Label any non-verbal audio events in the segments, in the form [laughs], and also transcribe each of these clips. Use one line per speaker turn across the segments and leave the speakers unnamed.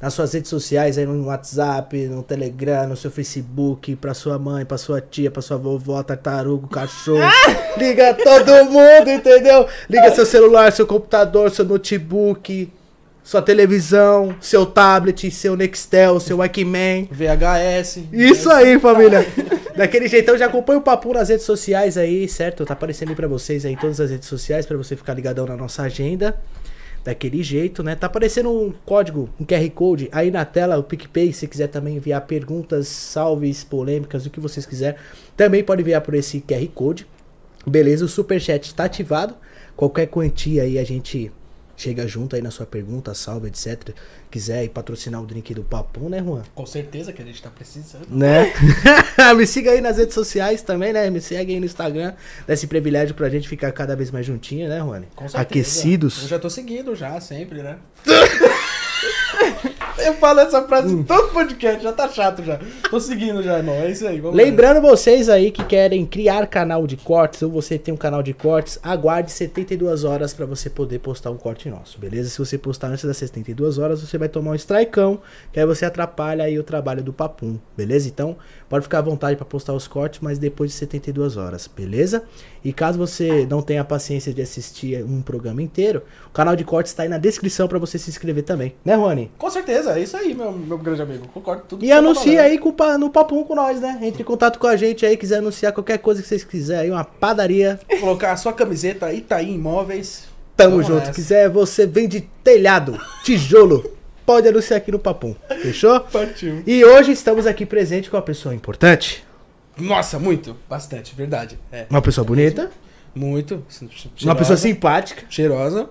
nas suas redes sociais, aí no WhatsApp, no Telegram, no seu Facebook, pra sua mãe, pra sua tia, pra sua vovó, tartaruga, cachorro. Liga todo mundo, entendeu? Liga seu celular, seu computador, seu notebook, sua televisão, seu tablet, seu Nextel, seu Walkman.
VHS.
Isso aí, família. Daquele jeitão, já acompanha o papo nas redes sociais aí, certo? Tá aparecendo aí pra vocês aí todas as redes sociais, pra você ficar ligadão na nossa agenda. Daquele jeito, né? Tá aparecendo um código, um QR Code aí na tela, o PicPay, se quiser também enviar perguntas, salves, polêmicas, o que vocês quiserem, também pode enviar por esse QR Code. Beleza, o Superchat tá ativado. Qualquer quantia aí a gente chega junto aí na sua pergunta, salve, etc. Quiser aí patrocinar o drink do Papo, né, Juan?
Com certeza que a gente tá precisando.
Né? [laughs] Me siga aí nas redes sociais também, né? Me segue aí no Instagram. Dá esse privilégio pra gente ficar cada vez mais juntinho, né, Juan?
Com certeza. Eu
Aquecidos.
já tô seguindo já, sempre, né? [laughs] Eu falo essa frase
Hum.
em todo podcast, já tá chato já. Tô seguindo já, irmão. É isso aí, vamos
Lembrando vocês aí que querem criar canal de cortes ou você tem um canal de cortes, aguarde 72 horas pra você poder postar um corte nosso, beleza? Se você postar antes das 72 horas, você vai tomar um strikeão, que aí você atrapalha aí o trabalho do Papum, beleza? Então, pode ficar à vontade pra postar os cortes, mas depois de 72 horas, beleza? E caso você não tenha paciência de assistir um programa inteiro, o canal de cortes tá aí na descrição pra você se inscrever também, né, Rony?
Com certeza, é isso aí, meu, meu grande amigo. Concordo com tudo. que
E
você tá
anuncia
falando.
aí com o pa- no Papum com nós, né? Entre em contato com a gente aí, quiser anunciar qualquer coisa que vocês quiserem, aí, uma padaria.
Colocar a sua camiseta Itaí Imóveis.
Tamo
Vamos
junto.
nessa.
Quiser, você vende telhado, tijolo. Pode anunciar aqui no Papum, fechou?
Partiu.
E hoje estamos aqui presente com uma pessoa importante,
Nossa, muito. Bastante, verdade. É.
uma pessoa bonita,
Muito.
uma
Cheirosa.
pessoa assim? simpática.
Cheirosa.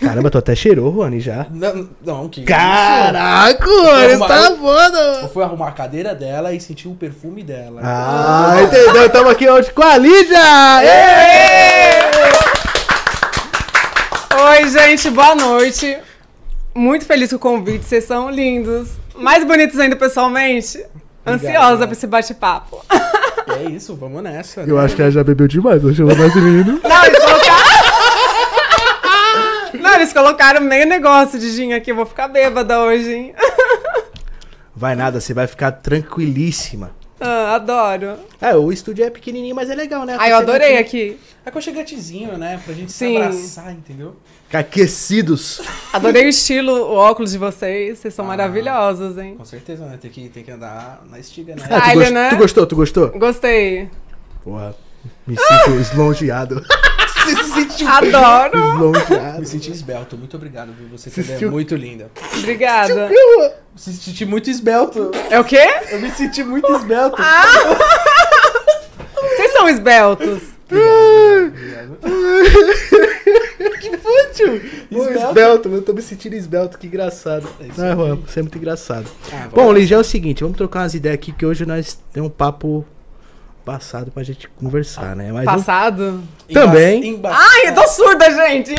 Caramba, tu até cheirou, Rony, já.
Não, não que.
Caraca, Rony,
Arrumar-
tá foda,
Eu
mano.
fui arrumar a cadeira dela e senti o perfume dela.
Ah, entendeu? Tamo aqui hoje com a Lídia! Ê!
Oi, gente, boa noite. Muito feliz com o convite, vocês são lindos. Mais bonitos ainda pessoalmente. Ansiosa pra esse bate-papo.
É isso, vamos nessa.
Eu acho que ela já bebeu demais, hoje ela mais menino.
Não, eles colocaram. Não, eles colocaram meio negócio de gin aqui. Eu vou ficar bêbada hoje, hein?
Vai nada, você vai ficar tranquilíssima.
Ah, adoro.
É, o estúdio é pequenininho, mas é legal, né?
Ai, eu adorei aqui.
É conchegantezinho, né? Pra gente se
Sim.
abraçar, entendeu?
Ficar Aquecidos.
Adorei o estilo, o óculos de vocês. Vocês são maravilhosos, hein?
Com certeza, né? Tem que, tem que andar na estiga, né?
Ah, tu,
Style,
gost-
né?
tu gostou, tu gostou?
Gostei.
Porra, me sinto [laughs] eslongeado.
Você se sentiu.
Adoro.
Eslongeado.
Me senti esbelto, muito obrigado, viu? Você
Se
também é
sentiu-
muito linda.
Obrigada.
Me senti muito esbelto.
É o quê?
Eu me senti muito esbelto.
Ah,
Vocês são esbeltos.
Pô,
Esbelto.
esbelto, eu tô me sentindo esbelto, que engraçado.
É isso
Não, Juan, você é muito engraçado.
Ah,
Bom, Ligia, é o seguinte, vamos trocar umas ideias aqui, que hoje nós temos um papo passado pra gente conversar, né? Mas vamos-
Passado?
emba-
também.
emba-
Ai, eu tô surda, gente.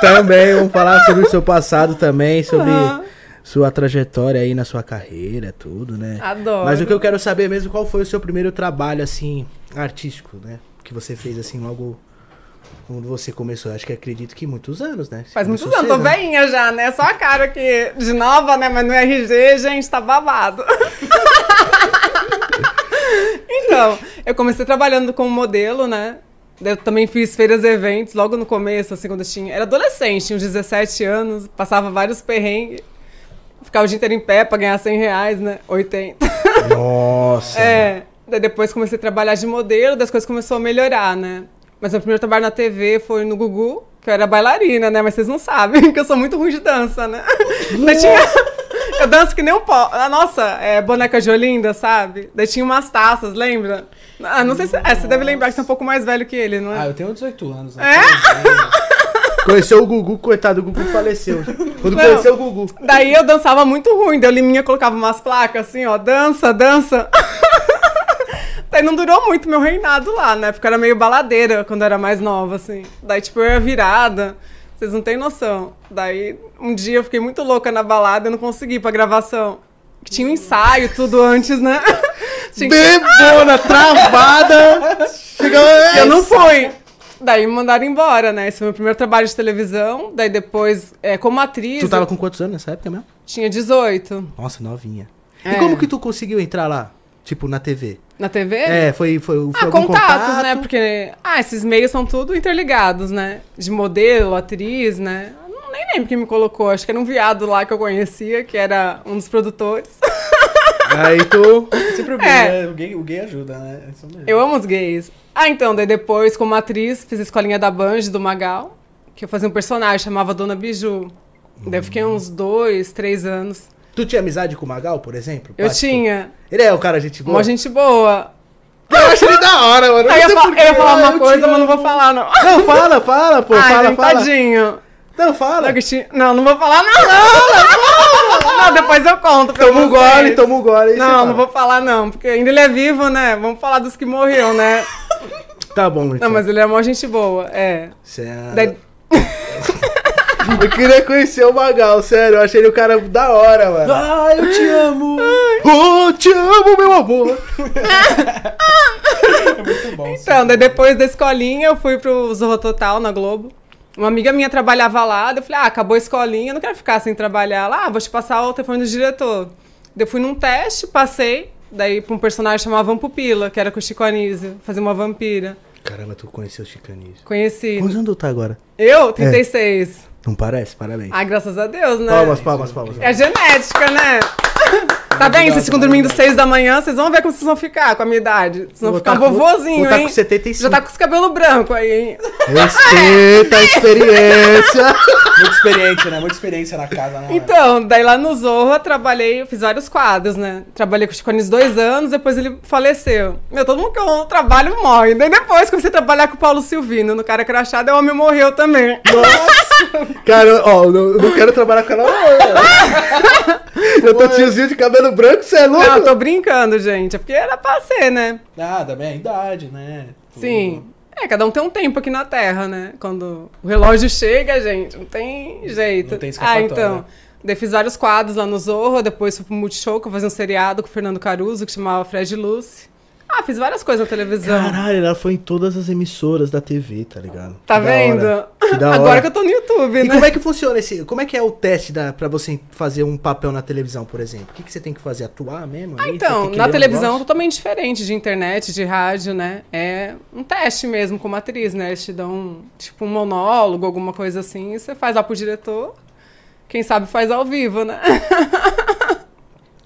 também vamos falar sobre o seu passado também, sobre
Aham.
sua trajetória aí na sua carreira, tudo,
Ah,
né?
Adoro.
Mas o que eu quero saber mesmo, qual foi o seu primeiro trabalho, assim, artístico, né? Que você fez, assim, logo quando você começou. Acho que acredito que muitos anos, né? Você
Faz
começou
muitos anos, tô
cedo, né?
veinha já, né? Só a cara aqui de nova, né? Mas no RG, gente, tá babado. [laughs] então, eu comecei trabalhando como modelo, né? Eu também fiz feiras e eventos logo no começo, assim, quando eu tinha. Era adolescente, tinha uns 17 anos, passava vários perrengues. Ficava o dia inteiro em pé pra ganhar 100 reais, né? 80.
Nossa!
É. Daí depois comecei a trabalhar de modelo, das coisas começou a melhorar, né? Mas meu primeiro trabalho na TV foi no Gugu, que eu era bailarina, né? Mas vocês não sabem, [laughs] que eu sou muito ruim de dança, né? Daí tinha... [laughs] Eu danço que nem um pó. Ah, Nossa, é, boneca de Olinda, sabe? Daí tinha umas taças, lembra? Ah, não sei se. É, você deve lembrar que você é um pouco mais velho que ele, não
Ah,
é?
eu tenho 18 anos, né?
Conheceu o Gugu, coitado, o Gugu faleceu. Quando
Não.
conheceu o Gugu.
Daí eu dançava muito ruim, daí o Liminha colocava umas placas assim, ó, dança, dança. [laughs] Daí não durou muito meu reinado lá, né? Porque eu era meio baladeira quando eu era mais nova, assim. Daí, tipo, eu ia virada. Vocês não têm noção. Daí, um dia eu fiquei muito louca na balada, eu não consegui ir pra gravação. Que tinha um ensaio, tudo antes, né? [laughs] Tinha que-
Bebona, travada! Chegou...
eu não fui. Daí me mandaram embora, né? Esse foi o meu primeiro trabalho de televisão. Daí depois, é, como atriz,
Tu tava com quantos anos nessa época mesmo?
eu tinha 18
Nossa, novinha.
É.
E como que tu conseguiu entrar lá? Tipo, na TV?
na TV.
É, foi, foi, foi
Ah,
algum
contatos,
contato?
né? Porque. Ah, esses meios são tudo interligados, né? De modelo, atriz, né? Não nem lembro quem me colocou. Acho que era um viado lá que eu conhecia, que era um dos produtores.
Aí tu...
Sempre o gay,
É.
né? o, gay, o gay ajuda, né? É isso mesmo.
Eu amo os gays. Ah, então, daí depois, como atriz, fiz a escolinha da Banjo do Magal, que eu fazia um personagem, chamava Dona Biju. Daí eu fiquei uns dois, três anos.
Tu tinha amizade com o Magal, por exemplo?
Eu
Pá, tipo,
tinha.
Ele é o cara gente boa?
Uma gente boa.
Eu acho ele da hora, mano.
Aí eu,
sei
fa-
por quê.
eu ia falar
Ah,
uma
eu
coisa,
te
mas não vou
amo.
falar, não. Ah,
Não, fala, fala, pô.
Ai,
fala,
não,
fala.
tadinho.
Não, fala.
Augustinho- Não, não vou falar, não. Não, depois eu conto. pra
Toma um
vocês.
gole, toma um gole. aí você
Não,
fala.
não vou falar, não, porque ainda ele é vivo, né? Vamos falar dos que morreram, né?
Tá bom, então.
Não, mas ele é uma gente boa, é.
Sério.
[laughs] Daí-
[laughs] Eu queria conhecer o Magal, sério. Eu achei ele o cara da hora, mano.
Ah, eu te amo!
Oh, te amo, meu amor.
Muito bom.
Então, daí depois da escolinha eu fui pro Zorro Total na Globo. Uma amiga minha trabalhava lá, daí eu falei, ah, acabou a escolinha, eu não quero ficar sem trabalhar lá, vou te passar o telefone do diretor. Daí eu fui num teste, passei, daí pra um personagem que chamava Vampupila, que era com o Chico Anísio, fazer uma vampira.
Caramba, tu conheceu o Chicanismo.
Conheci.
Quantos anos tu tá agora?
Eu, 36.
Não parece? Parabéns.
Ah, graças a Deus, né?
Palmas, palmas, palmas.
É genética,
[laughs]
né? Tá bem? Vocês ficam dormindo seis da manhã, vocês vão ver como vocês vão ficar com a minha idade. Vocês vão
Vou
ficar
tá-
um vovozinho,
vou tá
hein?
com 75.
Já tá com os cabelos brancos aí, hein?
É. Respeita a
[laughs]
experiência.
Muita experiência, né? Muita experiência na casa, né?
Então, daí lá no Zorro eu trabalhei, eu fiz vários quadros, né? Trabalhei com o Chico Anísio dois anos, depois ele faleceu. Meu, todo mundo que eu trabalho morre. Daí depois comecei a trabalhar com o Paulo Silvino, no cara crachado, é o homem morreu também.
Cara, ó, eu não, eu não quero trabalhar com ela.
[laughs]
Eu tô tiozinho de cabelo branco, você é louco?
Não, eu tô brincando, gente. É porque era pra ser, né?
Ah, também a idade, né? Tudo.
Sim. É, cada um tem um tempo aqui na Terra, né? Quando o relógio chega, gente, não tem jeito.
Não tem
ah,
escapatória.
então. Daí fiz vários quadros lá no Zorro, depois fui pro Multishow, que eu fazia um seriado com o Fernando Caruso, que chamava Fred Luce. Ah, fiz várias coisas na televisão.
Caralho, ela foi em todas as emissoras da TV, tá ligado?
Tá
Que da
vendo? [laughs]
hora. Que da
Agora
hora.
que eu tô no YouTube,
E
né?
como é que funciona esse. Como é que é o teste da, pra você fazer um papel na televisão, por exemplo? O que, que você tem que fazer? Atuar mesmo?
Ah,
ali? Tem
então,
que
na
ler um
televisão é
negócio?
totalmente diferente de internet, de rádio, né? É um teste mesmo como atriz, né? Eles te dão, um, tipo, um monólogo, alguma coisa assim, e você faz lá pro diretor. Quem sabe faz ao vivo, né? [laughs]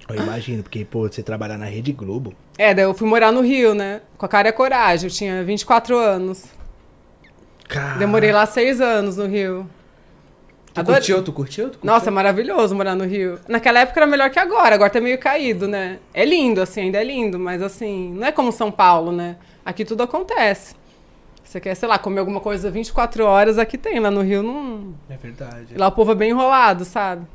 Eu imagino, porque, pô, você trabalhar na Rede Globo.
É, daí eu fui morar no Rio, né? Com a cara e a coragem. Eu tinha 24 anos.
Cara.
Ah.
Demorei lá seis anos no Rio.
Tu
Adorei.
curtiu, tu curtiu? Tu curtiu?
Nossa, é maravilhoso morar no Rio. Naquela época era melhor que agora, agora tá meio caído, né? É lindo, assim, ainda é lindo, mas assim, não é como São Paulo, né? Aqui tudo acontece. Você quer, sei lá, comer alguma coisa 24 horas, aqui tem. Lá no Rio não.
É verdade.
Lá o povo é bem enrolado, sabe?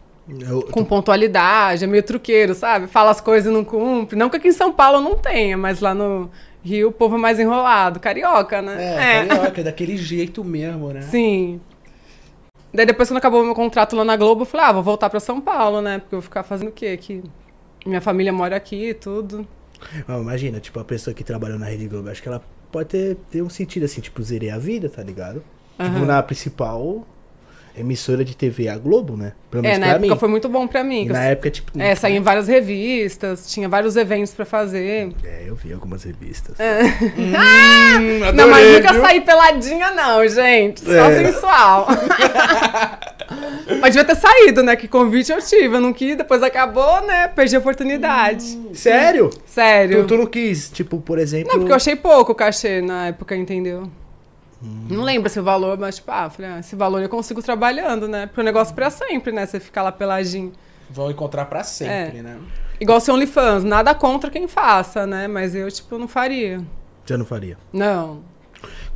Eu,
Com pontualidade, é meio truqueiro, sabe? Fala as coisas e não cumpre. Não que aqui em São Paulo não tenha, mas lá no Rio o povo é mais enrolado. Carioca, né?
É, carioca, daquele jeito mesmo, né?
Sim. Daí depois quando acabou meu contrato lá na Globo, eu falei, ah, vou voltar pra São Paulo, né? Porque eu vou ficar fazendo o quê aqui? Minha família mora aqui e tudo.
Ah, imagina, tipo, a pessoa que trabalhou na Rede Globo, acho que ela pode ter, ter um sentido assim, tipo, zerei a vida, tá ligado? Tipo,
Aham.
na principal emissora de TV, a Globo, né? Pelo menos
é, na
pra
época
mim.
foi muito bom pra mim.
E
que eu-
na época, tipo.
É, saí em várias revistas, tinha vários eventos pra fazer.
É, eu vi algumas revistas.
É, não, mas nunca saí peladinha, não, gente. Só
É. [laughs]
sensual. mas devia ter saído, né? Que convite eu tive. Eu não quis, depois acabou, né? Perdi a oportunidade.
Sério?
Sério.
Hum. Tu, tu não quis, tipo, por exemplo.
Não, porque eu achei pouco o cachê na época, entendeu? Não lembro se o valor, mas tipo, ah, falei, ah, esse valor eu consigo trabalhando, né? Porque o negócio é pra sempre, né? Você ficar lá peladinho.
Vão encontrar pra
É.
sempre, né? [laughs]
Igual ser OnlyFans, nada contra quem faça, né? Mas eu, tipo, não faria.
Já não faria.
Não.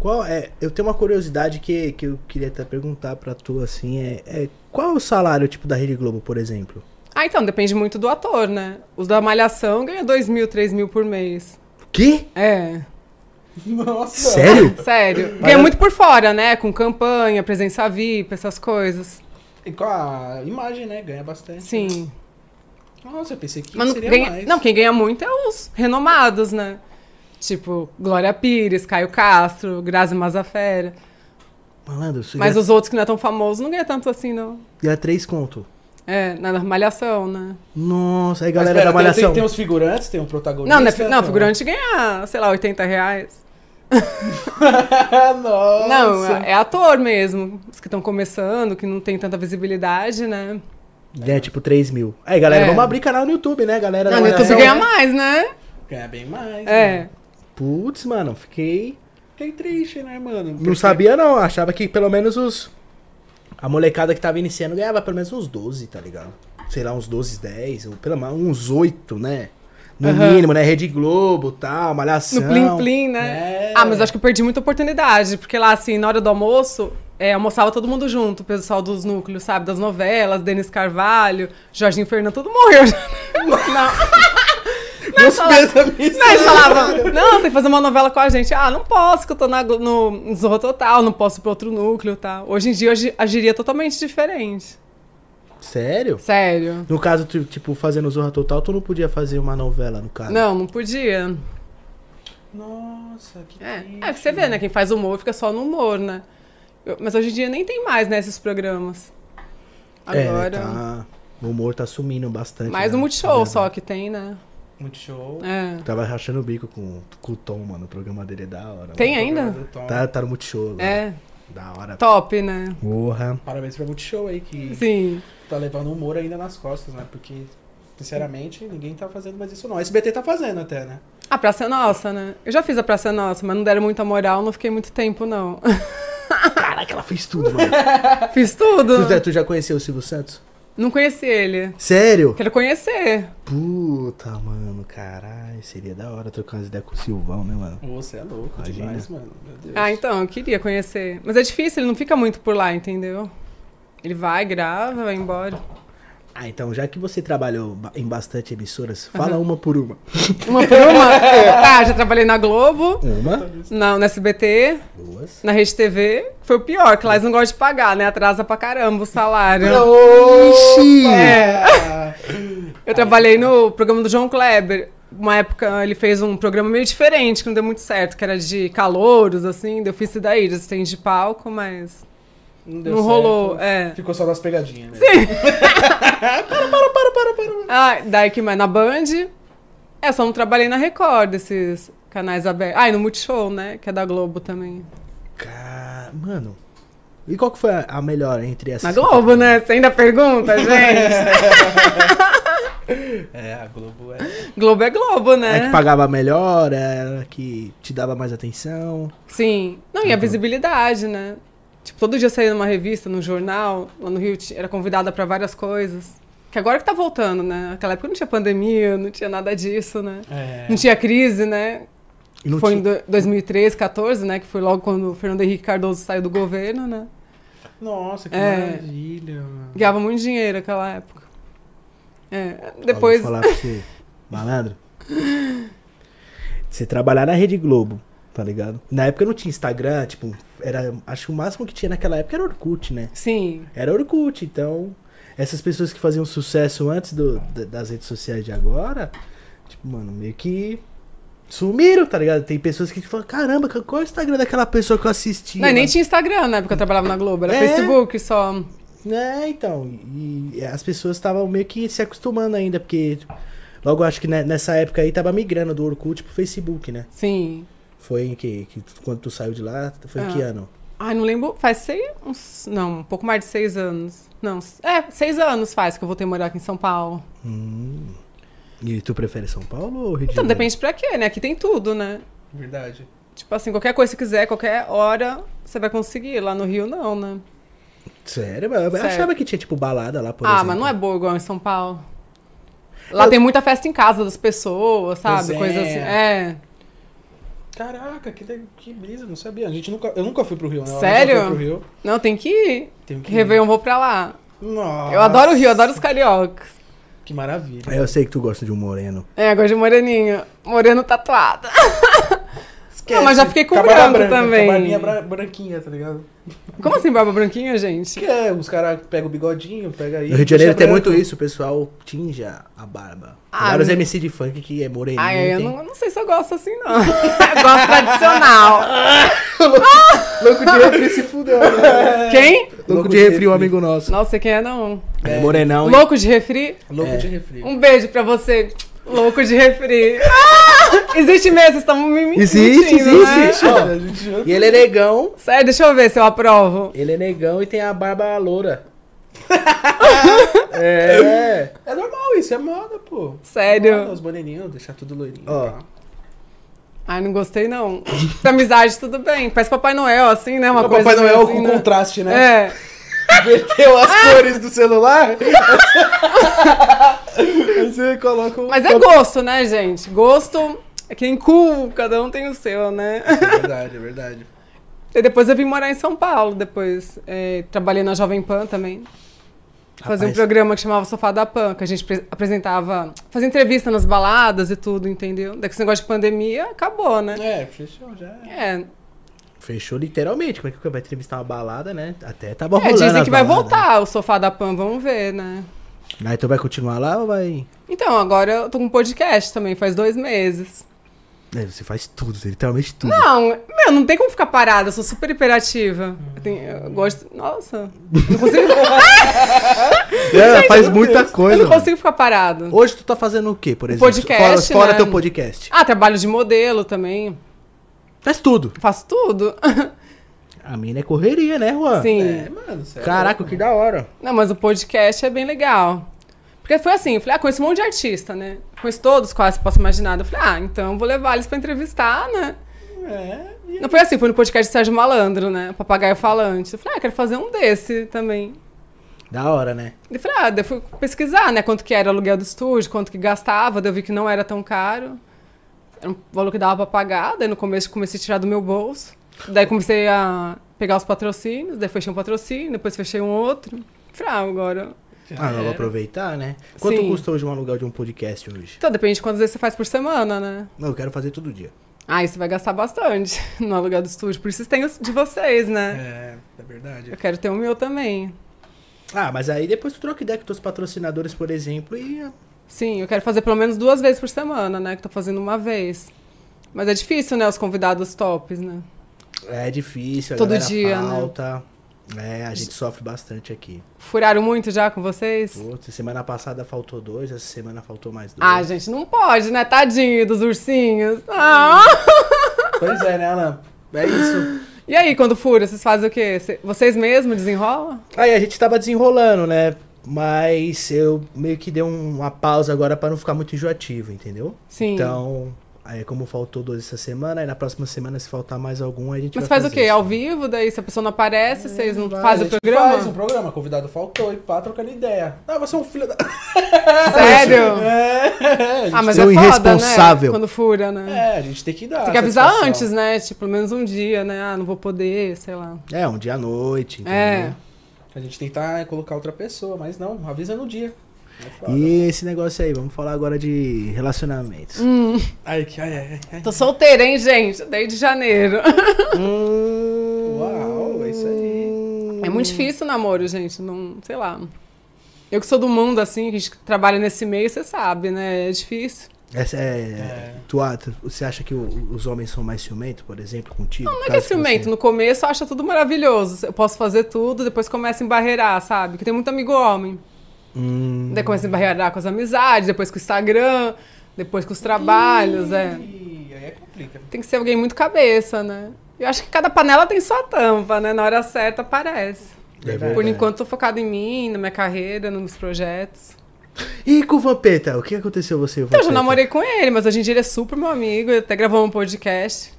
Qual é. Eu tenho uma curiosidade que, que eu queria até perguntar pra tu, assim, é, é. Qual é o salário, tipo, da Rede Globo, por exemplo?
Ah, então, depende muito do ator, né? Os da Malhação ganham 2 mil, 3 mil por mês.
Que?
É,
Nossa.
Sério?
sério. Ganha muito por fora, né? Com campanha, presença VIP, essas coisas.
E com a imagem, né? Ganha bastante.
Sim.
Nossa, eu pensei que
Mas não,
seria
ganha-
mais.
não, quem ganha muito é os renomados, né? Tipo, Glória Pires, Caio Castro, Grazi Mazafera.
Malandro, isso
Mas
ia,
os outros que não é tão famoso não ganha tanto assim, não.
ia três conto.
É, na malhação, né?
Nossa, aí
Mas
galera
pera,
da
tem,
Malhação.
tem, tem uns figurantes, tem um protagonista.
Não, né,
é
fi- não,
tem um-
figurante ganha, sei lá, 80 reais.
[laughs] Nossa.
Não, é ator mesmo. Os que estão começando, que não tem tanta visibilidade, né?
É, tipo 3 mil. Aí, galera,
É.
vamos abrir canal no YouTube, né, galera?
Não,
da
no YouTube
Malhação,
ganha
né?
mais, né?
Ganha bem mais.
É.
Mano.
Putz, mano, fiquei.
Fiquei triste, né, mano?
Não sabia, não. Achava que pelo menos os. A molecada que tava iniciando ganhava pelo menos uns 12, tá ligado? Sei lá, uns 12, 10, ou pelo menos uns 8, né? No
Aham.
mínimo, né? Rede Globo, tal, malhação.
No Plim Plim, né?
É.
Ah, mas acho que eu perdi muita oportunidade, porque lá, assim, na hora do almoço, é, almoçava todo mundo junto, o pessoal dos núcleos, sabe? Das novelas, Denis Carvalho, Jorginho Fernando, todo morreu. Não,
[laughs]
Meus
[laughs]
pensamentos.
não, eles falavam, não, você tem que fazer uma novela com a gente. Ah, não posso, que eu tô na, Glo- no Zorro Total, não posso ir pro outro núcleo, tá? Hoje em dia, eu agi- agiria totalmente diferente.
Sério?
Sério.
No caso, tu, tipo, fazendo Zorra Total, tu não podia fazer uma novela, no caso.
Não, não podia.
Nossa, que
É,
triste.
é que você vê, né? Quem faz humor fica só no humor, né? Eu- mas hoje em dia nem tem mais, né, esses programas.
É, né,
Agora.
tá- O humor tá sumindo bastante.
Mais
né?
no Multishow
É.
só que tem, né?
Muito show.
É.
Tava rachando o bico com, com o Tom, mano. O programa dele é da hora.
Tem
mano.
ainda?
então,
Tá, tá no Multishow. agora.
É,
Da hora.
top, né?
Porra.
Parabéns pra Multishow aí, que
Sim.
tá levando o humor ainda nas costas, né? Porque, sinceramente, ninguém tá fazendo mais isso não. A SBT tá fazendo até, né?
A Praça é Nossa, né? Eu já fiz a Praça é Nossa, mas não deram muita moral, não fiquei muito tempo, não. [laughs]
Caraca, ela fez tudo, [laughs] mano.
fiz tudo.
tu, já- tu já conheceu o Silvio Santos?
Não conheci ele.
Sério?
Quero conhecer.
Puta, mano, caralho. Seria da hora trocar umas ideias com o Silvão, né, mano?
Ô, Você é louco
Imagina.
demais, mano. Meu Deus.
Ah, então, eu queria conhecer. Mas é difícil, ele não fica muito por lá, entendeu? Ele vai, grava, vai embora.
Ah, então, já que você trabalhou ba- em bastante emissoras, fala uma por uma.
Uma por uma?
[laughs]
ah, já trabalhei na Globo,
Uma,
na, na SBT,
duas.
na Rede TV. Foi o pior, que lá eles não gostam de pagar, né? Atrasa pra caramba o salário.
Ixi!
É.
Ah,
Eu trabalhei no programa do João Kleber. Uma época ele fez um programa meio diferente, que não deu muito certo, que era de calouros, assim. daí Eu fiz isso daí, de assistente de palco, mas
deu
não
certo.
rolou. É.
Ficou só nas pegadinhas, né?
Ah, daí que mais na Band. É, só não trabalhei na Record, esses canais abertos. Ah, e no Multishow, né? Que é da Globo também.
Cara, mano. E qual que foi a- a melhor entre essas? tá
Na Globo, né? Você ainda pergunta, gente?
É, a Globo é...
Globo é Globo,
É que
né?
pagava melhor, era que te dava mais atenção.
Sim. Não,
Uhum.
e a visibilidade, né? Tipo, todo dia saía numa revista, num jornal, lá no Rio, ti- era convidada pra várias coisas. Que agora que tá voltando, né? Naquela época não tinha pandemia, não tinha nada disso, né?
É.
Não tinha crise, né?
E não
foi
tinha-
em do- 2013, 14, né? Que foi logo quando o Fernando Henrique Cardoso saiu do governo, né?
Nossa, que
É.
maravilha, mano.
Ganhava muito dinheiro naquela época. É, depois.
Vou falar pra você, malandro. Você trabalhar na Rede Globo, tá ligado? Na época não tinha Instagram, tipo, era, acho que o máximo que tinha naquela época era Orkut, né?
Sim.
Era Orkut, então essas pessoas que faziam sucesso antes do- da- das redes sociais de agora, tipo, mano, meio que sumiram, tá ligado? Tem pessoas que falam, caramba, qual é o Instagram daquela pessoa que eu assisti?
Não, e nem tinha Instagram na época que eu trabalhava na Globo, era
É.
Facebook só.
É, então, e as pessoas estavam meio que se acostumando ainda, porque logo acho que ne- nessa época aí tava migrando do Orkut pro Facebook, né?
Sim.
Foi em que, que tu- quando tu saiu de lá, foi em
Ah.
que ano?
Ai, não lembro. Faz seis. Uns, não, um pouco mais de seis anos. Não, s- é, seis anos faz que eu voltei a morar aqui em São Paulo.
Hum. E tu prefere São Paulo ou Rio de
Então,
Janeiro?
depende pra quê, né? Aqui tem tudo, né?
Verdade.
Tipo assim, qualquer coisa que você quiser, qualquer hora, você vai conseguir. Lá no Rio, não, né?
Sério, mas eu
Sério.
achava que tinha tipo balada lá, por
ah,
exemplo.
mas não é boa igual em São Paulo. Lá tem muita festa em casa das pessoas, sabe?
Resenha.
Coisa assim. É.
Caraca, que, le- que brisa, não sabia. A gente nunca, eu nunca fui pro Rio, né? Eu
Sério?
nunca fui pro Rio.
Não, tem que ir.
Tenho
Que Réveillon, vou pra lá.
Nossa.
Eu adoro o Rio, adoro os cariocas.
Que
Ah,
maravilha.
Eu sei que tu gosta de um moreno.
É, gosto de moreninho. Moreno tatuado. Não, mas já fiquei com
Cabana
branco
branca,
também.
Cabaninha bra- branquinha, tá ligado?
Como assim, barba branquinha, gente?
Que é, os caras pegam o bigodinho, pega aí.
No Rio de Janeiro
deixa
tem
branco.
muito isso, o pessoal tinge a barba.
Ah,
Vários
não-
MC de funk que é moreninho.
Ah, eu
tem- [laughs]
não, não sei se eu gosto assim,
[laughs]
não. Eu gosto tradicional.
Louco de refri se [laughs] fudeu.
É.
Quem?
Louco de refri, um amigo nosso.
Nossa, sei quem é não?
É morenão.
Louco de refri?
Louco
É.
de refri.
Um beijo pra você, louco de
[laughs]
refri. Ah! Existe mesmo, vocês estão me mentindo,
Existe,
né?
existe.
Ó, a gente já-
E ele é negão.
Sério, deixa eu ver se eu aprovo.
Ele é negão e tem a barba
[laughs]
loura. é.
É normal isso, é moda, pô. Moda,
Sério.
os boneninhos, deixar tudo loirinho.
Ó.
tá?
Ai, não gostei, não. Pra amizade, tudo bem. Parece Papai Noel, assim, né? Uma
o
coisa
Papai
meio
Noel
assim,
com
né?
contraste, né?
É. Ah!
Inverteu as cores do
[laughs]
celular.
Aí Você coloca
um
o...
Mas é gosto, né, gente? Gosto é quem cu, cada um tem o seu, né?
É verdade, é verdade.
E depois eu vim morar em São Paulo, depois. É, trabalhei na Jovem Pan também. Fazia um
Rapaz.
programa que chamava Sofá da Pan, que a gente pre- apresentava, fazia entrevista nas baladas e tudo, entendeu? Daí que esse negócio de pandemia acabou, né?
É, fechou, já é.
É,
Fechou literalmente. Como é que vai entrevistar uma balada, né? Até tava
é,
rolando
dizem
as
que vai
baladas,
voltar o Sofá da Pan, vamos ver, né?
né? Aí tu vai continuar lá ou vai...
Então, agora eu tô com um podcast também, faz dois meses.
É, Você faz tudo, literalmente tudo.
Não, meu, não tem como ficar parada, eu sou super hiperativa. Eu, tenho- eu gosto. Nossa, eu não consigo,
Ela É, faz muita
eu
coisa.
não
mano.
consigo ficar parado.
Hoje tu tá fazendo o quê, por exemplo?
podcast,
Fora, fora
né?
teu podcast.
Ah, trabalho de modelo também.
Faz tudo.
Faço tudo. [laughs]
A mina é correria, né, Juan?
Sim.
É, mano, sério.
Caraca, que da hora.
Não, mas o podcast é bem legal. Porque foi assim, eu falei, ah, conheço um monte de artista, né? Conheço todos, quase, posso imaginar. Eu falei, ah, então eu vou levar eles pra entrevistar, né?
É, e-
Não foi assim, foi no podcast do Sérgio Malandro, né? Papagaio Falante. Eu falei, ah, quero fazer um desse também.
Da hora, né?
Eu falei, ah, daí eu fui pesquisar, né? Quanto que era o aluguel do estúdio, quanto que gastava. Daí eu vi que não era tão caro. Era um valor que dava pra pagar. Daí no começo eu comecei a tirar do meu bolso. Daí comecei a pegar os patrocínios. Daí fechei um patrocínio, depois fechei um outro. Falei, ah, agora...
já
Ah, eu vou
era.
aproveitar, né? Quanto
É. Sim.
custa hoje um aluguel de um podcast hoje?
Então, depende de quantas vezes você faz por semana, né?
Não, eu quero fazer todo dia.
Aí você vai gastar bastante [laughs] no aluguel do estúdio. Por isso tem os de vocês, né?
É, é verdade.
Eu quero ter o meu também.
Ah, mas aí depois tu troca ideia com teus patrocinadores, por exemplo, e.
Sim, eu quero fazer pelo menos duas vezes por semana, né? Que tô fazendo uma vez. Mas é difícil, né? Os convidados tops, né?
É difícil, a
Todo
galera
dia, né?
falta. É, a gente sofre bastante aqui.
Furaram muito já com vocês?
Putz, semana passada faltou dois, essa semana faltou mais dois.
Ah, gente, não pode, né? Tadinho dos ursinhos. Ah.
Pois é, né, Alan? É isso.
E aí, quando fura, vocês fazem o quê? Cê- Vocês mesmos desenrolam?
Aí a gente tava desenrolando, né? Mas eu meio que dei um- uma pausa agora pra não ficar muito enjoativo, entendeu?
Sim.
Então, aí como faltou dois essa semana, aí na próxima semana, se faltar mais algum, aí a gente
Mas
vai
faz o
fazer
quê?
isso.
Ao vivo? Daí, se a pessoa não aparece, vocês não
vai,
É,
fazem
a
o
gente
programa? [laughs]
Faz um programa, convidado faltou e pá, trocando ideia. Ah, você é um filho da. [laughs]
Sério?
É, a gente,
Ah, mas
Seu
é foda,
irresponsável.
né? Quando fura, né?
é, a gente tem que dar.
Tem que avisar
satisfação.
antes, né? Tipo, pelo menos um dia, né? Ah, não vou poder, sei lá.
É, um dia à noite, entendeu?
É.
A gente tentar é, colocar outra pessoa, mas não, avisa no dia. É foda.
E esse negócio aí, vamos falar agora de relacionamentos.
Hum.
Ai, que ai, ai, ai.
Tô solteira, hein, gente? Desde janeiro.
Uau, é isso aí.
É muito difícil o namoro, gente. Não, sei lá. Eu que sou do mundo, assim, que a gente trabalha nesse meio, você sabe, né? É difícil.
Tá
Essa é, Tu, a- tu- você acha que o- os homens são mais ciumentos, por exemplo, contigo?
Não é que é ciumento. No começo acha tudo maravilhoso. Eu posso fazer tudo, depois começa a embarreirar, sabe? Porque tem muito amigo homem.
É
Hum,
Daí começa a embarreirar com as amizades, depois com o Instagram, depois com os trabalhos, é.
Ih, aí é complica.
Tem que ser alguém muito cabeça, né? Eu acho que cada panela tem sua tampa, né? Na hora certa aparece.
É.
verdade.
Por enquanto, tô focado em mim, na minha carreira, nos meus projetos.
E com o Vampeta? O que aconteceu você e o
Então, eu já
Vampeta?
namorei com ele, mas hoje em dia ele é super meu amigo, ele até gravou um podcast.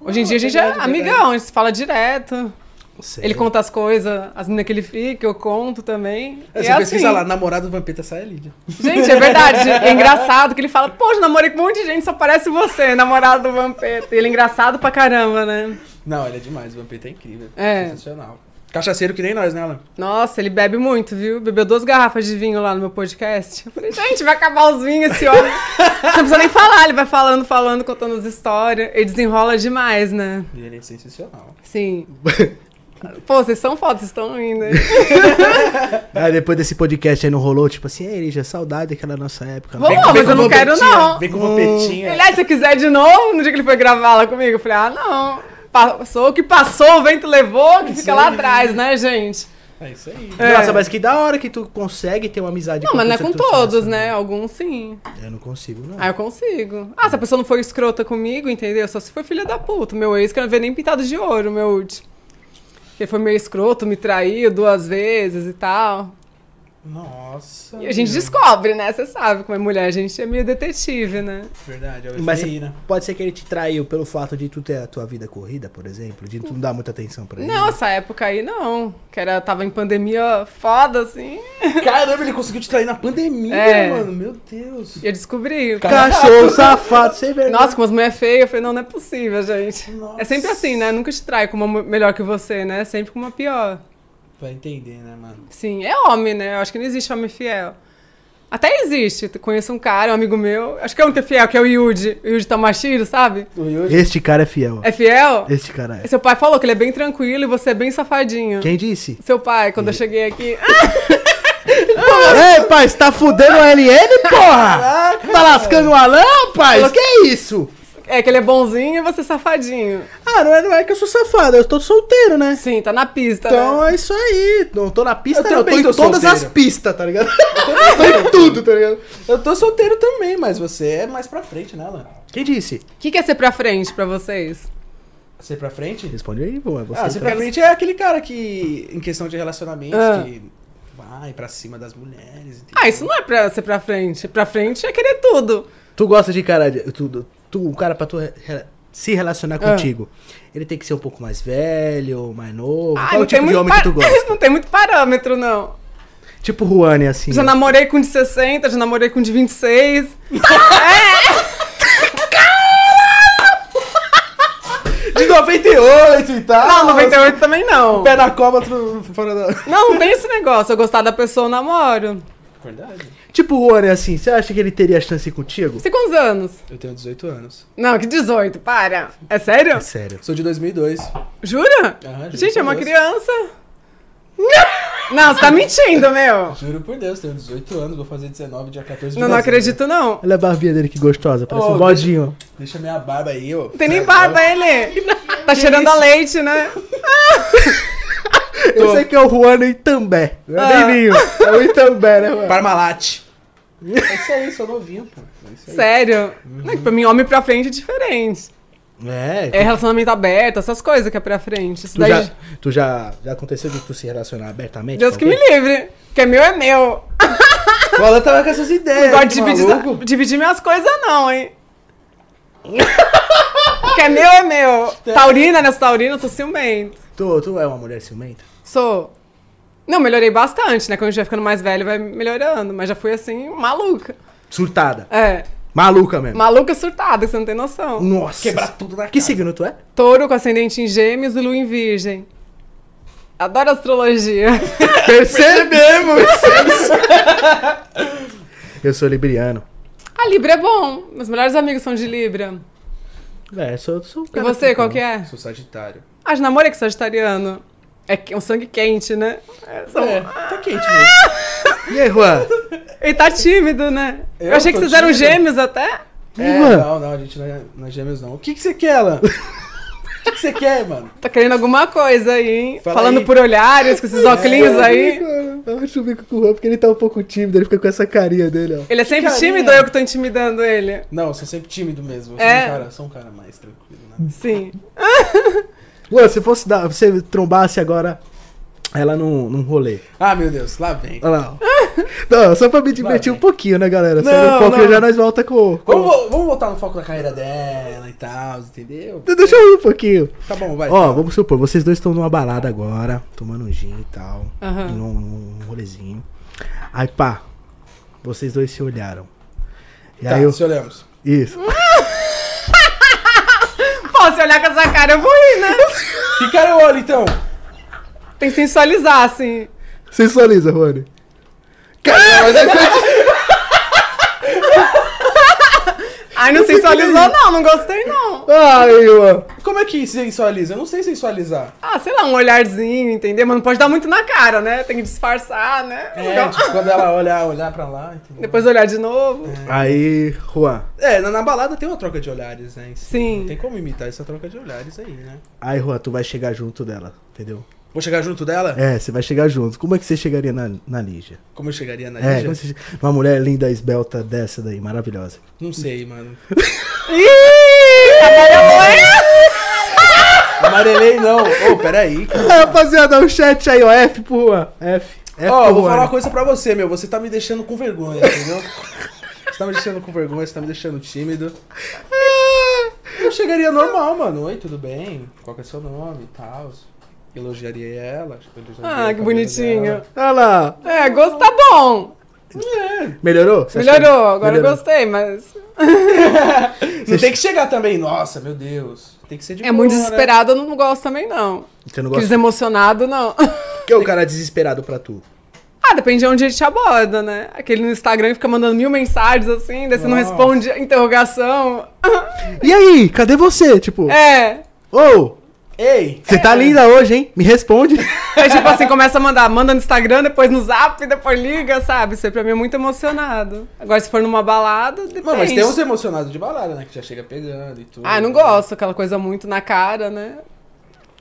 Hoje em
Ah,
dia a gente
verdade,
é
verdade.
amigão, a gente se fala direto.
Sério?
Ele conta as coisas, as meninas que ele fica, eu conto também.
É,
E
você
é
pesquisa
assim.
lá, namorado do Vampeta sai a Lídia.
Gente, é
[laughs]
verdade. É engraçado que ele fala, poxa, namorei com um monte de gente, só parece você, namorado do Vampeta. E ele é engraçado pra caramba, né?
Não, ele é demais, o Vampeta é incrível.
É.
Sensacional. Cachaceiro que nem nós, né, Alan?
Nossa, ele bebe muito, viu? Bebeu duas garrafas de vinho lá no meu podcast. Eu falei, gente, vai acabar os vinhos esse homem. Você não precisa nem falar, ele vai falando, falando, contando as histórias. Ele desenrola demais, né?
E ele é sensacional.
Sim. Pô, vocês são foda, vocês estão indo. hein?
Aí depois desse podcast aí não rolou, tipo assim, ei, já saudade daquela nossa época.
Vamos Não, mas eu não quero,
vopetinha,
não.
Vem com
Hum.
vopetinha.
Ele, ah, se você quiser de novo, no dia que ele foi gravar lá comigo, eu falei, ah, não. Passou o que passou, o vento levou, que fica lá atrás, né, gente?
É isso aí.
É.
Nossa, mas que da hora que tu consegue ter uma amizade
Não, mas não é
pessoa
com
que tu gosta,
todos, né? Alguns sim.
Eu não consigo, não.
Ah, eu consigo. Ah, se a pessoa não for escrota comigo, entendeu? Só se for filha da puta. Meu ex que eu não vê nem pintado de ouro, meu último. Ele foi meio escroto, me traiu duas vezes e tal.
Nossa.
E a gente
meu.
descobre, né? Você sabe como é mulher, a gente é meio detetive, né?
Verdade, é o
Mas
FBI, né?
pode ser que ele te traiu pelo fato de tu ter a tua vida corrida, por exemplo, de tu não dar muita atenção pra ele.
Não, essa época aí não. Que era, tava em pandemia foda, assim.
Caramba, ele conseguiu te trair na pandemia,
É.
mano. Meu Deus.
E eu descobri.
Cachorro safado, sem vergonha.
Nossa, com as mulheres feias, eu falei, não, não é possível, gente.
Nossa.
É sempre assim, né? Nunca te trai com uma mu- melhor que você, né? Sempre com uma pior.
Vai entender, né, mano?
Sim, é homem, né? Eu acho que não existe homem fiel. Até existe. Eu Conheço um cara, um amigo meu. Acho que é o único que é fiel, que é o Yuji. O Yuji Tamashiro, sabe?
O Yuri.
Este cara é fiel. ó.
É fiel?
Este cara é.
Seu pai falou que ele é bem tranquilo e você é bem safadinho.
Quem disse?
Seu pai, quando eu cheguei aqui. "Ah,
Ei, pai, você tá fudendo o LN,
Ah.
porra? Tá lascando o Alão, pai? Que isso?
É que ele é bonzinho e você é safadinho.
Ah, não é, não é que eu sou safado, eu tô solteiro, né?
Sim, tá na pista,
Então
né?
é isso aí. Não tô na pista,
Eu
não. Eu tô
também
em
tô
todas
solteiro.
as pistas, tá ligado? [laughs] Eu tô em tudo, tá ligado?
Eu tô solteiro também, mas você é mais pra frente, né, Alan?
Quem disse?
O que, que é ser pra frente pra vocês?
Você pra frente?
Responde aí, boa. Você
ah, você
tá-
pra frente é aquele cara que, em questão de relacionamentos,
Ah.
que vai pra cima das mulheres. entendeu?
Ah, isso não é pra ser pra frente. Pra frente é querer tudo.
Tu gosta de cara. de- Tu, tu, o cara pra tu re- re- se
Ah.
relacionar contigo. Ele tem que ser um pouco mais velho, mais novo.
Ah,
Qual é o tipo de homem que tu
par-
gosta?
[laughs] não tem muito parâmetro, não.
tipo Juane, assim.
Já namorei com um de 60, já namorei com um de 26.
De 98 e tal.
é- Não, 98 também não.
Pé na cova, outro fora da.
Não, não tem esse negócio. Eu gostar da pessoa, eu namoro.
Verdade.
Tipo Juane, assim. Você acha que ele teria chance contigo?
Você tem quantos anos?
Eu tenho 18 anos.
Não, que 18, para. É sério?
É sério.
Sou de 2002.
Jura?
Aham, juro
Gente, é
por
uma
Deus.
criança. Não, você tá mentindo, meu.
Juro por Deus, tenho 18 anos, vou fazer 19, dia 14 de
Não, não
dezembro.
acredito, não.
Olha a barbinha dele que gostosa, parece
Ô,
um bodinho.
Deixa minha barba aí, ó.
Não tem nem barba, ele. Tá cheirando a leite, né?
Eu sei que é o Juan Itambé. Não é
Ah.
nem ninho. É o Itambé, né, mano?
Parmalat. É isso aí, sou novinho, pô. É isso aí.
Sério. Não, que pra mim, homem pra frente é diferente.
É.
É relacionamento aberto, essas coisas que é pra frente. Isso
Tu,
daí-
já, tu já, já aconteceu de tu se relacionar abertamente?
Deus
com
que me
alguém?
livre. Que é meu, é meu.
O Alan tava com essas
Não
ideias.
Tá
gosto
que
de dividir,
maluco.
dividir minhas coisas, não, hein? que é meu, é meu. Taurina, nessa taurina, eu sou ciumento.
Tu, tu é uma mulher ciumenta?
Sou. Não, melhorei bastante, né? Quando a gente vai ficando mais velho, vai melhorando. Mas já fui assim, maluca.
Surtada.
É.
Maluca mesmo.
Maluca surtada, que você não tem noção.
Nossa.
Quebrar tudo na
Que
cara.
signo tu é?
Touro com ascendente em gêmeos e lua em virgem. Adoro astrologia. [laughs]
Percebemos! eu sou libriano.
A Libra é bom. Meus melhores amigos são de Libra.
É, eu sou, eu sou um
E
cara
você,
tranquilo.
qual que é?
Sou sagitário.
Ah, de namoro é que sagitariano. É que- um sangue quente, né? É, são-
É, tá quente mesmo.
E aí, Juan?
Ele tá tímido, né? Eu,
Eu
achei que
tô
vocês eram
tímido.
gêmeos até.
É,
Mano.
não, não, a gente não é, não é gêmeos, não. O que que você quer, Alan? O que que você quer, mano?
Tá querendo alguma coisa aí, hein?
Fala
Falando
aí. É,
por olhares,
[laughs]
com esses óculos aí.
Eu acho o bico com o Juan porque ele tá um pouco tímido, ele fica com essa carinha dele, ó.
Ele é sempre
carinha.
tímido ou eu que tô intimidando ele?
Não, eu sou sempre tímido mesmo. Eu sou,
É.
um cara, sou um cara mais tranquilo, né?
Sim.
Juan, se fosse dar, você trombasse agora ela num, num rolê.
Ah, meu Deus, lá vem.
Olha
[laughs]
lá, ó. Não, só pra me divertir
Vai.
um pouquinho, né, galera? Só
Não,
no foco
não.
já nós volta com. com...
Vamos, vo- vamos voltar no foco da carreira dela e tal, entendeu?
Deixa eu ir um pouquinho.
Tá bom, vai.
Ó, vamos supor, vocês dois estão numa balada agora, tomando um gin e tal,
Aham.
num, num rolezinho. Aí, pá, vocês dois se olharam. E
tá,
aí eu.
se olhamos.
Isso.
Pô, se olhar com essa cara, eu vou rir, né?
[laughs] Que cara eu olho, então?
Tem que sensualizar, assim.
Sensualiza, Rony. Caralho,
Ai, não
sei que
sensualizou,
nem-
não. Não gostei, não.
Ai, mano.
Como é que sensualiza? Eu não sei sensualizar.
Ah, sei lá, um olharzinho, entendeu? Mas não pode dar muito na cara, né? Tem que disfarçar, né?
É, tipo, quando ela olhar, olhar pra lá, entendeu?
Depois olhar de novo.
Aí, Juan.
É, na, na balada tem uma troca de olhares, né? em si.
Sim.
Não tem como imitar essa troca de olhares aí, né?
Aí, Juan, tu vai chegar junto dela, entendeu?
Vou chegar junto dela?
É, você vai chegar junto. Como é que você chegaria na, na Lígia?
Como eu chegaria na
É,
Lígia?
como você che- uma mulher linda, esbelta dessa daí, maravilhosa. [laughs]
Não sei, mano.
Ih,
É.
amarelou, hein?
Amarelei não. Ô, peraí. cara.
É, Rapaziada, o chat aí, ó. F pro Juan. F. F
Ó,
pro
vou
Juan.
falar uma coisa pra você, meu. Você tá me deixando com vergonha, entendeu? Você tá me deixando com vergonha, você tá me deixando tímido. Eu chegaria normal, mano. Oi, tudo bem? Qual que é seu nome e tal? Elogiaria ela. tipo, elogiaria o
Ah, que
cabelo
bonitinho.
dela.
Olha lá.
É, gosto tá bom.
É.
Melhorou? Você acha que-
Melhorou, agora eu
melhorou?
gostei, mas.
Não tem que chegar também. Nossa, meu Deus. Tem que ser de
É muito
boa, né?
desesperado, eu não gosto também, não.
Você não
Aqueles
gosta?
emocionado, não. [laughs]
O que é o cara desesperado pra tu?
Ah, depende de onde ele te aborda, né? Aquele no Instagram que fica mandando mil mensagens assim, daí você não
Nossa.
responde a interrogação. [laughs]
E aí, cadê você? Tipo,
É.
ô,
Ei!
você tá linda hoje, hein? Me responde.
Aí, tipo assim, começa a mandar, manda no Instagram, depois no zap, depois liga, sabe? Isso aí pra mim é muito emocionado. Agora, se for numa balada, depende.
Mano, mas tem uns emocionados de balada, né? Que já chega pegando e tudo.
Ah, eu não gosto, aquela coisa muito na cara, né?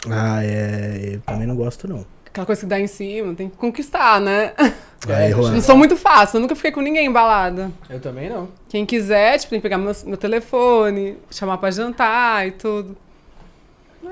Ah, é. Eu também não gosto, não.
Aquela coisa que dá em cima, tem que conquistar, né? [laughs]
Aí,
É,
Juan.
Não sou muito fácil, eu nunca fiquei com ninguém em balada.
Eu também não.
Quem quiser, tipo, tem que pegar meu, meu telefone, chamar pra jantar e tudo.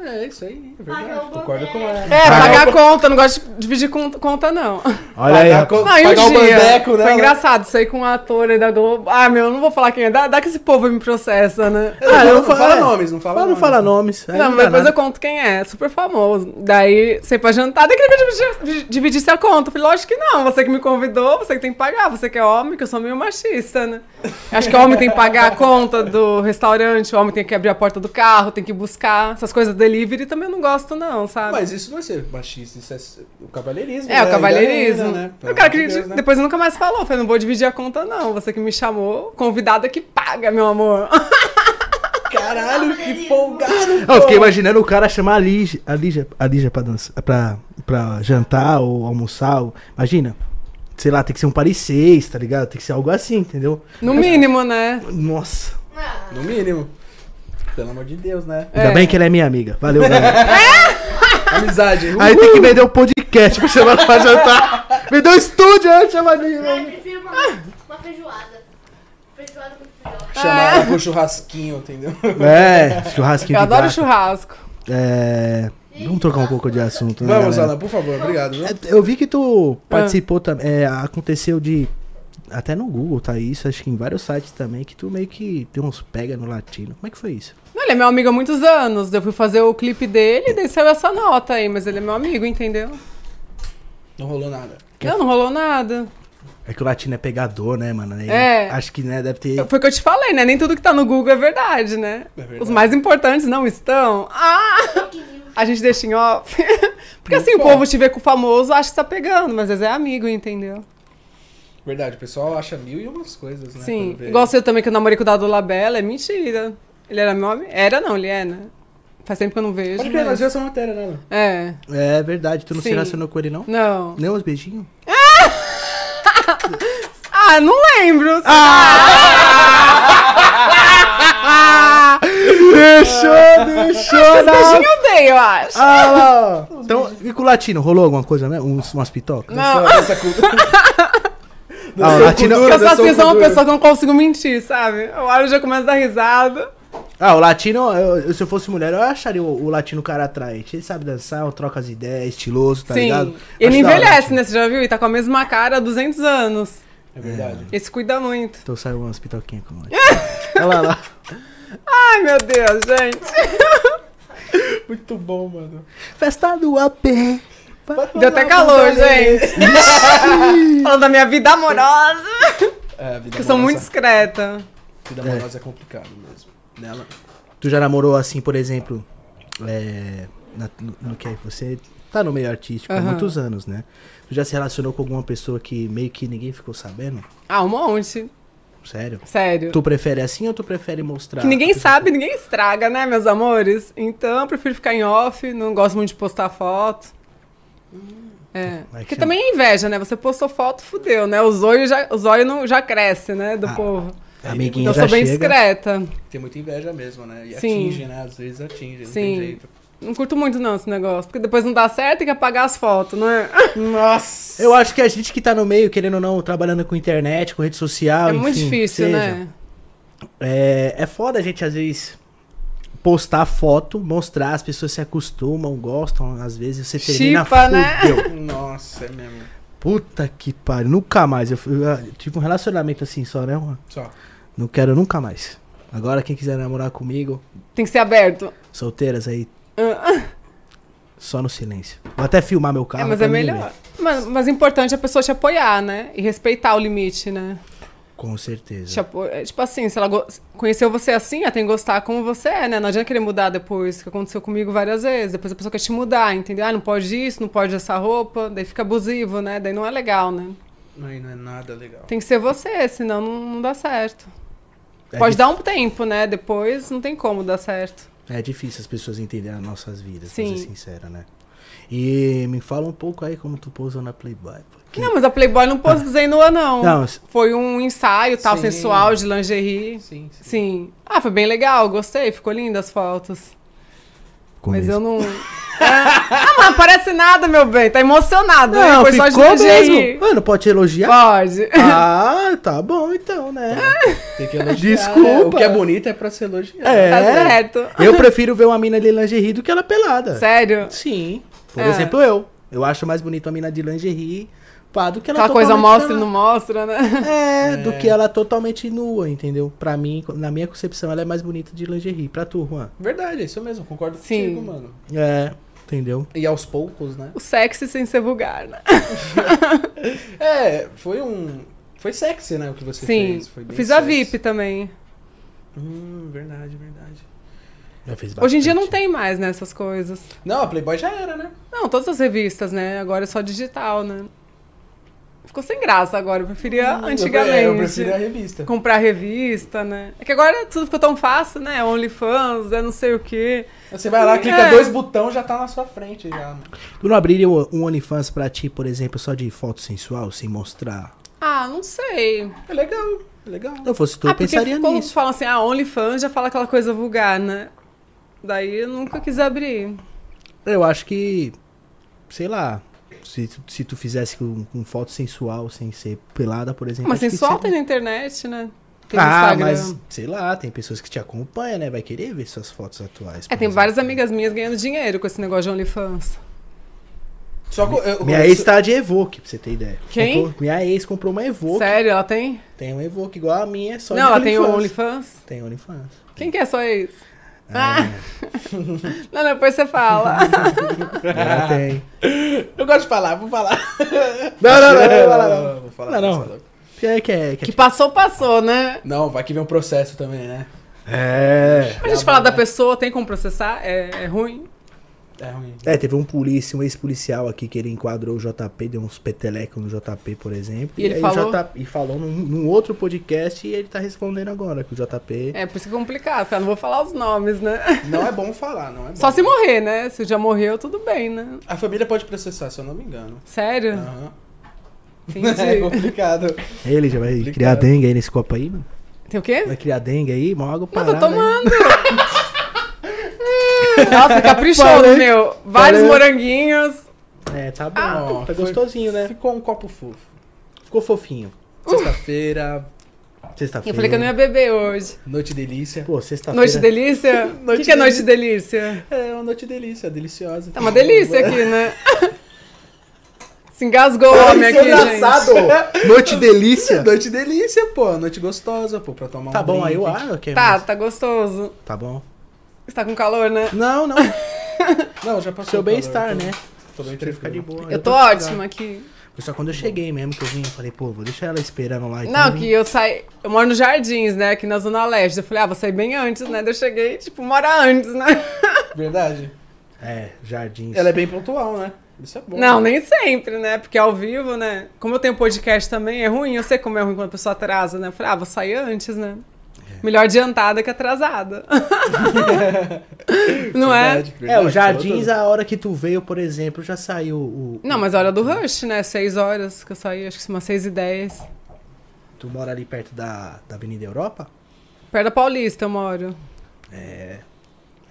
É, isso aí, é
Ai,
verdade.
eu
Concordo
gostei.
com ela.
É, pagar a conta, eu não gosto de dividir con- conta, não.
Olha aí,
Pagar
rapaz.
co-
Não, e um
pagar o
dia,
bandeco, né?
Foi engraçado, saí com um ator aí da Globo. Ah, meu, eu não vou falar quem é. Dá, dá que esse povo me processa, né? Ah,
Ah, não,
eu falo-
fala
é.
nomes, não fala
Fala, não
nomes. né?
fala nomes. aí
não,
dá
mas depois
nada.
eu conto quem é. Super famoso. Daí, sei pra jantar, daí queria que eu dividi- dividisse a conta. Eu Falei, lógico que não. Você que me convidou, você que tem que pagar. Você que é homem, que eu sou meio machista, né? Eu Acho que o homem tem que pagar a conta do restaurante, o homem tem que abrir a porta do carro, tem que buscar. Essas coisas delivery também eu não gosto, não, sabe?
Mas isso não é ser machista, isso é ser- o cavalheirismo.
É,
né?
o cavalheirismo.
Ainda é, né? Pelo
O cara
amor de
que
Deus, né?
depois nunca mais falou. Falei, não vou dividir a conta, não. Você que me chamou, convidada que paga, meu amor. [laughs]
Caralho, que folgado!
Ah, eu fiquei imaginando o cara chamar a Lígia, a Lígia, a Lígia pra, dançar, pra, pra jantar ou almoçar. ou- Imagina, sei lá, tem que ser um Paris 6, tá ligado? Tem que ser algo assim, entendeu?
No mínimo, né?
Nossa.
Ah,
No mínimo. Pelo amor de Deus, né?
Ainda
É.
bem que ela é minha amiga. Valeu, galera.
Amizade. uh,
Aí tem que vender o podcast pra chamar ela pra jantar. Me deu um estúdio, eu chama a Lígia.
eu prefiro uma, uma feijoada. Feijoada com feijoada.
Chamar ela pro churrasquinho, entendeu?
É, churrasquinho
Eu
de
adoro
gato.
churrasco.
É... Vamos trocar um pouco de assunto, né,
Vamos,
galera?
Ana, por favor, obrigado. viu?
É, Eu vi que tu
Ah.
participou também. é, aconteceu de. Até no Google tá isso, acho que em vários sites também, que tu meio que deu uns pega no latino. Como é que foi isso?
Não, ele é meu amigo há muitos anos. Eu fui fazer o clipe dele e daí saiu essa nota aí. Mas ele é meu amigo, entendeu?
Não rolou nada.
Não, não rolou nada.
É que o latino é pegador, né, mano? Aí,
É.
Acho que, né, deve ter.
Foi o que eu te falei, né? Nem tudo que tá no Google é verdade, né?
É verdade.
Os mais importantes não estão. Ah!
Fake news.
A gente deixa em off. [laughs] Porque assim, o
Ufa.
povo te vê com o famoso, acha que tá pegando, mas às vezes é amigo, entendeu?
Verdade, o pessoal acha mil e umas coisas, né?
Sim.
quando vê.
Igual você também que eu namorei com o Dado Labella, é mentira. Ele era meu amigo. Era não, ele é, né? Faz tempo que eu não vejo.
Pode crer, nós
mas...
vimos essa matéria, né? Ana?
É.
É verdade, tu não se
Sim.
relacionou com ele, não?
Não.
Nem uns beijinhos?
Ah, não lembro. Ah.
Deixou, deixou,
[laughs] Beijinho eu dei, eu acho.
Ah, lá, ó. Então, e com o latino? Rolou alguma coisa mesmo? Uns, umas pitocas?
não.
Só Essa
[laughs]
cultura. [laughs]
Ah, o latino,
Porque eu
dessa
sou assim, sou uma
cultura.
pessoa que eu não consigo mentir, sabe? Eu olho e já começo a dar risada.
ah, o latino eu- eu- se eu fosse mulher, eu acharia o, o latino cara atraente. Ele sabe dançar, troca as ideias, estiloso, tá
Sim.
ligado?
Ele
Acho da hora,
envelhece,
latino.
né? Você já viu? E tá com a mesma cara há 200 anos.
É verdade.
Ele se cuida muito.
Então saiu umas pitoquinhas com nós. [laughs] Olha lá, lá.
Ai, meu Deus, gente. É.
Muito bom, mano.
Festa do AP.
Deu até calor, gente. Falando da minha vida amorosa.
É, a vida
Eu sou
amorosa-
muito discreta.
Vida amorosa é, complicado mesmo. Né, Nela.
Tu já namorou assim, por exemplo, é, na- no, no que é você tá no meio artístico há
Aham.
muitos anos, né? Tu já se relacionou com alguma pessoa que meio que ninguém ficou sabendo?
Ah, um monte.
Sério?
Sério.
Tu tá. prefere assim ou tu prefere mostrar?
Que ninguém sabe, ninguém estraga, né, meus amores? Então, eu prefiro ficar em off, não gosto muito de postar foto. É.
Vai
Porque
Hum. que-
também é inveja, né? Você postou foto, fudeu, né? Os olhos já, os olhos não, já crescem, né? Do
Ah,
povo.
A Amiguinha
Então, eu
já
sou bem
chega.
discreta.
Tem muita inveja mesmo, né? E
Sim.
atinge, né? Às vezes atinge, não tem
Sim.
jeito.
Não curto muito, não, esse negócio. Porque depois não dá certo, tem que apagar as fotos, não é?
Nossa!
Eu acho que a gente que tá no meio, querendo ou não, trabalhando com internet, com rede social,
é muito
enfim,
difícil,
seja,
né?
É, é foda a gente, às vezes, postar foto, mostrar, as pessoas se acostumam, gostam, às vezes você termina,
Chipa, né?
fudeu.
Nossa, é mesmo.
Puta que pariu, nunca mais. Eu, fui- eu tive um relacionamento assim só, né, mano?
Só.
Não quero nunca mais. Agora, quem quiser namorar comigo,
Tem que ser aberto.
solteiras aí,
Ah,
só no silêncio. Vou até filmar meu carro.
é, mas
pra
é
mim né?
melhor.
ver.
Mas, mas o importante é a pessoa te apoiar, né? E respeitar o limite, né?
Com certeza.
Te apo- é, Tipo assim, se ela go- conheceu você assim, ela tem que gostar como você é, né? Não adianta querer mudar depois, que aconteceu comigo várias vezes. Depois a pessoa quer te mudar, entendeu? Ah, não pode isso, não pode essa roupa. Daí fica abusivo, né? Daí não é legal, né?
Ai, não é nada legal.
Tem que ser você, senão não, não dá certo.
É dif-
pode dar um tempo, né? Depois não tem como dar certo.
É difícil as pessoas entenderem as nossas vidas, pra
Sim.
ser sincero, né? E me fala um pouco aí como tu pousou na Playboy. porque-
Não, mas a Playboy não pôs desenua, não.
Ah. Não, s-
Foi um ensaio tal,
Sim.
sensual, de lingerie.
Sim, sim.
Sim. Ah, foi bem legal, gostei. Ficou linda as fotos. Mas eu
[laughs]
não. ah, mas não parece nada, meu bem. Tá emocionado, né?
Não,
Foi só de
ficou
lingerie.
mesmo. Mano, pode te elogiar?
Pode.
[laughs] Ah, tá bom então, né?
Tem que elogiar.
Desculpa.
né? O que é bonito é pra ser elogiado.
É.
Tá certo.
Eu prefiro ver uma mina de lingerie do que ela pelada.
Sério?
Sim. Por
É.
exemplo, eu. Eu acho mais bonito a mina de lingerie pá, do que ela
Aquela coisa
totalmente
mostra e
pelada.
não mostra, né?
É, do que ela totalmente nua, entendeu? Pra mim, na minha concepção, ela é mais bonita de lingerie. Pra tu, Juan.
Verdade, é isso mesmo. Concordo
Sim.
contigo, mano.
É, entendeu?
E aos poucos, né?
O sexy sem ser vulgar, né?
É, foi um... Foi sexy, né, o que você
Sim.
fez. Foi bem
Fiz a
sexy.
VIP também.
Hum, verdade, verdade.
Já fez
Hoje em dia não
bastante.
tem mais, né, essas coisas.
Não, a Playboy já era, né?
Não, todas as revistas, né? Agora é só digital, né? Ficou sem graça agora. Eu preferia
Hum, eu pre-
antigamente.
Eu prefiro a revista.
Comprar revista, né? É que agora tudo ficou tão fácil, né? OnlyFans, é não sei o quê.
Você vai lá, clica
É.
dois botões, já tá na sua frente. Já.
Tu não abriria um um OnlyFans pra ti, por exemplo, só de foto sensual, sem mostrar?
Ah, não sei.
É legal, é legal.
Se eu fosse tu,
ah,
eu pensaria
quando
nisso.
falam assim, ah, OnlyFans já fala aquela coisa vulgar, né? Daí eu nunca quis abrir.
Eu acho que, sei lá, se, tu- se tu fizesse com, com foto sensual, sem ser pelada, por exemplo...
Mas
acho que
sensual tem
seria-
na internet, né? Tem no
Ah,
Instagram.
mas, sei lá, tem pessoas que te acompanham, né? Vai querer ver suas fotos atuais. por
É, tem
exemplo.
várias amigas minhas ganhando dinheiro com esse negócio de OnlyFans.
Só que eu-
Minha
eu-
ex tá de Evoque, pra você ter ideia.
Quem?
Comprou- minha ex comprou uma Evoque.
Sério, ela tem?
Tem um Evoque igual a minha, só
não,
de
ela tem o
OnlyFans.
OnlyFans?
Tem OnlyFans.
Quem que é só isso? Ah. [laughs] não, não, depois você
[laughs]
fala.
Ela tem.
Eu gosto de falar, vou falar.
tá- [laughs] Não, não, não, não, não, não, não.
Vou falar,
Não, não.
vou falar.
É que é... Que é,
que passou, passou, né?
Não, vai que vem um processo também, né?
é...
A gente falar da pessoa, tem como processar? É, é ruim?
É ruim.
É, teve um polícia, um ex-policial aqui que ele enquadrou o JP, deu uns petelecos no JP, por exemplo.
E ele
aí
falou?
O JP, e falou num, num outro podcast e ele tá respondendo agora que o JP.
É, por isso que é complicado, porque eu não vou falar os nomes, né?
Não é bom falar, não é bom.
Só se morrer, né? Se já morreu, tudo bem, né?
A família pode processar, se eu não me engano.
Sério?
Aham. [laughs] É
[laughs] Entendi.
complicado.
Ele já vai
Complicado.
criar dengue aí nesse copo aí, mano.
Tem o quê?
Vai criar dengue aí, mó água
Não, tô
parada. hein?
[laughs] tomando. Nossa, caprichou
Parei.
no meu. Vários
Parei.
moranguinhos.
É, tá bom.
Ah,
tá
foi-
gostosinho,
É.
né?
Ficou um copo fofo.
Ficou fofinho.
Sexta-feira,
Sexta-feira.
Eu falei que eu não ia beber hoje.
noite delícia.
Pô, sexta-feira.
Noite delícia? O que, que é Tá [laughs] noite delícia?
É uma noite delícia, deliciosa.
Tá uma delícia aqui, né? [laughs] Se engasgou o homem aqui,
Isso é
gente.
engraçado.
[laughs]
Noite delícia.
[laughs] Noite delícia, pô. Noite gostosa, pô, pra tomar um
Tá bom
drink.
aí o ar, ok?
Tá, tá gostoso.
Tá bom.
Você tá com calor, né?
Não,
[laughs]
não.
Não, já passou.
Seu
o calor,
bem-estar,
tô-
né?
Tô bem
Pra ficar de
tranquilo.
boa.
Eu tô
depois-
ótima aqui.
Foi só
Tá
quando eu cheguei mesmo que eu vim, eu falei, pô, vou deixar ela esperando lá. e
Não,
tudo.
que eu saí. Eu moro nos Jardins, né? Aqui na Zona Leste. Eu falei, ah, vou sair bem antes, né? Daí eu cheguei, tipo, uma hora antes, né?
[laughs] Verdade?
É, jardins.
Ela é bem pontual, né? Isso é bom.
Não, nem sempre, né? Porque ao vivo, né? Como eu tenho podcast também, é ruim. Eu sei como é ruim quando a pessoa atrasa, né? Eu falei, ah, vou sair antes, né? Melhor adiantada que atrasada. não é?
É, o jardins, a hora que tu veio, por exemplo, já saiu o.
Não, mas a hora do rush, né? Seis horas que eu saí, acho que umas seis e dez.
Tu mora ali perto da, da Avenida Europa?
Perto da Paulista eu moro.
Tem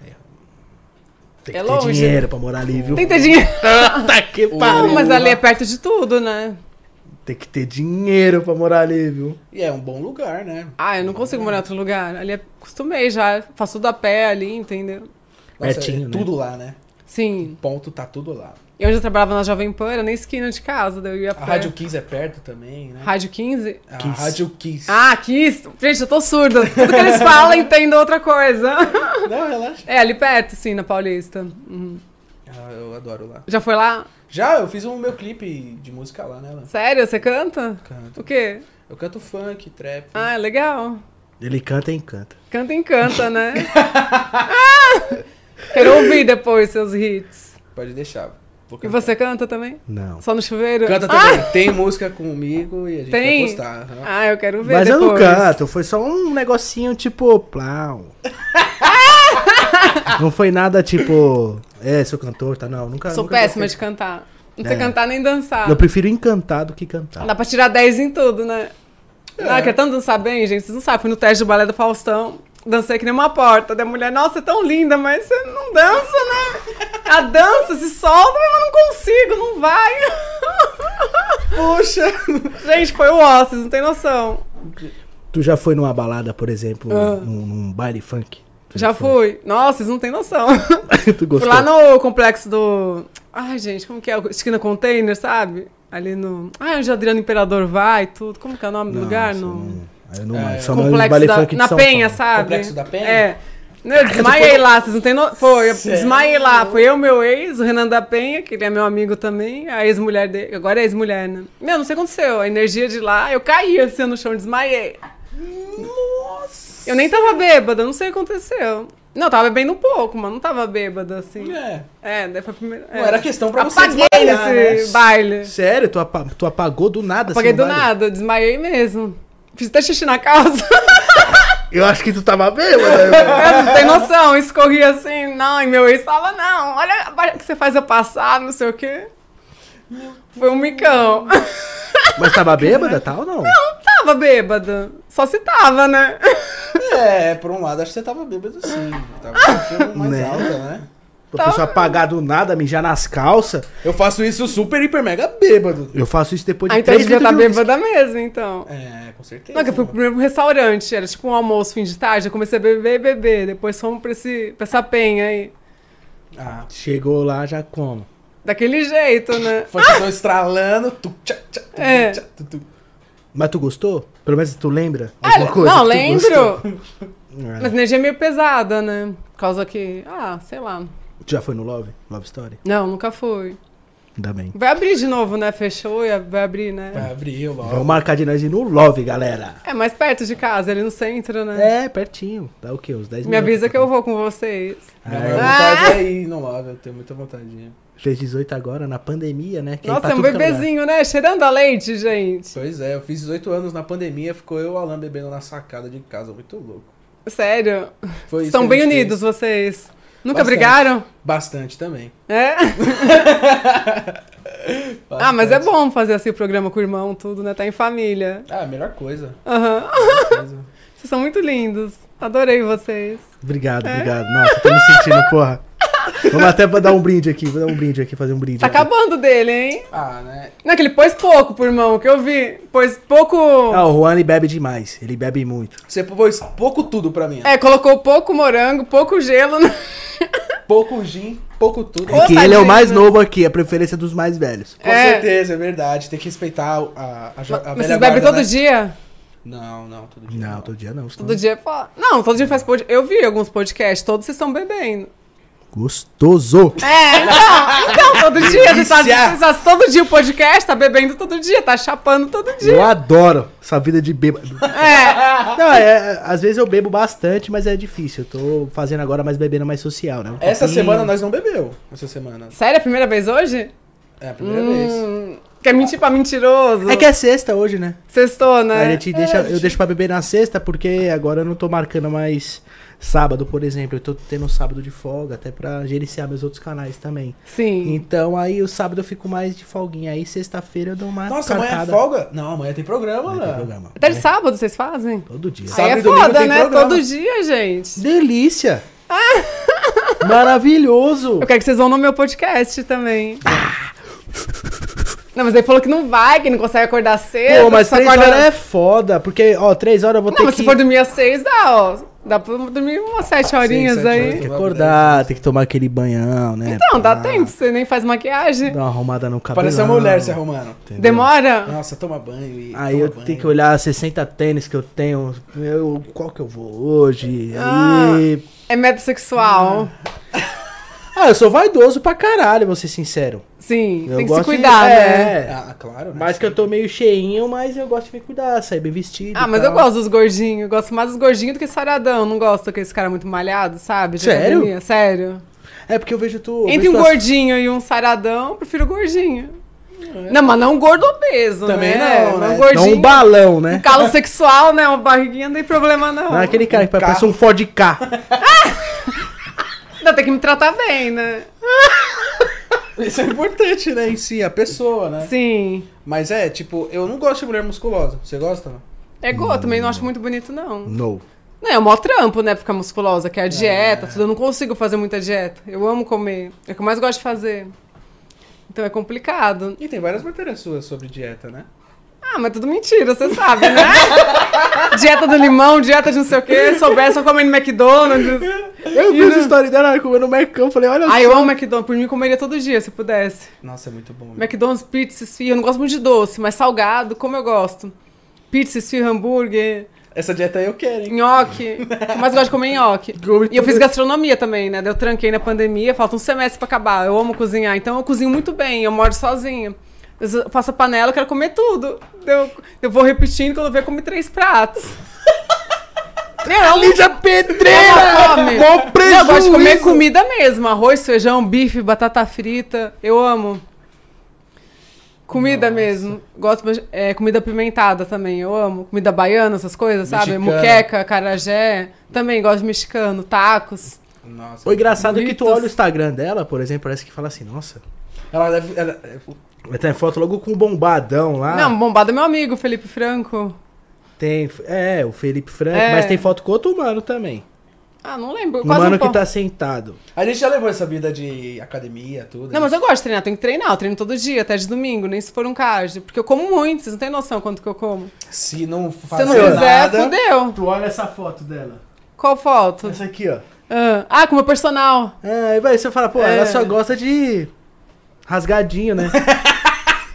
que
É
ter
longe,
dinheiro pra morar ali, viu? [laughs]
Tem que ter dinheiro.
Tá. Puta que pariu.
Não, [laughs] mas ali é perto de tudo, né?
Tem que ter dinheiro pra morar ali, viu?
E é um bom lugar, né?
Ah, eu não consigo morar em outro lugar. Ali é... Costumei já. Faço tudo a pé ali, entendeu?
Nossa,
Pertinho,
é
né?
tudo lá, né?
Sim.
Ponto tá tudo lá.
E onde eu trabalhava na Jovem Pan, era na esquina de casa, daí eu ia a
A Rádio Kiss é perto também, né?
Rádio 15?
A
Kiss.
Rádio Kiss.
Ah, Kiss. Gente, eu tô surda. Tudo que eles falam, entendo outra coisa.
Não, relaxa.
É, ali perto, sim, na Paulista. Uhum.
Ah, eu adoro lá.
Já foi lá?
Já, eu fiz o meu clipe de música lá, né, Lan?
Sério? Você canta?
Canto.
O quê?
Eu canto funk, trap.
Ah, legal.
Ele canta e encanta.
Canta e
[laughs]
canta, né? Ah! Quero ouvir depois seus hits.
Pode deixar. Vou
E
cantar.
você canta também?
Não.
Só no chuveiro?
Canta
ah,
também. Tem música comigo e a gente
Tem?
vai postar. né? aham.
Ah, eu quero ver
Mas eu
depois.
não canto, foi só um negocinho tipo.
[laughs]
Plau. não foi nada tipo. É, sou cantor, tá? Não, nunca.
Sou
nunca
péssima de
gostei.
cantar. Não sei
É.
cantar nem dançar.
Eu prefiro encantar do que cantar.
Dá pra tirar 10 em tudo, né?
É.
Ah, quer tanto dançar bem, gente? Vocês não sabem. Fui no teste do balé do Faustão. Dancei que nem uma porta. Da mulher, nossa, você é tão linda, mas você não dança, né?
[laughs]
A dança se solta, mas eu não consigo, não vai. [laughs]
Puxa!
Gente, foi o ó, vocês não tem noção.
Tu já foi numa balada, por exemplo,
Ah.
num, num baile funk? Tu
Já fui. Nossa, vocês não tem noção. [laughs]
foi? [laughs] tu
Fui
gostou?
lá no complexo do. Ai, gente, como que é? Esquina Container, sabe? Ali no. Ah, onde Adriano Imperador vai e tudo. Como que é o nome do
Não,
lugar?
isso
No... é,
Aí eu não manjo, só manjo
Complexo
baile
da,
funk né? de
na
São
Penha,
Paulo.
sabe?
Complexo da Penha?
É. Não, eu desmaiei lá, vocês não têm noção. Foi, eu desmaiei lá. Foi eu, meu ex, o Renan da Penha, que ele é meu amigo também, a ex-mulher dele. Agora é ex-mulher, né? Meu, não sei o que aconteceu. A energia de lá, eu caí assim no chão, desmaiei. Nossa! Eu nem tava bêbada, não sei o que aconteceu. Não, eu tava bebendo um pouco, mas não tava bêbada assim.
É.
É, daí foi a primeira. é.
Não era questão pra você
Apaguei
desmaiar,
esse
né?
baile.
Sério? Tu, apa- tu apagou do nada?
Apaguei
assim,
do
no Tá baile?
nada, desmaiei mesmo. Fiz até xixi na calça. [laughs]
Eu acho que tu tava bêbado. né?
Eu não tem noção, escorria assim, não, e meu ex falava, não, olha a parte que você faz eu passar, não sei o quê. Foi um micão. [laughs]
Mas tava bêbada, tal, não?
Não tava bêbada, só se tava, né?
É, por um lado, acho que você tava bêbado sim. Tava com o filme mais
Né?
alta, né?
Pra pessoa apagar do nada, mijar nas calças.
Eu faço isso super, hiper, mega bêbado.
Eu faço isso depois de
Ah, então eu
três
devia
litros
estar
de uísque.
bêbada mesmo, então.
É, com certeza.
Não, que eu fui pro primeiro restaurante, era tipo um almoço, fim de tarde, eu comecei a beber e beber, depois fomos pra, esse, pra essa penha aí.
Ah,
Chegou lá, já como?
Daquele jeito, né?
foi que eu tô estralando. Tu, tchá, tchá, tu,
É.
tchá, tu, tu.
Mas tu gostou? Pelo menos tu lembra
Ah,
alguma coisa?
não,
que tu gostou?
lembro,
É.
mas energia meio pesada, né? Por causa que, ah, sei lá.
Tu já foi no Love? Love Story?
Não, nunca fui.
Ainda bem.
Vai abrir de novo, né? Fechou e vai abrir, né?
Vai abrir logo.
Vamos marcar de nós ir no Love, galera.
É mais perto de casa, ali no centro, né?
É, pertinho. Dá o quê? Uns 10
Me
minutos.
avisa que eu vou com vocês.
Minha maior
Ah.
vontade é ir no Love, eu tenho muita vontade.
Fez 18 agora, na pandemia, né? Que aí
Nossa,
pra
é um
tudo que lugar.
bebezinho, né? Cheirando a leite, gente.
Pois é, eu fiz 18 anos na pandemia, ficou eu e o Alan bebendo na sacada de casa, muito louco.
Sério.
Foi isso
São
que a
bem
gente
unidos vocês. Nunca
Bastante.
brigaram?
fez. Bastante também.
É? Ah, mas é bom fazer assim o programa com o irmão, tudo, né? Tá em família.
Ah, melhor coisa.
Aham.
melhor coisa.
Vocês são muito lindos. Adorei vocês.
Obrigado,
É.
obrigado. Nossa, tô me sentindo, porra. Vamos até pra dar um brinde aqui. Vou dar um brinde aqui, fazer um brinde.
Tá
aqui.
acabando dele, hein?
Ah, né?
Não, que ele pôs pouco pro irmão, que eu vi. Pôs pouco.
Ah, o Juan ele bebe demais. Ele bebe muito.
Você pôs pouco tudo pra mim.
É, colocou pouco morango, pouco gelo. né?
Pouco gin, pouco tudo.
É que ele é
tadinho,
o mais
né?
novo aqui, a preferência dos mais velhos.
Com
É.
certeza, é verdade. Tem que respeitar a, a, jo- a velha
Mas vocês
guarda,
bebem todo
né?
dia? é
Não, não, todo dia.
Não, todo dia não. senão-
Todo dia fala. Não, todo dia faz podcast. Eu vi alguns podcasts, todos vocês estão bebendo.
Gostoso.
É, então, então todo dia, você tá,
Delícia.
você tá todo dia o podcast, tá bebendo todo dia, tá chapando todo
Eu
dia.
adoro essa vida de bêbado.
É,
Não, é, é, às vezes eu bebo bastante, mas é difícil. Eu tô fazendo agora mais bebendo mais social, né? Um
Essa
copinho.
semana nós não bebeu. Essa semana.
sério, é a primeira vez hoje?
É a primeira vez.
Hum, quer mentir pra mentiroso?
É que é sexta hoje, né?
Sextou, né?
A gente deixa, eu deixo pra beber na sexta, porque agora eu não tô marcando mais sábado, por exemplo. Eu tô tendo um sábado de folga, até pra gerenciar meus outros canais também.
Sim.
Então aí o sábado eu fico mais de folguinha. Aí sexta-feira eu dou
tá
uma
Nossa, amanhã é
cartada.
folga? Não, amanhã tem programa,
Tem
mano.
programa. É,
Até de sábado vocês fazem?
Todo dia.
né? Sábado
Aí
e
é
domingo
foda,
tem
né?
programa.
Todo dia, gente. [laughs]
Delícia! Maravilhoso!
Eu quero que vocês vão no meu podcast também. Não, mas ele falou que não vai, que não consegue acordar cedo.
Pô, mas
só
três
acorda-
horas é foda, porque, ó, três horas eu vou
Não,
ter
mas
que...
se for dormir às seis, dá, ó. Dá pra dormir umas sete horinhas
sete
aí.
Tem que acordar, tem que tomar aquele banhão, né?
Não, Então, dá
Pá,
tempo, você nem faz maquiagem.
Dar uma arrumada no cabelo.
Pareceu uma mulher se arrumando.
Ah.
Demora?
Nossa, toma banho e.
Aí
toma
eu
banho.
tenho que olhar 60 tênis que eu tenho, eu, qual que eu vou hoje.
Ah.
Aí...
É metrosexual.
Ah, eu sou vaidoso pra caralho, vou ser sincero.
Sim,
Eu
tem que se
gosto de-
cuidar, né?
é,
Ah, claro. Né?
Mas que eu tô meio cheinho, mas eu gosto de me cuidar, sair bem vestido.
Ah,
e
mas
tal.
eu gosto dos gordinhos. Eu gosto mais dos gordinhos do que saradão. Não gosto daqueles cara muito malhado, sabe? De
Sério?
academia, Sério.
É porque eu vejo tu. eu
Entre
vejo
um
tuas-
gordinho e um saradão, eu prefiro o gordinho. Não, mas não gordo obeso,
Também
né?
não,
Mas
né?
Um
Não
gordinho,
um balão, né?
um calo sexual, né? Uma barriguinha não tem problema, não.
Não é aquele cara que
carro.
parece um Ford K.
Não, tem que me tratar bem, né?
[laughs] Isso é importante, né? Em si, a pessoa, né?
Sim.
Mas é, tipo, eu não gosto de mulher musculosa. Você gosta? não?
É go, também não acho muito bonito, não.
No.
Não, é o maior trampo, né? Ficar musculosa, que é a dieta, tudo. Eu não consigo fazer muita dieta. Eu amo comer. É o que eu mais gosto de fazer. Então é complicado.
E tem várias matérias suas sobre dieta, né?
Ah, mas tudo mentira, você sabe, né? dieta do limão, dieta de não sei o quê, soubesse só comendo McDonald's.
Eu vi essa história dela ela comendo Mecão, falei, olha
Ah, eu amo McDonald's, por mim comeria todo dia, se pudesse.
Nossa, é muito bom. né?
McDonald's, pizza, esfirra, eu não gosto muito de doce, mas salgado, como eu gosto. Pizza, esfirra, hambúrguer,
Essa dieta aí eu quero, hein?
nhoque. Eu mais gosto de comer nhoque.
Come
E eu
tudo.
fiz gastronomia também, né? Daí Eu tranquei na pandemia, falta um semestre pra acabar. Eu amo cozinhar, então eu cozinho muito bem, eu moro sozinha. Eu faço a panela, eu quero comer tudo. Eu, eu vou repetindo, quando eu ver, eu comi três pratos. É, um
Lídia
Ela
Pedreira!
come.
Mó
Não, eu gosto de comer
prejuízo.
comida mesmo. Arroz, feijão, bife, batata frita. Eu amo. Comida mesmo. Gosto mas- é, comida apimentada também. Eu amo. Comida baiana, essas coisas, sabe?
Mexicana.
Muqueca, carajé. Também gosto de mexicano, tacos.
Nossa.
O engraçado é que tu
Bonitos.
olha o Instagram dela, por exemplo, parece que fala assim, nossa.
Ela deve. Ela...
Tem foto logo com um bombadão lá.
Não, bombado é meu amigo, Felipe Franco.
Tem, é, o Felipe Franco,
É.
mas tem foto com outro mano também.
Ah, não lembro.
O
Quase
mano
um
que
pão.
tá sentado.
A gente já levou essa vida de academia, tudo. né?
Não, mas eu gosto de treinar, tenho que treinar, eu treino todo dia, até de domingo, nem se for um cardio. Porque eu como muito, vocês não têm noção quanto que eu como.
Se não
Se
fazer
eu não fizer,
nada...
fudeu.
Tu olha essa foto dela.
Qual foto?
Essa aqui, ó.
Ah, ah, com o meu personal.
É, aí vai, você fala, pô,
É.
ela só gosta de rasgadinho,
[laughs]
né?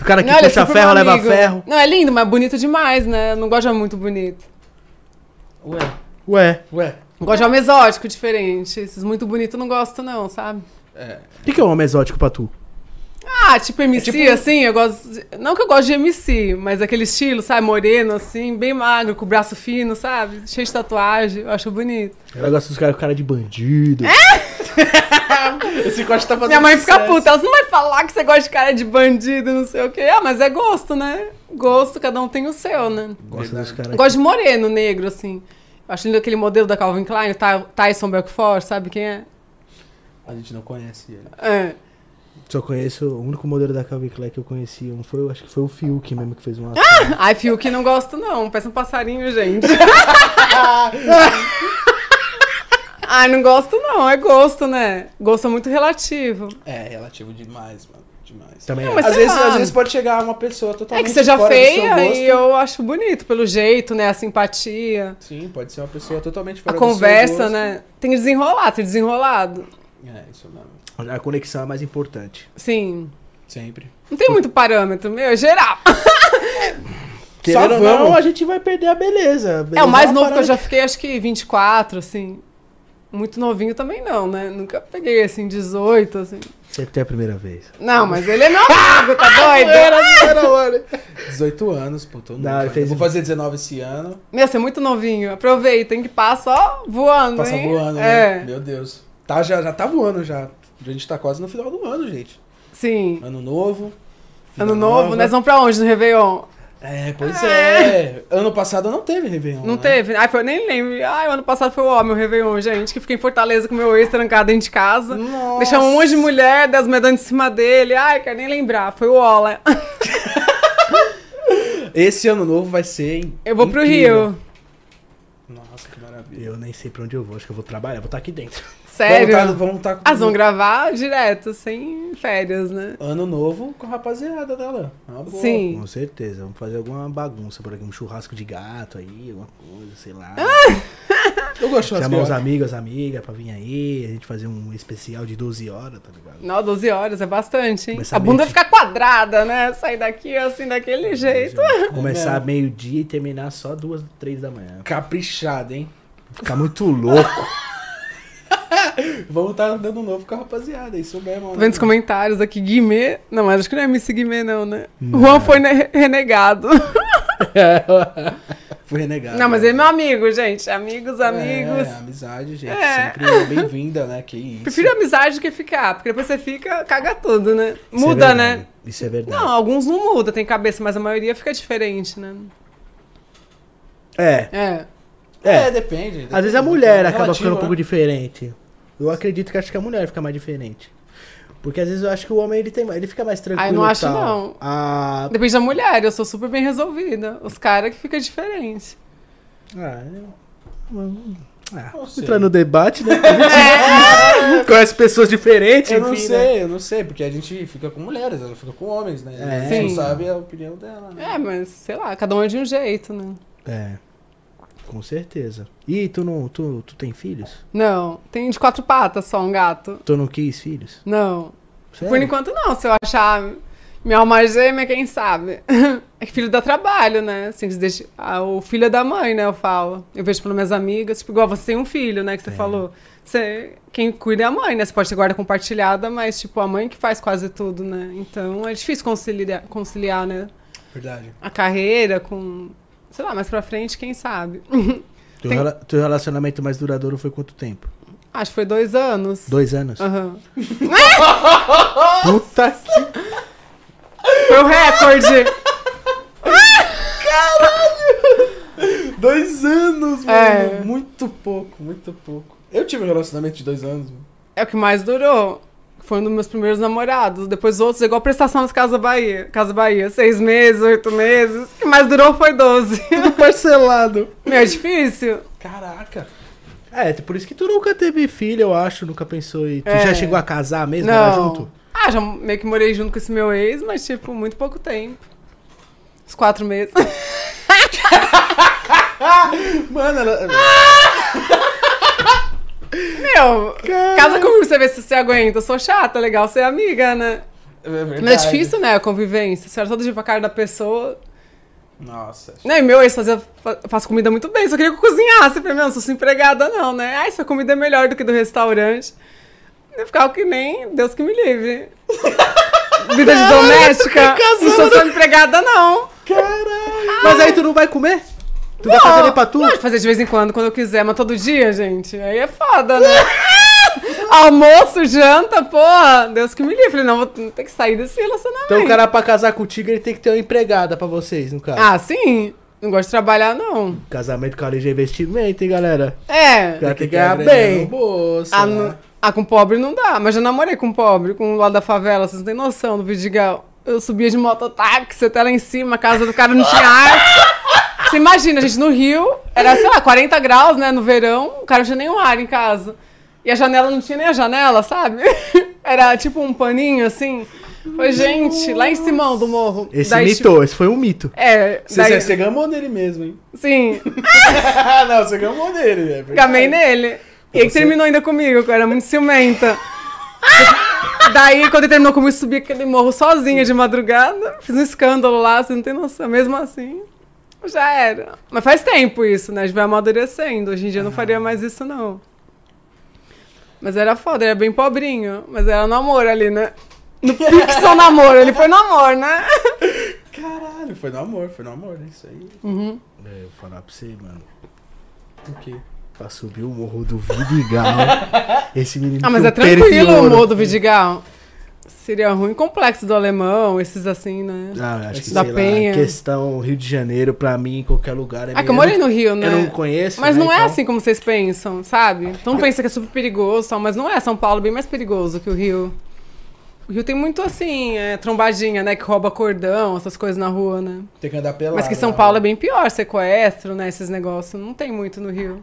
o cara que
Não, olha,
puxa
fui pro
ferro,
meu
leva
amigo.
ferro.
Não, é lindo, mas bonito demais, né? Eu não gosto de homem muito bonito.
Ué,
Ué,
ué.
Eu gosto de homem exótico, diferente. Esses muito bonitos eu não gosto, não, sabe?
É.
o que, que é um homem exótico pra tu?
Ah, tipo
É
MC,
um-
assim, eu gosto. de- Não que eu gosto de MC, mas aquele estilo, sabe? Moreno, assim, bem magro, com o braço fino, sabe? Cheio de tatuagem, eu acho bonito.
Ela gosta dos caras com cara de bandido.
É?
Esse corte tá fazendo
Minha mãe fica
sucesso.
puta, ela "Você não vai falar que você gosta de cara de bandido, não sei o quê. Ah, mas é gosto, né? Gosto, cada um tem o seu, né?
Gosta dos caras.
Eu gosto de moreno, negro, assim. Eu acho lindo aquele modelo da Calvin Klein, o Ty- Tyson Belfort, sabe quem é?
A gente não conhece ele.
É.
Só conheço, o único modelo da Calvin Klein que eu conheci, um foi, eu acho que foi o Fiuk mesmo que fez
Ah!
uma.
Ai, Fiuk, não gosto não. Parece um passarinho,
[laughs]
gente. Ai, não gosto não. É gosto, né? Gosto é muito relativo.
É, relativo demais, mano. Demais.
Também é.
Não, Então, mas-
Às
sei
vezes,
lá.
às vezes pode chegar uma pessoa
É
totalmente
que seja
Tá fora do seu
feia
gosto.
e eu acho bonito pelo jeito, né? A simpatia,
Sim, pode ser uma pessoa totalmente
a
fora do seu
conversa,
gosto.
né? Tem que desenrolar, ser desenrolado.
É, isso mesmo.
A conexão é mais importante.
Sim.
Sempre.
Não tem muito parâmetro, meu, é geral.
Querendo
Só
ou não,
vamos.
a gente vai perder a beleza. A beleza
É o mais
uma
novo que eu
parada
já fiquei, acho que 24, assim. Muito novinho também não, né? Nunca peguei assim, 18, assim.
Sempre tem a primeira vez.
Não, mas ele é meu
[laughs]
amigo, tá doido?
Era, hora.
18 anos, pô, tô novo.
Não, ele
ainda.
fez- um
Vou fazer 19 esse ano.
Meu, você é muito novinho. Aproveitem que passa, ó, voando,
Passa
hein?
voando,
é.
né? Meu Deus. Tá, já, já tá voando já. A gente tá quase no final do ano, gente.
Sim.
Ano novo. vida
Ano novo, né?
nova.
nós vamos pra onde no Réveillon?
É, pois é. Ano passado não teve Réveillon.
Não
né?
teve? Ai, foi, eu nem lembro. Ai, o ano passado foi o ó, meu Réveillon, gente, que fiquei em Fortaleza com meu ex trancado dentro de casa.
Nossa.
Deixamos um monte de mulher, das medalhas em cima dele. Ai, quero nem lembrar. Foi o Ola. [laughs]
Esse ano novo vai ser. in-
Eu vou pro
incrível.
Rio.
Nossa, que maravilha.
Eu nem sei pra onde eu vou, acho que eu vou trabalhar, vou estar aqui dentro.
Sério.
Vamos tá, vamos tá com-
As vão gravar direto, sem férias, né?
Ano novo com a rapaziada dela. Uma boa.
Sim.
Com certeza, vamos fazer alguma bagunça por aqui, um churrasco de gato aí, alguma coisa, sei lá.
Eu gosto de
Chamar os
churrasco.
amigos, as amigas pra vir aí, a gente fazer um especial de 12 horas, tá ligado?
Não, 12 horas é bastante, hein?
Começar
A bunda
meio-
fica quadrada, né? Sair daqui assim, daquele jeito.
Começar meio-dia e terminar só duas, três da manhã.
Caprichado, hein?
Ficar muito louco.
Vamos estar dando novo com a rapaziada, isso mesmo. né?
Tô vendo os comentários aqui, Guimê. Não, mas acho que não é MC Guimê, não, né? Juan foi ne- renegado.
Fui renegado.
não, mas
né?
ele é meu amigo, gente. Amigos, amigos.
É, amizade, gente.
É.
Sempre bem-vinda, né? Que
[laughs]
isso.
Prefiro amizade do que ficar, porque depois você fica, caga tudo, né?
Isso é
Muda,
verdade,
né?
Isso é verdade.
Não, alguns não muda, tem cabeça, mas a maioria fica diferente, né?
É,
É.
É,
É.
depende.
às vezes a
né?
mulher acaba ficando um
né?
pouco diferente. Eu acredito que acho que a mulher fica mais diferente. Porque às vezes eu acho que o homem ele tem, ele fica mais tranquilo.
Ah, eu não
e
acho,
tal.
não.
Ah,
Depende da mulher, eu sou super bem resolvida. Os caras que ficam diferente.
ah, eu- ah,
Não sei.
entrar no debate, né? [laughs]
É.
Conhece pessoas diferentes,
Eu não
enfim, né?
sei, eu não sei, porque a gente fica com mulheres, ela fica com homens, né?
É.
A gente
Sim.
não sabe a opinião dela, né?
É, mas sei lá, cada um é de um jeito, né?
É. Com certeza. E tu não, tu, tu tem filhos?
Não, tem de quatro patas só um gato.
Tu não quis filhos?
Não.
Sério?
Por enquanto não, se eu achar minha alma gêmea, quem sabe? [laughs] É que filho dá trabalho, né? Assim, se deixa- ah, o filho é da mãe, né? Eu falo. Eu vejo pelas minhas amigas, tipo, igual você tem um filho, né? Que você falou. Você, quem cuida é a mãe, né? Você pode ter guarda compartilhada, mas, tipo, a mãe que faz quase tudo, né? Então é difícil conciliar, conciliar né?
Verdade.
A carreira com. Sei lá, mais pra frente, quem sabe?
Teu,
Tem-
rela- teu relacionamento mais duradouro foi quanto tempo?
Acho que foi dois anos.
Dois anos?
Aham.
Puta que...
Foi o recorde!
Dois anos, mano.
É.
Muito pouco, muito pouco. Eu tive um relacionamento de dois anos, mano.
É o que mais durou. Foi um dos meus primeiros namorados. Depois outros, igual prestação nas Casa Bahia. Casa Bahia, seis meses, oito meses. O que mais durou foi 12.
Parcelado.
[laughs] Meu, é difícil.
Caraca.
É, por isso que tu nunca teve filho, eu acho. Nunca pensou em... Tu
É.
já chegou a casar mesmo? Morar
Não.
junto?
Ah, já meio que morei junto com esse meu ex, mas, tipo, muito pouco tempo. Uns quatro meses. [laughs]
Mano, ela... é
Ah! Meu, casa comigo, você vê se você aguenta. Eu sou chata, legal ser amiga, né?
É verdade.
Mas é difícil, né, a convivência. Você olha todo dia pra cara da pessoa.
Nossa.
Não, Né, e meu ex fazia, fa- faz comida muito bem, só queria que eu cozinhasse. Falei, meu, não sou sua empregada não, né? Ai, sua comida é melhor do que do restaurante. Eu ficava que nem Deus que me
[laughs]
livre. Vida de doméstica, não sou sua empregada não.
Mas aí tu não vai comer? Tu vai fazer nem pra tu?
Pode fazer de vez em quando, quando eu quiser, mas todo dia, gente, aí é
[laughs]
foda, né? Almoço, janta, porra, Deus que me livre. Falei, não, vou ter que sair desse relacionamento.
Então o cara pra casar contigo, ele tem que ter uma empregada pra vocês, no caso.
Ah, sim, não gosto de trabalhar não.
Casamento com LG investimento, hein, galera?
É,
O cara tem que ganhar
Quebra
bem.
no bolso,
Ah,
né?
não- ah, com pobre não dá, mas já namorei com pobre, com o lado da favela, vocês não têm noção do Vidigal. Eu subia de mototáxi até lá em cima, a casa do cara não tinha ar. Você imagina, a gente no Rio, era, sei lá, 40 graus, né, no verão, o cara não tinha nenhum ar em casa. E a janela não tinha nem a janela, sabe? [laughs] Era tipo um paninho, assim. Foi, gente, lá em Simão do Morro.
Esse
Daí,
mito,
tipo,
esse foi um mito.
é,
Você,
daí,
você, você gamou nele mesmo,
[laughs]
hein? [laughs]
sim,
Ah, não, você gamou nele, é verdade.
Gamei nele. E ele terminou ainda comigo, que eu era muito ciumenta. Daí, quando ele terminou comigo, eu subi aquele morro sozinha de madrugada. Fiz um escândalo lá, você não tem noção. Mesmo assim, já era. Mas faz tempo isso, né? A gente vai amadurecendo. Hoje em dia eu não faria mais isso, não. Mas era foda, era bem pobrinho. Mas era namoro ali, né? No Pixel namoro, ele foi namoro, né?
Caralho, foi no amor, foi no amor, né? Isso aí.
Uhum.
É, eu vou falar pra você, mano.
O quê?
Pra subir o morro do [laughs] Vidigal. esse menino.
Ah, mas
tinha
é
um pênis
tranquilo
de
o
ouro.
humor do Vidigal. Seria ruim complexo do alemão, esses assim, né?
Ah, acho que
Da
sei
Penha.
lá, questão Rio de Janeiro, pra mim, em qualquer lugar. É
Ah,
meio-
que eu morei no Rio, né?
Eu não conheço.
Mas
né,
não é
então-
assim como vocês pensam, sabe? Então pensa que é super perigoso, tal, mas não é. São Paulo é bem mais perigoso que o Rio. O Rio tem muito assim, é, trombadinha, né? Que rouba cordão, essas coisas na rua, né?
Tem que andar pelado.
Mas que São
né?
Paulo é bem pior, sequestro, né? Esses negócios. Não tem muito no Rio.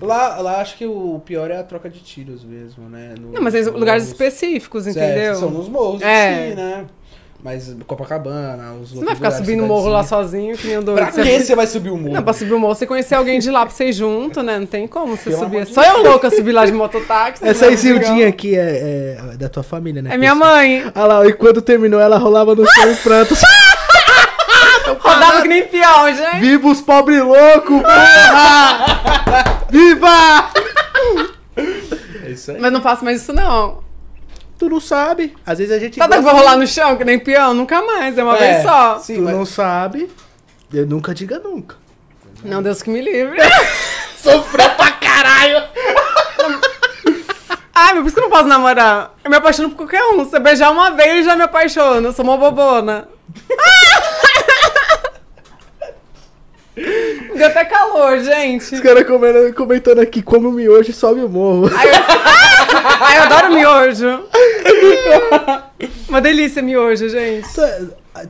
Lá, lá acho que o pior é a troca de tiros mesmo, né? No-
Não, mas em
nos
lugares
morros.
específicos,
É, são
entendeu?
nos morros,
É.
sim, né? Mas Copacabana, os
Você não vai ficar subindo o morro lá sozinho, que nem o doido.
Pra
Você-
que você vai subir o morro?
Não, pra subir o morro, você conhecer alguém de lá pra vocês junto, né? Não tem como você
Pelo
subir.
amor de
Só eu louca subir lá de mototáxi.
Essa
né?
Isildinha aqui é, é da tua família, né?
É minha mãe.
Olha lá, e quando terminou, ela rolava no chão em
[laughs]
prantos.
Rodava que nem peão, gente.
Viva os pobres
[laughs]
loucos, porra! Viva!
É isso aí.
Mas não faço mais isso, não.
Tu não sabe. Às vezes a gente.
Tá que eu
gosta-
vou rolar no chão, que nem peão? Nunca mais, é [laughs] uma
É,
vez só.
Sim,
Tu
mas-
não sabe. Eu nunca diga nunca.
Não, Deus que me [laughs] livre.
Sofreu pra caralho!
[laughs] Ai, mas por isso que eu não posso namorar. Eu me apaixono por qualquer um. Se eu beijar uma vez, eu já me apaixono. Eu sou uma [laughs] bobona. Deu até calor, gente.
Os
[laughs]
caras comendo- comentando aqui, come o miojo e sobe o morro.
Ai, eu adoro miojo. Uma delícia miojo, gente.
[laughs] Tu,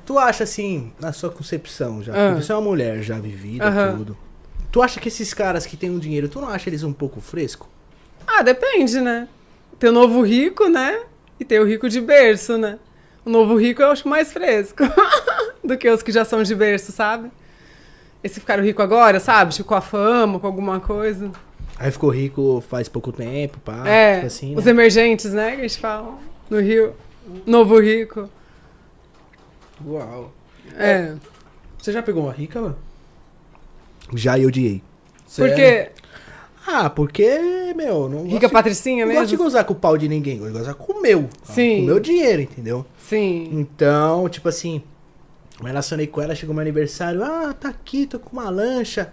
tu acha assim, na sua concepção já,
Ah.
porque você é uma mulher já vivida,
Aham.
tudo. Tu acha que esses caras que têm um dinheiro, tu não acha eles um pouco fresco?
Ah, depende, né? Tem o novo rico, né? E tem o rico de berço, né? O novo rico eu acho mais fresco [laughs] do que os que já são de berço, sabe? Esse ficaram rico agora, sabe? Tipo, com a fama, com alguma coisa.
Aí ficou rico faz pouco tempo, pá,
é,
tipo assim,
os
né?
emergentes, né? Que a gente fala no Rio. Novo rico.
Uau.
É.
Você já pegou uma rica, mano? é
Já eu odiei.
Por quê?
Ah, porque, meu, não
Rica
é. gosto,
patricinha
não gosto de
mesmo?
gozar com o pau de ninguém, gosto de gozar com o meu,
Sim.
com o meu dinheiro, entendeu?
Sim.
Então, tipo assim, me relacionei com ela, chegou meu aniversário, ah, tá aqui, tô com uma lancha,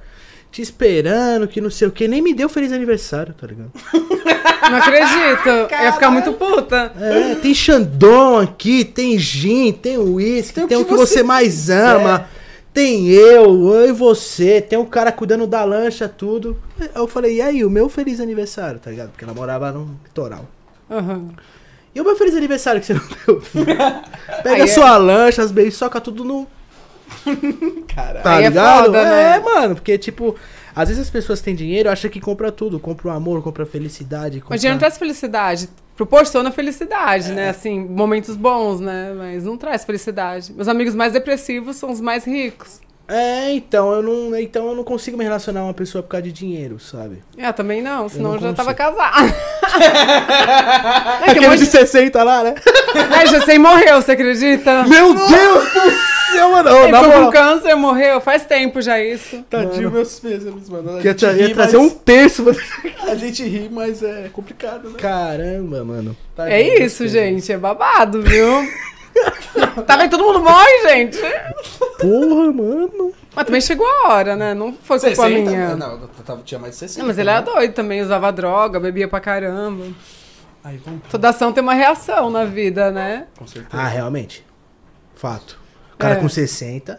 te esperando, que não sei o que, nem me deu feliz aniversário, tá ligado?
Não acredito. Eu ia ficar muito puta.
É, tem Xandão aqui, tem gin, tem uísque,
Então,
tem, o que você, mais ama. Tem eu, eu e você, tem um cara cuidando da lancha, tudo. Eu falei, e aí, o meu feliz aniversário, tá ligado? Porque ela morava no litoral.
Aham.
E o meu feliz aniversário que você não [laughs] deu?
Aí
Pega
é-
sua lancha, as beijos, soca tudo no.
Caralho.
Tá
Aí é
ligado?
foda, né?
É, mano, porque tipo, às vezes as pessoas têm dinheiro, acham que compra tudo. Compra o amor, compra a felicidade. Compra...
O dinheiro não tá- traz felicidade. Proporciona felicidade, né? Assim, momentos bons, né? Mas não traz felicidade. Meus amigos mais depressivos são os mais ricos.
É, então eu não. Então eu não consigo me relacionar com uma pessoa por causa de dinheiro, sabe?
Eu Ah, também não, senão eu,
não
já tava
consigo.
casada. [laughs] é, que um
Aquele de
monte...
60 lá, né?
é, já sei, morreu, você acredita?
Meu Deus do céu, mano. Ô,
Ele
na
foi com
moral,
câncer, morreu, faz tempo já isso.
Tadinho, meus pêsames, mano. A
que ia,
gente,
tra- ia
ri,
trazer um
mas...
terço. mano.
a gente ri, mas é complicado, né?
Caramba, mano.
Tadinho,
É
meus
isso,
pêsames.
gente, é babado, viu? tá vendo todo mundo morre, gente?
Porra, mano.
Mas também chegou a hora, né? Não foi culpa
60?
minha.
tá- né? Não, eu tava- tinha mais de né? 60.
Não, mas ele é era doido também, usava droga, bebia pra caramba.
Aí, vamos...
Toda ação tem uma reação na vida, né?
Com certeza.
Ah, realmente. Fato. O cara
É.
com 60.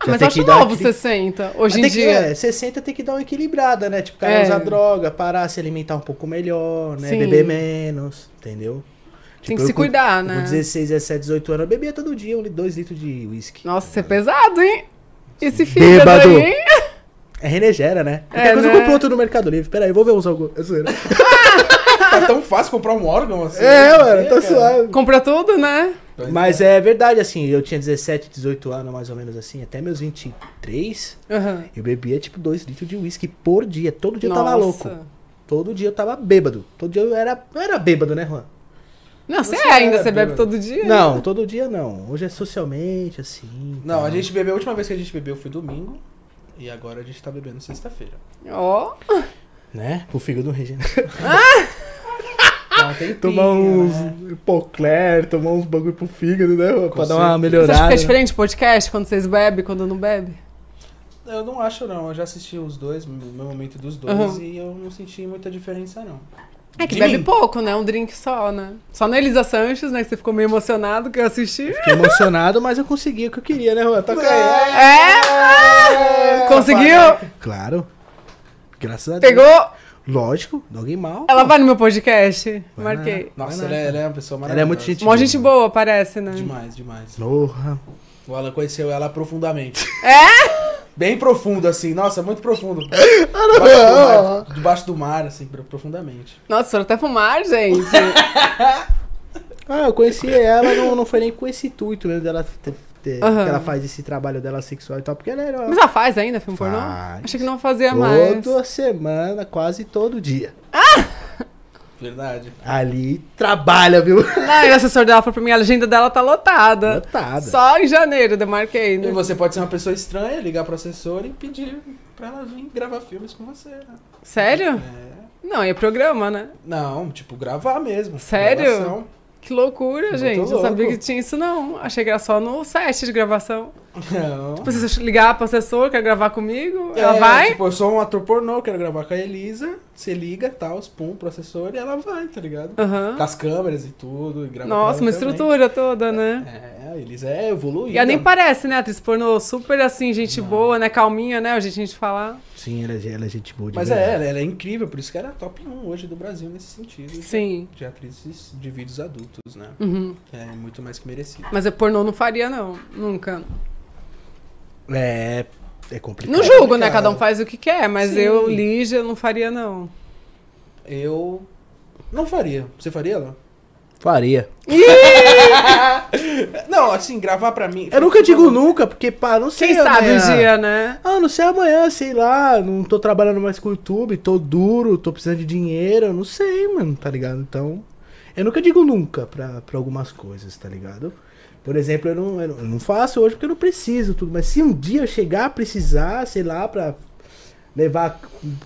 Ah,
já
mas
tem
acho
que dar
novo
aquele-
60, hoje em
Tem que-
dia.
é, 60 tem que dar uma equilibrada, né? Tipo, o cara
É.
usar droga, parar, se alimentar um pouco melhor, né?
Sim.
Beber menos, entendeu?
tem
Tipo,
que se
eu com-
cuidar,
Com
né?
16, 17, 18 anos, eu bebia todo dia 2 litros de uísque.
Nossa, isso é pesado, hein? Esse fígado
Bêbado.
aí.
É renegera, né? Qualquer
É,
coisa eu
né?
compro outro no Mercado Livre. Pera aí, eu vou ver uns alguns. É zoeira.
Tá tão fácil comprar um órgão assim.
É,
né?
mano, tá
Cara.
suave.
Compra tudo, né?
Mas é verdade, assim, eu tinha 17, 18 anos, mais ou menos assim, até meus 23,
Aham.
eu bebia tipo 2 litros de uísque por dia. Todo dia eu tava
Nossa.
louco. Todo dia eu tava bêbado. Todo dia eu era. Eu era bêbado, né, Juan?
Não, você,
Você
é ainda,
era
você bebe
bêbado.
todo dia?
Não, todo dia não. Hoje é socialmente, assim.
Não,
tal.
a gente bebeu, a última vez que a gente bebeu foi domingo. E agora a gente tá bebendo sexta-feira.
Ó,
Né? Pro fígado regenerar.
Dá um tempinho,
[laughs] Tomar uns
né?
Pocler, tomar uns bagulho pro fígado, né? pra dar uma
certeza.
Você acha que
melhorada.
fica diferente o podcast quando vocês bebem, quando não bebe?
Eu não acho, não. Eu já assisti os dois, no meu momento dos dois,
Aham.
e eu não senti muita diferença, não.
É que
De
bebe
mim?
pouco, né? Um drink só, né? Só na Elisa Sanches, né? Que você ficou meio emocionado que eu assisti.
Fiquei emocionado, mas eu consegui o que eu queria, né, Juan? Toca aí.
É? Ah! Conseguiu?
Claro. Graças a Deus.
Pegou?
Lógico, alguém mal.
Ela vai no meu podcast?
Vai
Marquei.
Nossa,
Vai
ela
nada.
é, ela é uma pessoa
Ela
maravilhosa.
é muito gente
Mó gente boa, parece, né?
Demais, demais.
Porra.
O Alan conheceu ela profundamente.
É?
Bem profundo, assim. Nossa, muito profundo. Debaixo do mar, debaixo do mar, assim, pro- profundamente.
Nossa, foram até fumar, gente.
[laughs]
Ah, eu conheci ela, não, não foi nem com esse intuito, né? Dela ter- ter-
Aham.
que ela faz esse trabalho dela sexual e tal, porque ela era.
Mas ela faz ainda filme pornô?
Faz.
Achei que não fazia mais.
Toda semana, quase todo dia.
Verdade.
Ali trabalha, viu?
Não, e o assessor dela falou pra mim, a agenda dela tá lotada.
Lotada.
[laughs] Só em janeiro, eu marquei, né?
E você pode ser uma pessoa estranha, ligar pro assessor e pedir pra ela vir gravar filmes com você. né?
Sério?
É.
Não, e é programa, né?
Não, tipo, gravar mesmo.
Sério?
Gravação.
Que loucura,
Muito
gente. Não sabia
louco.
que tinha isso, não. Achei que era só no set de gravação.
Não.
Precisa ligar pro assessor, quer gravar comigo? Tipo, ela
É,
vai?
Tipo, eu sou um ator pornô, quero gravar com a Elisa. Você liga, tal, pum, pro assessor e ela vai, tá ligado?
Aham.
Com as câmeras e tudo. E grava com
Nossa,
ela
uma
também.
estrutura toda, né?
É, a Elisa é evoluída.
E ela nem parece, né, atriz pornô? Super assim, gente boa, né? Calminha, né? O jeitinho de falar.
Sim, ela, ela é gente boa de
Mas
verdade.
é, ela, ela é incrível, por isso que ela é top 1 hoje do Brasil nesse sentido. de-
Sim.
De atrizes de vídeos adultos, né?
Uhum.
É muito mais que merecido.
Mas eu pornô não faria, não. Nunca.
É, é complicado.
Não julgo, né? Cada um faz o que quer, mas
Sim.
eu, Lígia, não faria, não.
Eu não faria. Você faria, Léo?
Faria.
Não, assim, gravar pra mim.
Eu nunca digo nunca, porque, pá, não sei
Quem sabe
amanhã.
um dia, né?
Ah, não sei amanhã, sei lá, não tô trabalhando mais com o YouTube, tô duro, tô precisando de dinheiro, eu não sei, mano, tá ligado? Então, eu nunca digo nunca pra, pra algumas coisas, tá ligado? Por exemplo, eu não, eu não- eu não faço hoje porque eu não preciso tudo, mas se um dia eu chegar a precisar, sei lá, pra levar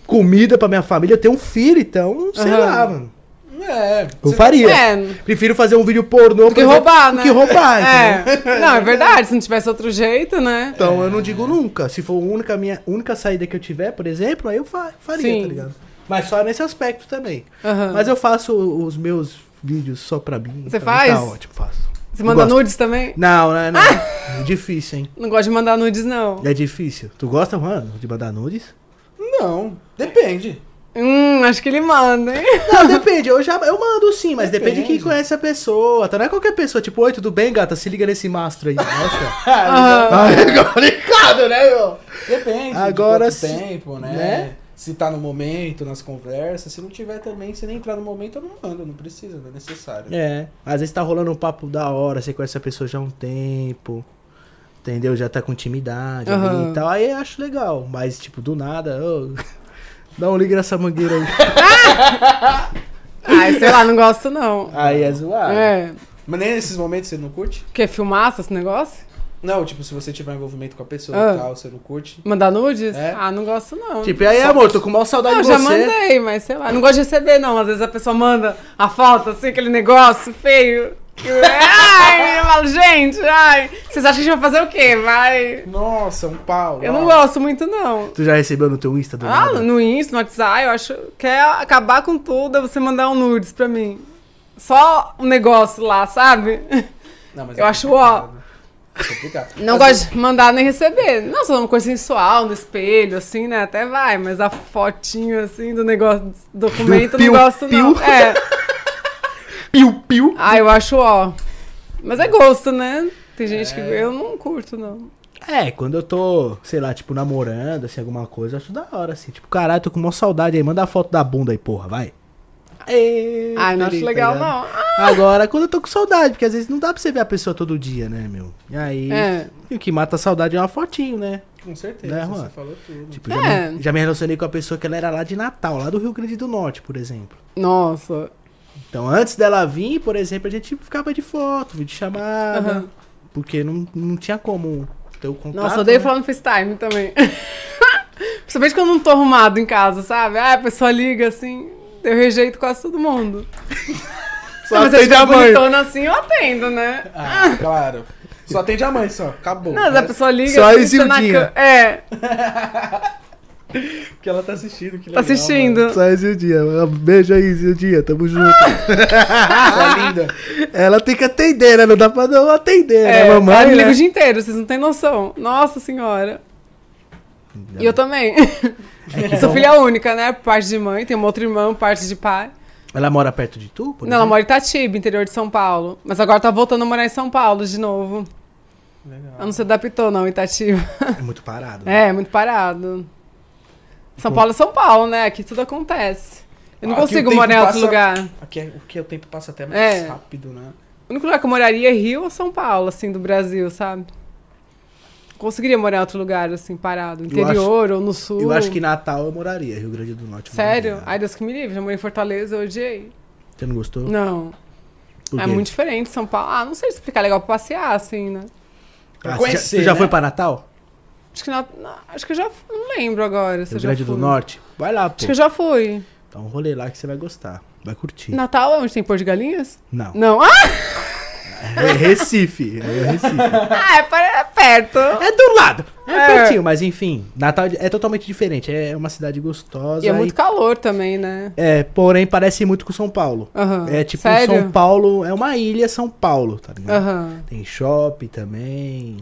comida pra minha família, eu tenho um filho, então, sei
Aham.
lá, mano.
É.
Eu
você-
faria.
É.
Prefiro fazer um vídeo pornô
Do que
por exemplo,
roubar,
do
né?
que roubar, entendeu?
[laughs] É. Não, é verdade. Se não tivesse outro jeito, né?
Então eu não digo nunca. Se for a única, minha, única saída que eu tiver, por exemplo, aí eu fa- faria,
Sim.
tá ligado? Mas só nesse aspecto também.
Aham.
Então, Mas eu faço os meus vídeos só pra mim.
Você
então
faz?
Tá ótimo, faço.
Você manda
gosto.
nudes também?
Não, não, não.
Ah.
É difícil, hein?
Não gosto de mandar nudes, não.
É difícil. Tu gosta, Juan, de mandar nudes?
Não, depende.
Hum, acho que ele
[laughs]
manda, hein?
Não, depende. Eu já eu mando sim, mas depende, de quem
Depende.
conhece a pessoa. Tá? Não é qualquer pessoa. Tipo, oi, tudo bem, gata? Se liga nesse mastro aí. Nossa.
Aham.
Ai, é complicado, né, meu?
Depende
Agora
de quanto
se-
tempo, né?
né?
Se tá no momento, nas conversas. Se não tiver também, se nem entrar no momento, eu não mando. Não precisa, não é necessário.
É, às vezes tá rolando um papo da hora, você conhece a pessoa já há um tempo, entendeu? Já tá com intimidade ali
Aham.
e tal, aí eu acho legal, mas tipo, do nada, ô, [laughs] dá um ligue nessa mangueira
[laughs]
aí.
Ai, sei lá, não gosto, não.
aí é zoado.
É.
Mas nem nesses momentos você não curte?
Quer filmaça esse negócio?
Não, tipo, se você tiver envolvimento com a pessoa
Ah.
e tal, você não curte.
Mandar nudes?
É.
Ah, não gosto, não.
Tipo, e aí amor, tô com maior saudade
não,
de
já
você.
mandei, mas sei lá. Não gosto de receber, não. Às vezes a pessoa manda a foto, assim, aquele negócio feio. Ai, eu falo, gente, ai. Vocês acham que a gente vai fazer o quê? Vai.
Nossa, um pau.
Eu não
uau.
gosto muito, não.
Tu já recebeu no teu Insta do
Ah,
nada?
no Insta, no WhatsApp, eu acho. Quer acabar com tudo, é você mandar um nudes pra mim. Só um negócio lá, sabe?
Não, mas
Eu
é
acho ó.
complicado. É complicado.
Não
Mas
gosto de mandar nem receber. Não, só uma coisa sensual no espelho, assim, né? Até vai, mas a fotinho, assim, do negócio, do documento, eu
piu,
não gosto, não.
piu.
É.
Piu, piu.
Ah, eu acho ó. Mas é gosto, né? Tem gente que eu não curto, não.
É, quando eu tô, sei lá, tipo, namorando, assim, alguma coisa, eu acho da hora, assim. Tipo, caralho, tô com maior saudade aí, manda a foto da bunda aí, porra, vai. Aê,
Ah, eu não
feliz,
acho
tá
legal,
ligado?
não. Ah,
Agora, quando eu tô com saudade, porque às vezes não dá pra você ver a pessoa todo dia, né, meu? E aí,
É.
e o que mata a saudade é uma fotinho, né?
Com certeza,
Né,
você
Juan?
falou tudo.
Tipo, já,
É.
me, já me relacionei com a pessoa que ela era lá de Natal, lá do Rio Grande do Norte, por exemplo.
Nossa.
Então, antes dela vir, por exemplo, a gente ficava de foto, vídeo chamada,
Aham.
porque não, não tinha como ter o contato.
Nossa, odeio
né?
falar no FaceTime também. Por [laughs] Principalmente quando eu não tô arrumado em casa, sabe? Ah, a pessoa liga assim, eu rejeito quase todo mundo.
Só
mas eu
atende
fico
a mãe.
bonitona assim, eu atendo, né?
Ah, claro. Só atende a mãe, só. Acabou.
Não, mas a pessoa liga
Só um
assim,
esse
tá na
Ildinha.
cama. É,
Porque ela tá assistindo, que legal.
tá assistindo.
Só esse o dia. Beijo aí, esse o dia. Tamo junto.
mano. Sua é
[laughs]
linda.
Ela tem que atender, né? Não dá pra não atender,
É,
né,
ela
mamãe?
me
né?
liga o dia inteiro, vocês não têm noção. Nossa senhora. E
né?
eu também. [laughs] Sou filha única, né? Por parte de mãe, tenho uma outra irmã, por parte de pai.
Ela mora perto de tu? por
não, ela
exemplo?
mora em Itatiba, interior de São Paulo. Mas agora tá voltando a morar em São Paulo de novo.
Legal.
Ela não se adaptou, não, Itatiba.
É muito parado. né?
[laughs] É, muito parado. São Paulo é São Paulo, né? Aqui tudo acontece. Eu não
Aqui o
consigo
tempo
morar em outro
passa-
lugar.
Aqui é, o que o tempo passa até mais
É.
rápido, né?
O único lugar que eu moraria é Rio ou São Paulo, assim, do Brasil, sabe? Conseguiria morar em outro lugar, assim, parado. Interior ou no sul.
Eu acho que em Natal eu moraria, Rio Grande do Norte. eu
Uh. Sério?
moraria.
Ai, Deus que me livre. Já morei em Fortaleza, eu odiei.
Você não gostou?
Não.
Por
É
quê?
muito diferente São Paulo. Ah, não sei explicar. É legal pra passear, assim, né?
Pra
Ah, você já-
conhecer,
você já
né?
foi pra Natal?
Acho que, na- na- acho que eu já fui. Não lembro agora. se eu
Rio
já
Grande do
fui.
Norte? Vai lá, pô.
Acho que eu já fui.
Dá um rolê lá que você vai gostar. Vai curtir.
Natal é onde tem pôr de galinhas?
Não.
Não. [laughs] Ah!
É Recife. É
[laughs]
Recife.
Ah, é pa- é perto.
É do lado. É,
É.
pertinho, mas enfim. Natal é totalmente diferente. É uma cidade gostosa.
E é muito calor também, né?
É, porém parece muito com São Paulo.
Aham.
É tipo
Sério?
São Paulo, é uma ilha São Paulo, tá ligado?
Aham.
Tem shopping também.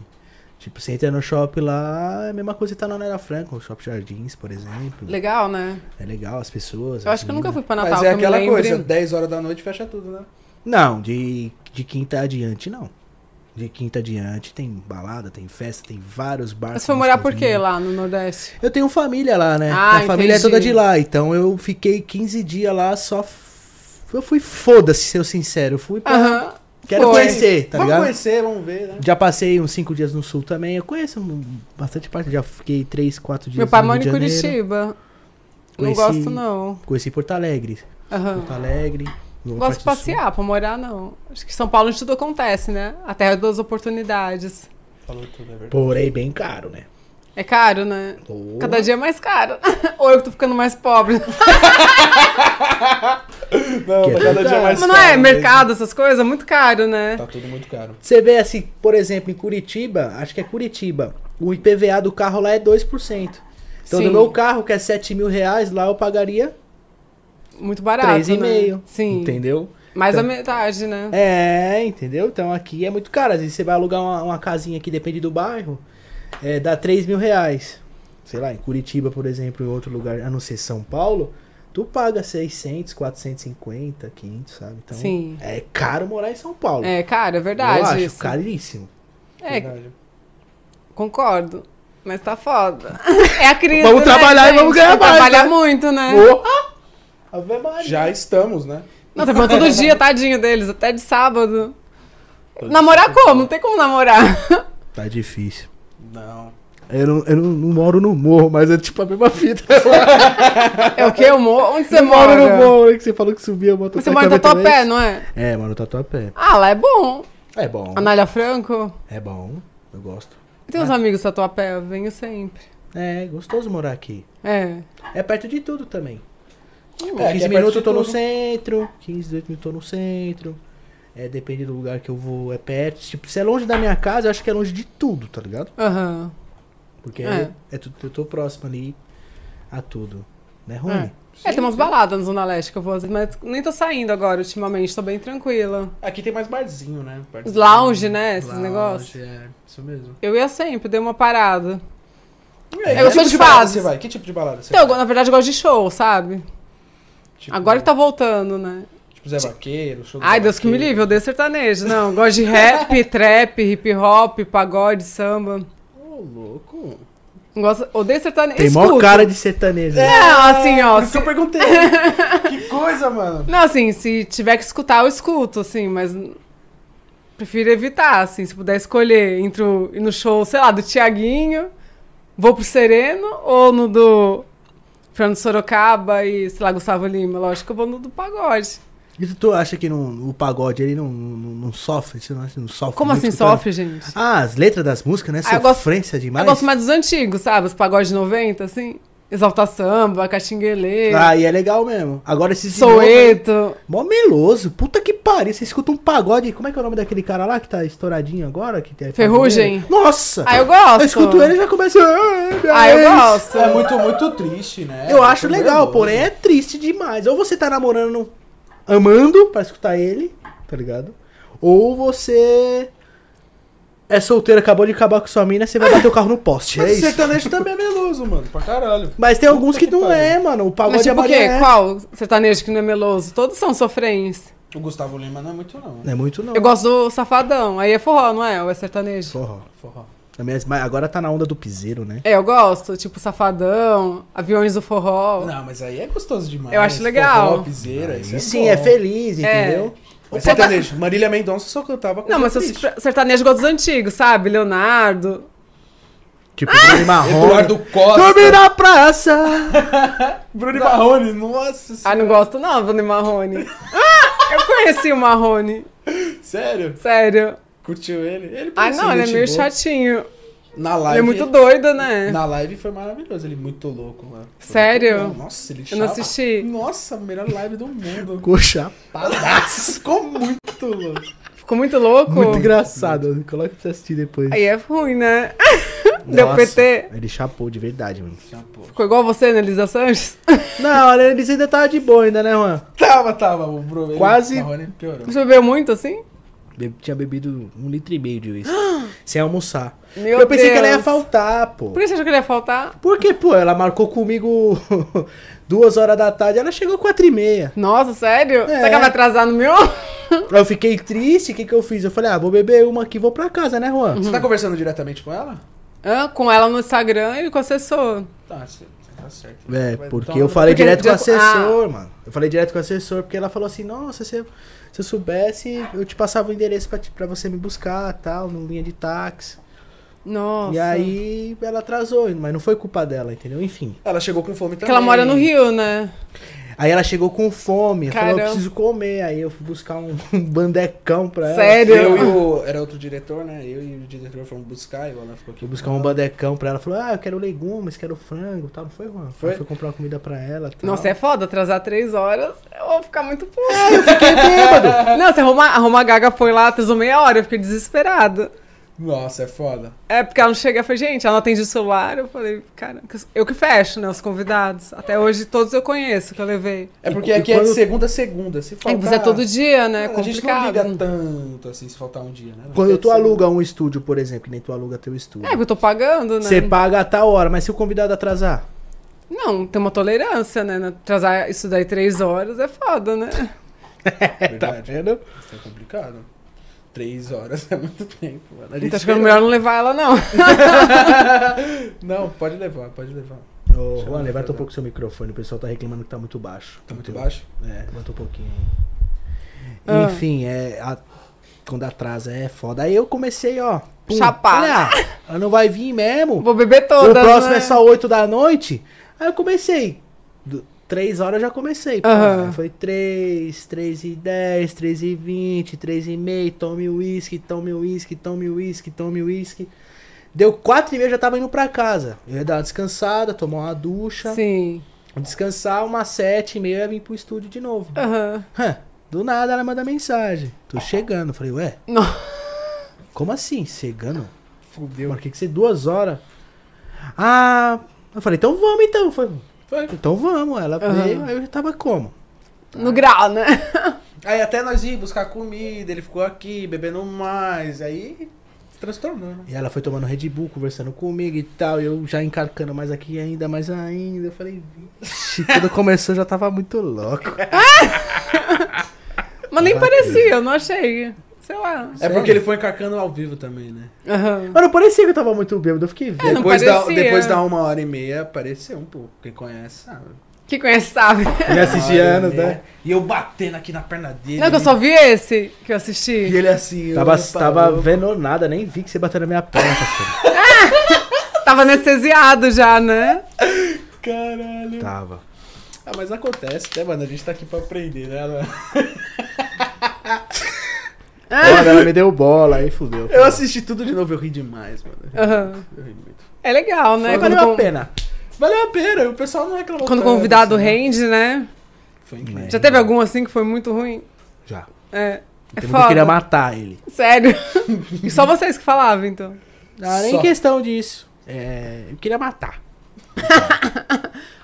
Tipo, você entra no shopping lá, é a mesma coisa que tá na Nera Franca, o Shopping Jardins, por exemplo.
Legal, né?
É legal as pessoas.
Eu acho
assim,
que eu nunca
né?
fui pra Natal,
Mas
que
é
eu me
aquela
lembre.
coisa, 10 horas da noite fecha tudo, né?
Não, de, de quinta adiante não. De quinta adiante tem balada, tem festa, tem vários bares.
Mas foi
com
morar
umas
por quê
coisinhas.
lá no Nordeste?
Eu tenho família lá, né?
Ah,
a família é
entendi.
toda de lá. Então eu fiquei 15 dias lá só. f- Eu fui foda-se, ser sincero. Eu fui pra.
Aham.
Ah, Quero
foi.
conhecer, tá
vamos
ligado?
conhecer, vamos ver, né?
Já passei uns 5 dias no sul também. Eu conheço um- bastante parte. Já fiquei 3, 4 dias
Meu pai
no
mora em
Rio de Janeiro.
Curitiba. Não
Conheci-
gosto, não.
Conheci Porto Alegre.
Aham.
Porto Alegre. boa
Ah. Gosto
parte do
de
sul.
passear, pra morar, não. Acho que São Paulo onde tudo acontece, né? A terra das oportunidades.
Falou tudo, é verdade.
Porém, bem caro, né?
É caro, né?
Pô.
Cada dia é mais caro. [laughs] Ou eu que tô ficando mais pobre.
Não,
Que é né?
tá cada dia
verdade.
mais
Mas não é
caro,
mercado, essas coisas? É muito caro, né?
né? Tá tudo muito caro.
Você vê assim, por exemplo, em Curitiba, acho que é Curitiba, o IPVA do carro lá é 2%. Então,
Sim.
no meu carro, que é 7 mil reais, lá eu pagaria
Muito barato.
3,5.
Né? Sim.
Entendeu?
Mais
Então-
a metade, né?
É, entendeu? Então aqui é muito caro. Às vezes você vai alugar uma, uma casinha que depende do bairro, é, dá 3 mil reais. Sei lá, em Curitiba, por exemplo, em outro lugar, a não ser São Paulo, tu paga 600, 450, 500, sabe? Então,
Sim.
é caro morar em São Paulo.
É, caro, é verdade.
Eu acho né?
isso.
caríssimo.
É,
Verdade.
concordo. Mas tá
[laughs]
foda. É a crise.
Vamos
né,
trabalhar e
gente?
vamos ganhar
Tem que
mais,
Trabalhar
né?
muito, né?
Oh, Ave Maria.
Já estamos, né?
Não, tá bom todo dia, tadinho deles, até de sábado. namorar como? Não tem como namorar.
Tá difícil.
Não.
Eu, não, eu não, não moro no morro, mas é tipo a mesma fita.
É o quê? Eu mo- Onde você
eu
mora?
moro no morro, né, que você falou que subia a moto.
Você mora em Tatuapé, não é?
É, moro no Tatuapé.
Ah, lá é bom.
É bom.
Anália Franco.
É bom. Eu gosto.
Eu tenho uns amigos de Tatuapé, eu venho sempre.
É, gostoso morar aqui.
É.
É perto de tudo também. Tipo,
É, aqui
15
é perto
minutos
de
eu tô no
tudo.
centro, 15, 18 minutos eu tô no centro. É, depende do lugar que eu vou, é perto. Tipo, se é longe da minha casa, eu acho que é longe de tudo, tá ligado?
Aham.
Porque
É.
é, tudo, eu tô próximo ali a tudo. Né, Rony?
É, tem umas baladas na Zona Leste que eu vou, às vezes, mas nem tô saindo agora ultimamente, tô bem tranquila.
Aqui tem mais barzinho, né?
Os
Barzinho,
Lounge, né? Esses
lounge,
negócios.
É, isso mesmo.
Eu ia sempre, dei uma parada.
E aí,
Eu
que
sou
tipo
de
balada
fases.
Você vai? Que tipo de balada você
Então, eu,
vai?
na verdade, eu gosto de show, sabe?
Tipo,
Agora que tá voltando, né?
Tipo Zé Vaqueiro, show do
Ai,
Zé
Deus que me
Vaqueiro.
livre, eu odeio sertanejo. Não, eu gosto
[laughs]
de rap, trap, hip hop, pagode, samba.
Ô, louco.
Não Gosto, odeio sertanejo.
Tem mó
Escuto.
cara de sertanejo. né?
Não, assim, ó.
Por isso que eu
se-
perguntei.
[laughs]
que coisa, mano.
Não, assim, se tiver que escutar, eu escuto, assim, mas. Prefiro evitar, assim, se puder escolher entre o, ir no show, sei lá, do Tiaguinho, Vou pro Sereno, ou no do Fernando Sorocaba e, sei lá, Gustavo Lima. Lógico que eu vou no do pagode.
E tu- tu acha que não- o pagode ele não, não, não sofre? Você não, acha que não sofre?
Como
muito Ah,
assim
escutando?
sofre, gente?
Ah, as letras das músicas, né?
Ah, eu gosto-
Sofrência demais.
Eu gosto mais dos antigos, sabe? Os pagodes de 90, assim. Exalta Samba, Caxinguelê,
Ah, né? e é legal mesmo. Agora esse
Soeto.
Mó meloso. Puta que pariu. Você escuta um pagode. Como é que é o nome daquele cara lá que tá estouradinho agora? Que tem
Ferrugem?
Nossa!
Ah, eu gosto.
Eu escuto ele e já começa. "Ai, minha
Ah,
ex".
eu gosto.
É muito, muito triste, né?
Eu acho
Muito
legal,
vergonha.
porém é triste demais. Ou você tá namorando, amando pra escutar ele, tá ligado? Ou você é solteiro, acabou de acabar com sua mina, você vai bater o carro no poste. É
Mas
isso.
[laughs] sertanejo também é meloso, mano. Pra caralho.
Mas tem alguns
Puta
que
que
não
pariu.
é, mano. O pagode
Mas tipo
é
o quê?
mané.
Qual sertanejo que não é meloso? Todos são sofrência.
O Gustavo Lima não é muito, não.
Não é muito, não.
Eu gosto do Safadão. Aí é forró, não é? Ou é sertanejo?
Forró.
Forró.
Também, mas agora tá na onda do piseiro, né?
É, eu gosto. Tipo Safadão, Aviões do Forró.
Não, mas aí é gostoso demais.
Eu acho legal.
Forró, piseira, isso
E
é
sim,
bom.
é feliz,
É.
entendeu?
Mas sertanejo, Marília Mendonça só cantava coisa
Não, mas eu
triste.
sertanejo eu gosto dos antigos, sabe? Leonardo.
Tipo, Bruno Marrom.
Eduardo Costa.
Dormir na praça! [laughs]
Bruno e Marrone, nossa
Ah, não gosto não,
[laughs]
Bruno Marrone. Ah, eu conheci o Marrone.
Sério?
Sério.
Curtiu ele? Ele
Ah,
parece
não, ele é
gente
meio
boa.
chatinho.
Na live.
Ele é muito doido, né?
Na live foi maravilhoso, ele muito louco, mano. Foi
Sério?
muito bom. Nossa, ele
Eu não
chapa-
assisti.
Nossa, a melhor live do mundo.
Coxa.
Padaço. Ficou muito louco.
Ficou muito louco.
Muito engraçado. Coloca pra você assistir depois.
Aí é ruim, né? Deu
Nossa,
PT.
Ele chapou de verdade, mano.
Chapou.
Ficou igual você, né,
[laughs]
Lisa Sanches?
Não, olha, eles ainda tava de boa ainda, né, Juan?
Tava, tava, o Bruno. ele-
Quase-
Marrone piorou.
Você bebeu muito assim?
Be- tinha bebido um litro e meio de
[gasps]
uísque. sem almoçar.
Meu
eu pensei que
Deus.
ela ia faltar, pô.
Por que você achou que ele ia faltar?
Porque, pô, ela marcou comigo [laughs] duas horas da tarde, ela chegou quatro e meia.
Nossa, sério?
É.
Será que ela vai atrasar no meu?
Aí Eu fiquei triste, o que que eu fiz? Eu falei, ah, vou beber uma aqui e vou pra casa, né, Juan?
Você tá conversando diretamente com ela?
Hã? com ela no Instagram e com o assessor.
Tá, você você tá certo.
É,
Vai
porque
tomar
eu
no-
falei
então, Porque
direto com o
já- Ah.
assessor, mano. Eu falei direto com o assessor, porque ela falou assim, nossa, se, eu- se eu soubesse, eu te passava o endereço pra, te- pra você me buscar, tal, no linha de táxi.
Nossa.
E aí ela atrasou, mas não foi culpa dela, entendeu? Enfim.
Ela chegou com fome também.
Porque ela mora no Rio, né?
Aí ela chegou com fome, falou, eu
Caramba.
preciso comer. Aí eu fui buscar um, [laughs] um bandecão pra ela.
Sério?
Eu e o. Era outro diretor, né? Eu e o diretor fomos buscar e ela ficou aqui.
Fui buscar um bandecão pra ela. Falou, ah, eu quero legumes, quero frango, tal. Não foi, Juan?
Foi?
Foi? Fui comprar uma comida pra ela, tal.
Nossa, é foda, atrasar três horas, eu vou ficar muito puta.
fiquei bêbado.
[laughs] Não, se a Roma, a Roma Gaga foi lá, atrasou meia hora, eu fiquei desesperada.
Nossa, é foda.
É, porque ela não chega, eu falei, gente, ela não atende o celular, eu falei, cara, eu que fecho, né, os convidados. Até hoje todos eu conheço, que eu levei.
É
E
porque
qu- e
aqui é
quando-
de segunda a segunda. Se
Tem
faltar...
que fazer É, todo dia, né, é
A gente não liga
complicado.
tanto assim se faltar um dia, né?
Quando tu
Porque assim,
aluga um estúdio, por exemplo, que nem tu aluga teu estúdio.
É, porque eu tô pagando, né.
Você paga a tal hora, mas se o convidado atrasar?
Não, tem uma tolerância, né, atrasar isso daí três horas é foda, né.
Tá.
tá.
Verdade.
vendo?
Isso é complicado. Três horas [laughs] é muito tempo, mano. A gente
Então acho que é
esperou.
né?
melhor não levar ela, não.
Não, pode levar, pode levar. Tá
Ô, Juan,
eu
levanta um
pegar.
pouco seu microfone, o pessoal tá reclamando que tá muito baixo.
Tá muito
Entendeu?
baixo?
É, levanta um pouquinho aí.
Ah.
Enfim, é. a- quando atrasa é foda. Aí eu comecei, ó. pum,
Chapar.
falei, ah, ela não vai vir mesmo.
Vou beber
o
todas,
próximo
né?
é só 8 da noite. Aí eu comecei. Do- Três horas eu já comecei. pá.
Aham.
Aí Foi três, três e dez, três e vinte, três e meia, tome uísque, tome uísque, tome uísque, tome uísque. Deu quatro e meia, eu já tava indo pra casa. Eu ia dar uma descansada, tomar uma ducha,
Sim.
descansar, umas sete e meia eu ia vir pro estúdio de novo.
Aham.
Hã, do nada ela manda mensagem. Tô chegando. Eu Falei, ué,
Não.
como assim? Chegando? Eu
Fudeu.
marquei que ser duas horas. Ah, eu falei, então vamos então. Foi,
Foi.
então vamos. Ela
Aham.
veio, aí eu já tava como? Ah.
No grau, né?
Aí até nós ir buscar comida, ele ficou aqui bebendo mais, aí transtornou, né?
E ela foi tomando Red Bull, conversando comigo e tal. E eu já encarcando mais aqui ainda, mais ainda. Eu falei, vixe, quando começou eu já tava muito louco.
Mas nem
Vai
parecia, eu não achei. Sei lá.
É
Sério?
porque ele foi encarcando ao vivo também, né?
Aham.
Mano, parecia que eu tava muito bêbado, eu fiquei
É,
vendo.
não
depois, da,
parecia.
depois da uma hora e meia, apareceu um pouco. Quem conhece sabe.
Que conhece sabe.
E assisti
Uma hora e
anos,
meia.
né?
E eu batendo aqui na perna dele.
Não, é que eu só vi esse que eu assisti.
E ele assim.
Tava,
tá
opa,
tava
opa.
vendo nada, nem vi que você bateu na minha perna. tá filho.
Tava anestesiado já, né?
Caralho.
Tava.
Ah, mas acontece, né, mano? A gente tá aqui pra aprender, né? mano?
É.
Agora ela me deu bola, aí fudeu.
Eu assisti tudo de novo, eu ri demais, mano. Eu ri
Aham.
muito, Eu ri muito.
É legal, né?
Valeu
Quando
a pena.
Valeu a pena, e o pessoal não reclamou.
Quando o
tanto,
convidado
assim.
rende, né?
Foi incrível.
Já teve algum assim que foi muito ruim?
Já.
É. É
Todo mundo
foda.
queria matar ele.
Sério. [laughs] E só vocês que falavam, então.
Não, nem
Só.
questão disso. É, eu queria matar.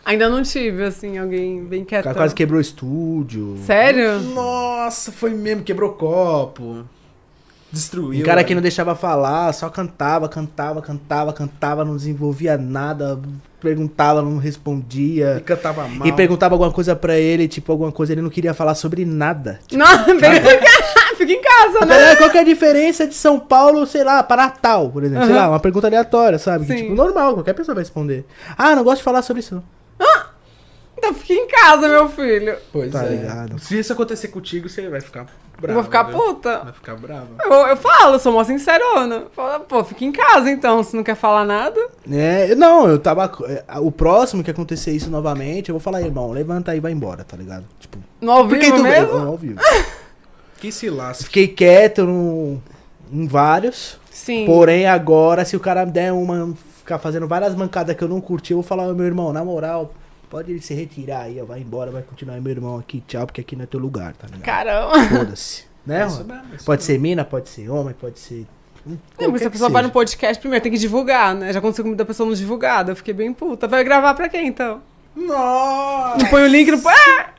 Ainda não tive, assim, alguém bem
O
quieto.
cara quase quebrou o estúdio.
Sério?
Nossa, foi mesmo, quebrou copo. Destruiu.
O Um cara que não deixava falar, só cantava, cantava, cantava, cantava, não desenvolvia nada, perguntava, não respondia.
E cantava mal.
E perguntava alguma coisa pra ele, tipo, alguma coisa, ele não queria falar sobre nada.
Não, [laughs] bem... Fica em casa, né?
Pera, qual que é a diferença de São Paulo, sei lá, pra Natal, por exemplo? Sei
Aham.
lá, uma pergunta aleatória, sabe? Que,
Sim.
tipo, normal, qualquer pessoa vai responder. Ah, não gosto de falar sobre isso, não.
Então fica em casa, meu filho.
Pois
Tá
é.
ligado.
Se isso acontecer contigo, você vai ficar bravo.
Eu vou ficar
né?
Vai
puta.
ficar bravo.
Eu, eu falo, sou mó sincerona. Fala, Pô, fica em casa então, se não quer falar nada.
É, eu- não, eu tava. é, O próximo que acontecer isso novamente, eu vou falar, irmão, levanta aí e vai embora, tá ligado? Tipo,
No ao
fiquei
vivo
tu-
mesmo.
Não, é ao vivo.
Que se lasca.
Fiquei quieto no, em vários.
Sim.
Porém, agora, se o cara der uma. ficar fazendo várias mancadas que eu não curti, eu vou falar, "Ô, meu irmão, na moral, pode se retirar aí, ó, vai embora, vai continuar aí, meu irmão aqui, tchau, porque aqui não é teu lugar, tá ligado?
Caramba.
Foda-se.
É
Né,
Isso
mano?
mesmo, isso
Pode ser mina, pode ser homem, pode ser.
Não,
qualquer
mas se a
que
pessoa
seja.
vai no podcast primeiro, tem que divulgar, né? Já aconteceu comigo da pessoa não divulgada. Eu fiquei bem puta. Vai gravar pra quem então?
mesmo. Nossa!
Não põe o link, não põe. Ah!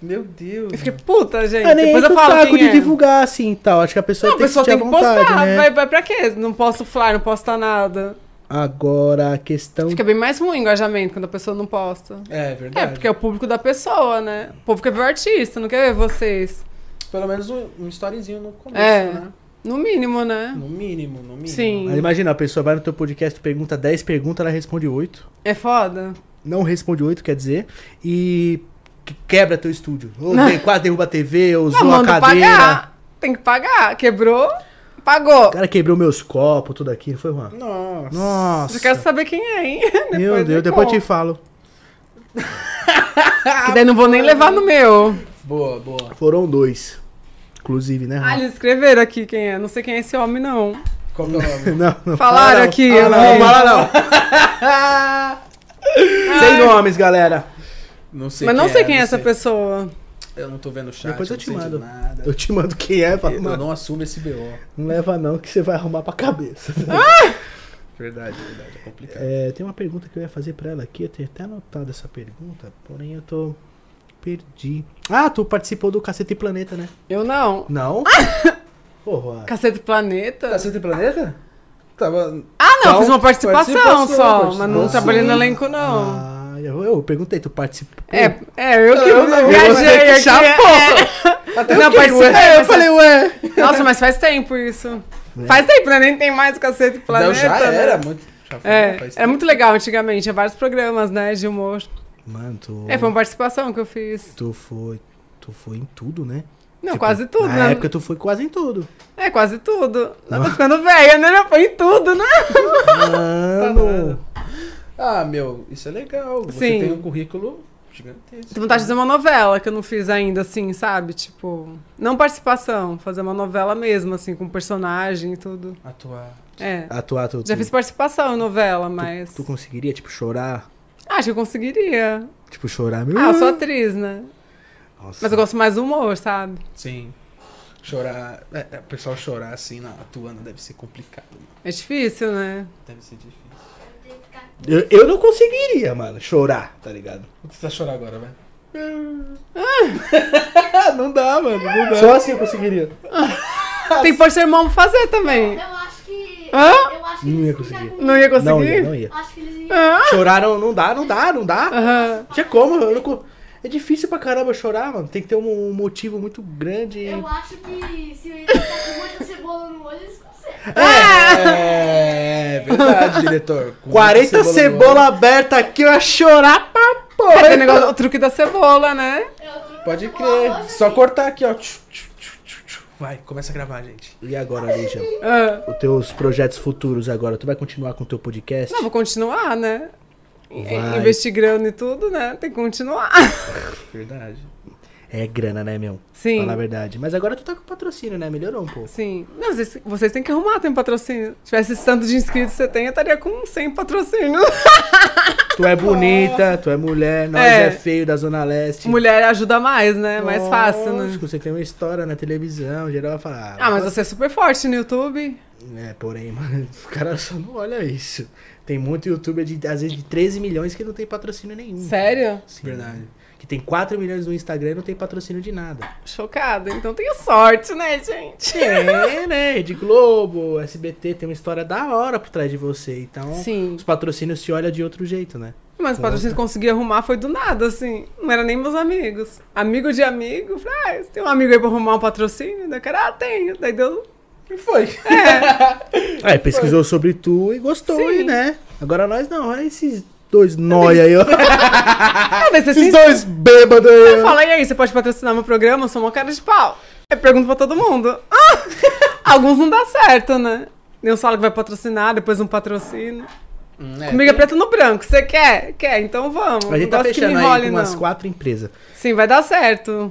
Meu Deus.
Eu fiquei puta, gente.
Ah, nem
Depois
enche
eu
o
falo.
saco
Quem
de
é.
divulgar, assim e tal. Acho que a pessoa
Não, a
tem que
pessoa
sentir
tem que
à vontade,
postar.
né?
Vai, vai pra quê? Não posso flyer, não posta nada.
Agora, a questão.
Fica é bem mais ruim o engajamento quando a pessoa não posta.
É
É,
verdade.
porque é o público da pessoa, né? O povo quer ver o artista, não quer ver vocês.
Pelo menos um, um storyzinho no começo,
É.
né?
No mínimo, né?
No mínimo, no mínimo.
Sim.
Mas Ah, imagina, a pessoa vai no teu podcast, pergunta 10 perguntas, ela responde 8.
É foda.
Não responde 8, quer dizer. E que- quebra teu estúdio. Ou de- quase derruba a TV, ou
Não,
zoa a
manda
cadeira.
pagar. Tem que pagar. Quebrou,
O
pagou.
cara quebrou meus copos, tudo aqui. Foi, mano.
Nossa.
Nossa.
Eu quero saber quem é, hein? [laughs]
Meu
me
Deus, depois eu te
conta.
falo.
Que daí não vou nem levar no meu.
Boa, boa.
Foram dois. Inclusive, né?
Ah,
Rafa?
eles escreveram aqui quem é. Não sei quem é esse homem, não.
Qual que é o nome?
[laughs] Não, não.
Falaram
fala não.
aqui,
Fala
eu
não,
vi.
fala não.
[laughs]
Sem nomes, galera.
Não sei
Mas não
quem
sei
é,
quem é essa
sei.
pessoa.
Eu não tô vendo o chat.
Depois eu te
não sei de
mando.
Nada.
Eu te mando quem é, fala,
Eu
mano.
não assumo esse BO.
Não leva não, que você vai arrumar pra cabeça.
Verdade, verdade. É complicado.
É, tem uma pergunta que eu ia fazer pra ela aqui, eu tenho até anotado essa pergunta, porém eu tô. Perdi. Ah, tu participou do Cacete Planeta, né?
Eu não. [laughs]
Não? Porra.
Cacete Planeta?
Cacete Tá, Planeta? Tava.
Ah, não,
Então,
fiz uma participação
participação,
só,
participação.
mas não
Ah,
trabalhei no
sim.
elenco, não.
Ah, eu, eu perguntei, tu participou?
É, é, eu que
Eu não,
você que
viajei aqui.
chapou.
é. [laughs]
Até
Não,
fiquei,
participei,
ué.
mas
eu falei, ué.
Nossa, mas faz tempo isso.
É,
Faz tempo, né? Nem tem mais Cacete Planeta.
Não, já
né?
era muito. Já foi,
É,
faz
era
tempo.
muito legal antigamente, tinha vários programas, né, de humor.
Mano, tu.
É, foi uma participação que eu fiz.
Tu foi. Tu foi em tudo, né?
Não,
Tipo,
quase tudo,
Na
né?
época tu foi quase em
[laughs]
tudo.
É, quase tudo. Eu tô ficando velha, né? Foi em tudo, né?
Mano.
Ah, meu, isso é legal. Você
Sim.
tem um currículo gigantesco.
Tenho vontade Tipo, tá de fazer uma novela que eu não fiz ainda, assim, sabe? Tipo, não participação, fazer uma novela mesmo, assim, com personagem e tudo.
Atuar.
É.
Atuar, tu,
Já
tu-
fiz participação em novela, mas.
tu conseguiria, tipo, chorar?
Acho que eu conseguiria.
Tipo, chorar meu.
Ah, eu sou atriz, né?
Nossa.
Mas eu gosto mais do humor, sabe?
Sim. Chorar. é, é, o pessoal chorar assim, na, atuando, deve ser complicado. Mano.
É difícil, né?
Deve ser difícil.
Eu tenho que ficar.
Eu, eu não conseguiria, mano, chorar, tá ligado?
O que você tá chorando agora, velho?
não dá, mano, não dá. Só assim eu conseguiria. Ah.
Tem que pôr seu irmão pra fazer também.
Eu acho que.
Hã?
Eu acho que.
Não ia
eles
conseguir.
ficaram-
Não ia conseguir?
Não ia, não ia.
Acho que eles iam.
Ah,
Chorar não, não dá, não dá, não dá.
aham.
Não tinha como, eu não co- É difícil pra caramba chorar, mano. Tem que ter um, um motivo muito grande.
Eu acho que se ele tá com muita cebola no olho, eles conseguem.
Ah!
É verdade, diretor. Com muita
40
no
cebola aberta aqui, eu ia chorar pra
Cadê o
porra.
negócio- o truque da cebola, né?
Eu tô com
olho. Pode
cebola
crer.
roxa
Só
aqui.
cortar aqui, ó. Tchu, tchu, tchu, tchu, tchu. Vai, começa a gravar, gente.
E agora, Lígia?
Ah.
Os teus projetos futuros agora, tu vai continuar com o teu podcast?
Não, vou continuar, né?
Vai.
Investigando e tudo, né? Tem que continuar.
Verdade.
É grana, né, meu?
Sim.
Fala a verdade. Mas agora tu tá com patrocínio, né? Melhorou um pouco.
Sim. Não, vocês, vocês têm que arrumar, tem patrocínio. Se tivesse esse tanto de inscritos que você tem, eu estaria com 100 patrocínios.
Tu é bonita, tu é mulher, nós é,
É.
feio da Zona Leste.
Mulher ajuda mais, né? Mais fácil, né?
Lógico, Você tem uma história na televisão, geral vai falar.
Ah, mas você é super forte no YouTube.
É, porém, [laughs] mano, os caras só não olham isso. Tem muito youtuber, de, às vezes, de 13 milhões que não tem patrocínio nenhum.
Sério?
Sim.
Verdade.
Que tem 4 milhões no Instagram e não tem patrocínio de nada.
Chocada. Então tenho sorte, né, gente?
É, né? De Globo, SBT, tem uma história da hora por trás de você. Então,
Sim.
os patrocínios se olham de outro jeito, né?
Mas o patrocínio consegui arrumar foi do nada, assim. Não era nem meus amigos. Amigo de amigo. eu Falei, ah, você tem um amigo aí pra arrumar um patrocínio? Daí o cara, ah, tenho. Daí deu.
E foi.
Aí, É, pesquisou sobre tu e gostou,
Sim.
e, né? Agora nós não, olha esses dois nóia aí, ó.
Ah, daí você
[laughs]
se
Esses dois bêbados aí.
Eu
ó.
falo, e aí, você pode patrocinar meu programa? Eu sou uma cara de pau. Eu pergunto pra todo mundo. [laughs] Ah, Alguns não dá certo, né? Nem fala que vai patrocinar, depois não patrocina. Comigo é preto no branco. Você quer? Quer, então vamos.
Hum, A gente
não
tá
gosto que me
fechando aí
enrole,
com umas
não.
quatro empresas.
Sim, vai dar certo.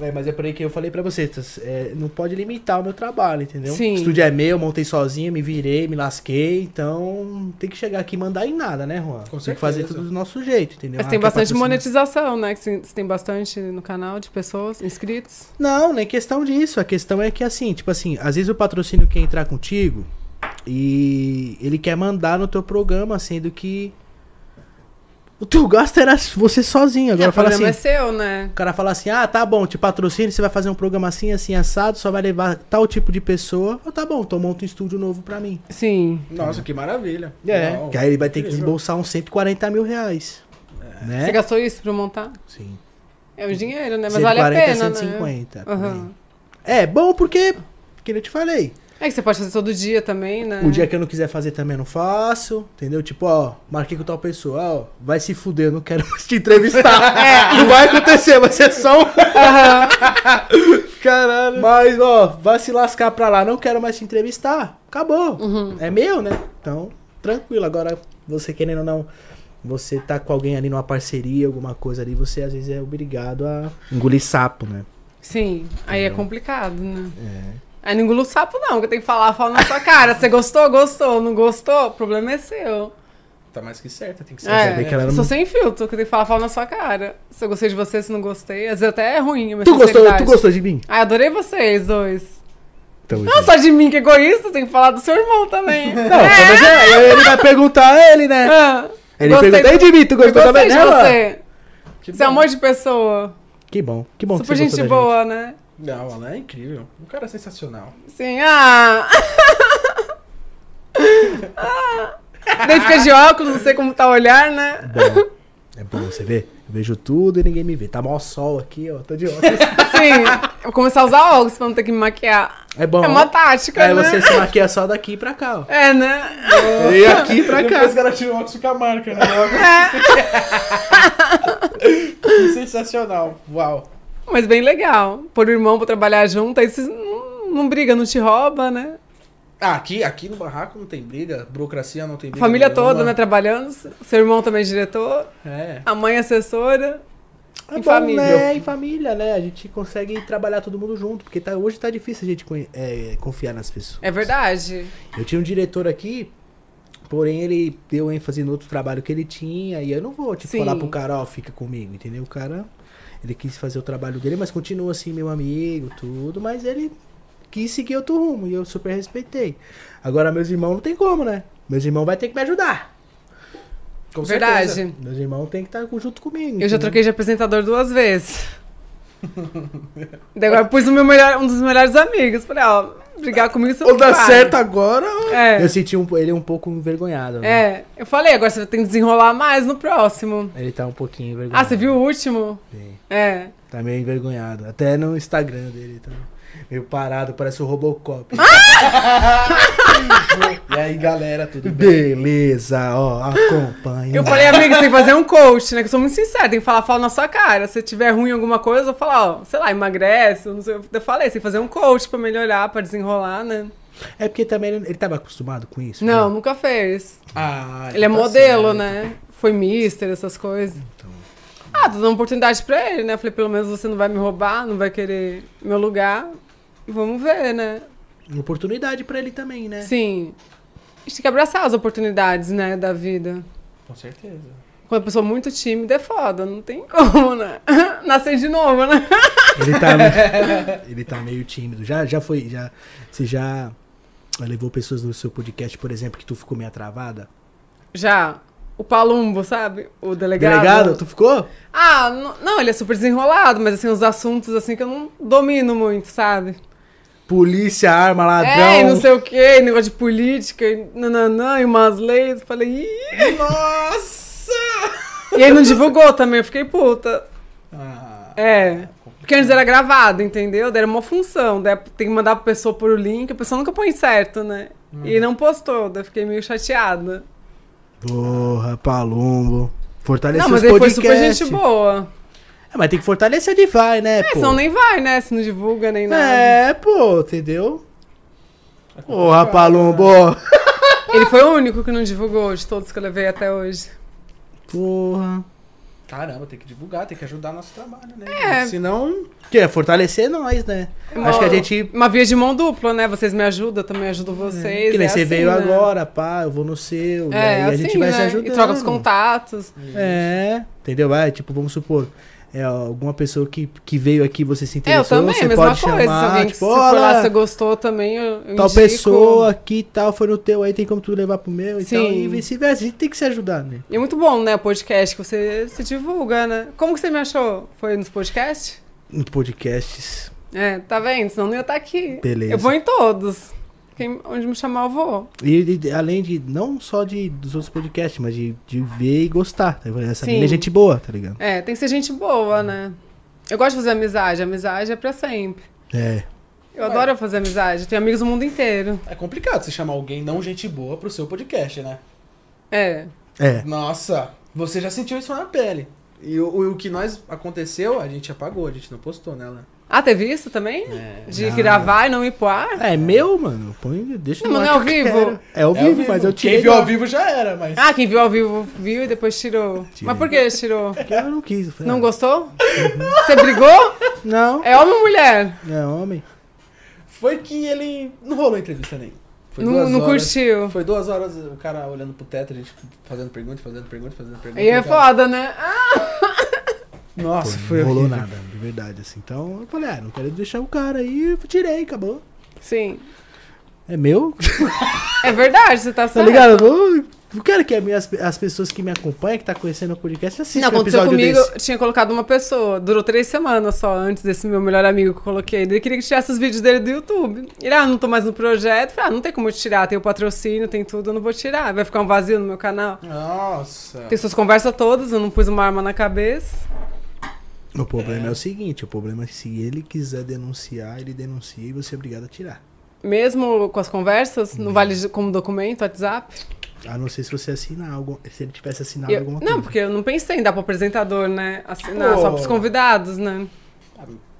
É, mas é por aí que eu falei pra você, tá- é, não pode limitar o meu trabalho, entendeu?
Sim.
O estúdio é meu, eu montei sozinho, me virei, me lasquei, então tem que chegar aqui e mandar em nada, né, Juan? tem
certeza.
que fazer tudo do nosso jeito, entendeu?
Mas
Ah,
tem
quer
bastante
patrocinar?
monetização, né? Que Você você tem bastante no canal de pessoas, inscritos.
Não, nem questão disso. A questão é que assim, tipo assim, às vezes o patrocínio quer entrar contigo e ele quer mandar no teu programa, sendo que o teu gasto era você sozinho. Agora
É,
fala
o
assim,
programa é seu, né?
O cara fala assim: ah, tá bom, te patrocínio, você vai fazer um programa assim, assim, assado, só vai levar tal tipo de pessoa. Ah, tá bom, então monta um estúdio novo pra mim.
Sim.
[laughs] Nossa, que maravilha. Não.
Que aí ele vai ter que
Incrível.
desembolsar uns 140 mil reais. Né?
Você gastou isso pra montar?
Sim.
É o dinheiro, né? Mas vale a pena, né?
150. por aí.
Aham.
É, bom porque, que eu te falei,
É que você pode fazer todo dia também, né?
o Um dia que eu não quiser fazer também eu não faço, entendeu? Tipo, ó, marquei com tal pessoa, ó, vai se fuder, eu não quero mais te
[laughs]
entrevistar.
É.
Não vai acontecer, vai ser só um
Caralho.
Mas, ó, vai se lascar pra lá, não quero mais te entrevistar. Acabou.
Uhum.
É meu, né? Então, tranquilo. Agora, você querendo ou não, você tá com alguém ali numa parceria, alguma coisa ali, você às vezes é obrigado a engolir sapo, né?
Sim, aí é complicado, né?
É.
Aí não engula o sapo, não, que eu tenho que falar, fala na sua cara. Você gostou, gostou, não gostou, o problema é seu.
Tá mais que certa, tem que ser.
É,
bem que ela
eu
não-
sou sem filtro, que eu tenho que falar, fala na sua cara. Se eu gostei de você, se não gostei, às vezes até é ruim. a minha
Tu gostou, tu
sinceridade.
gostou de mim?
Ai, adorei vocês dois.
Então,
Não só de mim que é egoísta, tem que falar do seu
[laughs]
irmão também.
Não, mas é, ele vai perguntar a ele, né?
Ah,
Ele
gostei
pergunta, e de mim, tu
eu
gostou
gostei
também
de
dela?
você.
Que
Você é um
bom.
monte de pessoa.
Que bom, que bom
Super
que você
gente
gostou da
boa, né?
Não, ela é incrível. Um cara sensacional.
Sim,
[laughs]
ah! ah. Daí fica de óculos, não sei como tá o olhar, né?
[laughs] Bom, é bom, você vê? Eu vejo tudo e ninguém me vê. Tá mó sol aqui, ó, tô de óculos.
Sim, eu vou começar a usar óculos pra não ter que me maquiar.
É bom.
É uma tática,
Aí
né?
você se maquia só daqui pra cá, ó.
É, né?
E aqui pra cá.
Depois o cara tira o óculos com a marca, né? É. [laughs] Sensacional. Uau.
Mas bem legal. Pôr o irmão pra trabalhar junto, aí vocês não, não briga, não te rouba, né?
Ah, aqui, aqui no barraco não tem briga, burocracia não tem
A
briga. é.
família
nenhuma.
toda, né, trabalhando. Seu irmão também é diretor,
É.
a mãe é assessora.
É
Em
bom,
família.
Né? Em família, né? A gente consegue trabalhar todo mundo junto, porque tá- hoje tá difícil a gente conhe- é, confiar nas pessoas.
É verdade.
Eu tinha um diretor aqui, porém ele deu ênfase no outro trabalho que ele tinha, e eu não vou, tipo,
Sim.
falar pro cara, ó, fica comigo, entendeu? O cara, ele quis fazer o trabalho dele, mas continua assim, meu amigo, tudo, mas ele quis seguir outro rumo, e eu super respeitei. Agora, meus irmãos não tem como, né? Meus irmãos vai ter que me ajudar.
Com
verdade.
certeza.
Meus irmãos tem que estar junto comigo.
Eu já
Uhum.
entendeu?
troquei de apresentador duas vezes. Daí agora eu pus o meu melhor, um dos melhores amigos. Falei, ó, brigar comigo você não
Ou dá
vai.
certo agora.
É,
Eu senti um- ele um pouco envergonhado. né?
é. Eu falei, agora você tem que desenrolar mais no próximo.
Ele tá um pouquinho envergonhado.
Ah, você viu o último?
Sim.
É.
Tá meio envergonhado. Até no Instagram dele tá meio parado, parece o Robocop.
Ah,
E aí, galera, tudo bem?
Beleza, ó, acompanha.
Eu falei, amiga, você tem que fazer um coach, né? Que eu sou muito sincera, tem que falar, fala na sua cara. Se tiver ruim em alguma coisa, eu falo, ó, sei lá, emagrece. eu Não sei, eu falei, você tem que fazer um coach pra melhorar, pra desenrolar, né?
É porque também ele, ele tava acostumado com isso?
Não,
né?
nunca fez.
[laughs] Ah,
Ele é
tá
modelo,
certo.
né? Foi mister, essas coisas. Ah, tô dando oportunidade pra ele, né? Falei, pelo menos você não vai me roubar, não vai querer meu lugar. Vamos ver, né?
Uma Oportunidade pra ele também, né?
Sim. A gente tem que abraçar as oportunidades, né, da vida.
Com certeza.
Quando a pessoa é muito tímida é foda, não tem [laughs] como, né? Nascer de novo, né?
Ele
[laughs]
tá, ele tá meio tímido. Já, já foi, já. Você já levou pessoas no seu podcast, por exemplo, que tu ficou meio travada?
Já. O Palumbo, sabe? O delegado.
Delegado, tu ficou?
Ah, n- não, ele é super desenrolado, mas assim, os assuntos assim que eu não domino muito, sabe?
Polícia, arma, ladrão.
É, e não sei o quê, negócio de política, e nananã, e umas leis. eu Falei, ih!
Nossa!
E ele não divulgou também, eu fiquei puta.
Ah,
É. Porque antes era gravado, entendeu? Daí Era uma função. daí Tem que mandar pra pessoa por link, a pessoa nunca põe certo, né?
Hum.
E não postou, daí eu fiquei meio chateada.
Porra, Palumbo. Fortalecer
não, mas
os
ele foi
podcasts.
super gente boa.
É, mas tem que fortalecer de vai, né,
É,
pô?
senão nem vai, né? Se não divulga nem nada.
É, pô, entendeu? Porra, Palumbo.
Ele foi o único que não divulgou de todos que eu levei até hoje.
Porra.
Caramba, tem que divulgar, tem que ajudar nosso trabalho, né?
É.
Senão.
Que é fortalecer nós, né?
Uma-
Acho que a gente.
Uma via de mão dupla, né? Vocês me ajudam, eu também ajudo vocês.
Que nem
é
você
assim,
veio
né?
agora, pá, eu vou no seu. e
É,
aí
assim,
a gente vai
né?
se ajudando.
E troca os contatos.
É, entendeu? Vai, tipo, vamos supor. É, alguma pessoa que, que veio aqui, você se
É, eu
interessou,
também,
você
mesma
pode
coisa. se
chamar,
alguém
tipo,
que se for lá,
"Olá,
você gostou também, eu, eu
tal
indico.
pessoa aqui e tal, foi no teu aí, tem como tu levar pro meu e
Sim.
tal, e vice-versa, a gente tem que se ajudar, né?
E é muito bom, né? O podcast que você se divulga, né? Como que você me achou? Foi nos podcasts?
Em podcasts,
É, tá vendo? Senão não ia estar aqui.
Beleza.
Eu vou em todos. Quem, onde me chamar, eu vou.
e, e, além de, não só de, dos outros podcasts, mas de, de ver e gostar, tá? ligado? essa
Sim.
menina é gente boa, tá ligado?
É, tem que ser gente boa, né? Eu gosto de fazer amizade. Amizade é pra sempre.
É,
Eu adoro fazer amizade. Tenho amigos do mundo inteiro.
É complicado você chamar alguém não gente boa pro seu podcast, né?
É.
é,
Nossa, você já sentiu isso na pele. E o, o- o que nós aconteceu, a gente apagou, a gente não postou nela.
Ah, teve isso também?
É.
De gravar e não ir pro ar?
é meu, mano, põe, deixa
Não,
no
mas
ar
não é ao
que eu
vivo?
quero. É ao
É
vivo, mas eu tirei
Quem viu
do-
ao vivo já era, mas.
Ah, quem viu ao vivo viu e depois tirou.
Tirei.
Mas por que tirou?
Eu não quis, eu falei,
Não
ah,
gostou? Você brigou?
Não,
É homem ou mulher?
é homem.
Foi que ele. Não rolou entrevista nem. Foi
Não,
duas
não
horas.
curtiu.
Foi duas horas o cara olhando pro teto, a gente fazendo pergunta, fazendo pergunta, fazendo pergunta.
Aí é
o cara-
foda, né? Ah,
Nossa,
Pô,
foi
não rolou
horrível.
nada, de verdade, assim. Então eu falei, ah, não quero deixar o cara aí, eu tirei, acabou.
sim.
É
[laughs]
meu?
É verdade, você tá
Tá
certo.
ligado? Eu vou- Eu quero que as, minhas- as pessoas que me acompanham, que tá conhecendo o podcast,
Não,
assistam o
aconteceu
episódio
comigo,
desse.
eu tinha colocado uma pessoa. Durou três semanas só antes desse meu melhor amigo que eu coloquei. Ele queria que tirasse os vídeos dele do YouTube. Ele, ah, não tô mais no projeto. Eu Falei, ah, não tem como eu tirar. Tem o patrocínio, tem tudo, eu não vou tirar. Vai ficar um vazio no meu canal.
Nossa.
Tem suas conversas todas, eu não pus uma arma na cabeça.
O problema é. o seguinte, o problema é que se ele quiser denunciar, ele denuncia e você é obrigado a tirar.
Mesmo com as conversas, não vale como documento, WhatsApp.
A não ser se você assinar algo, se ele tivesse assinado
Eu-
alguma coisa.
não, porque eu não pensei em dar pro apresentador, né? Assinar
Pô.
só pros convidados, né?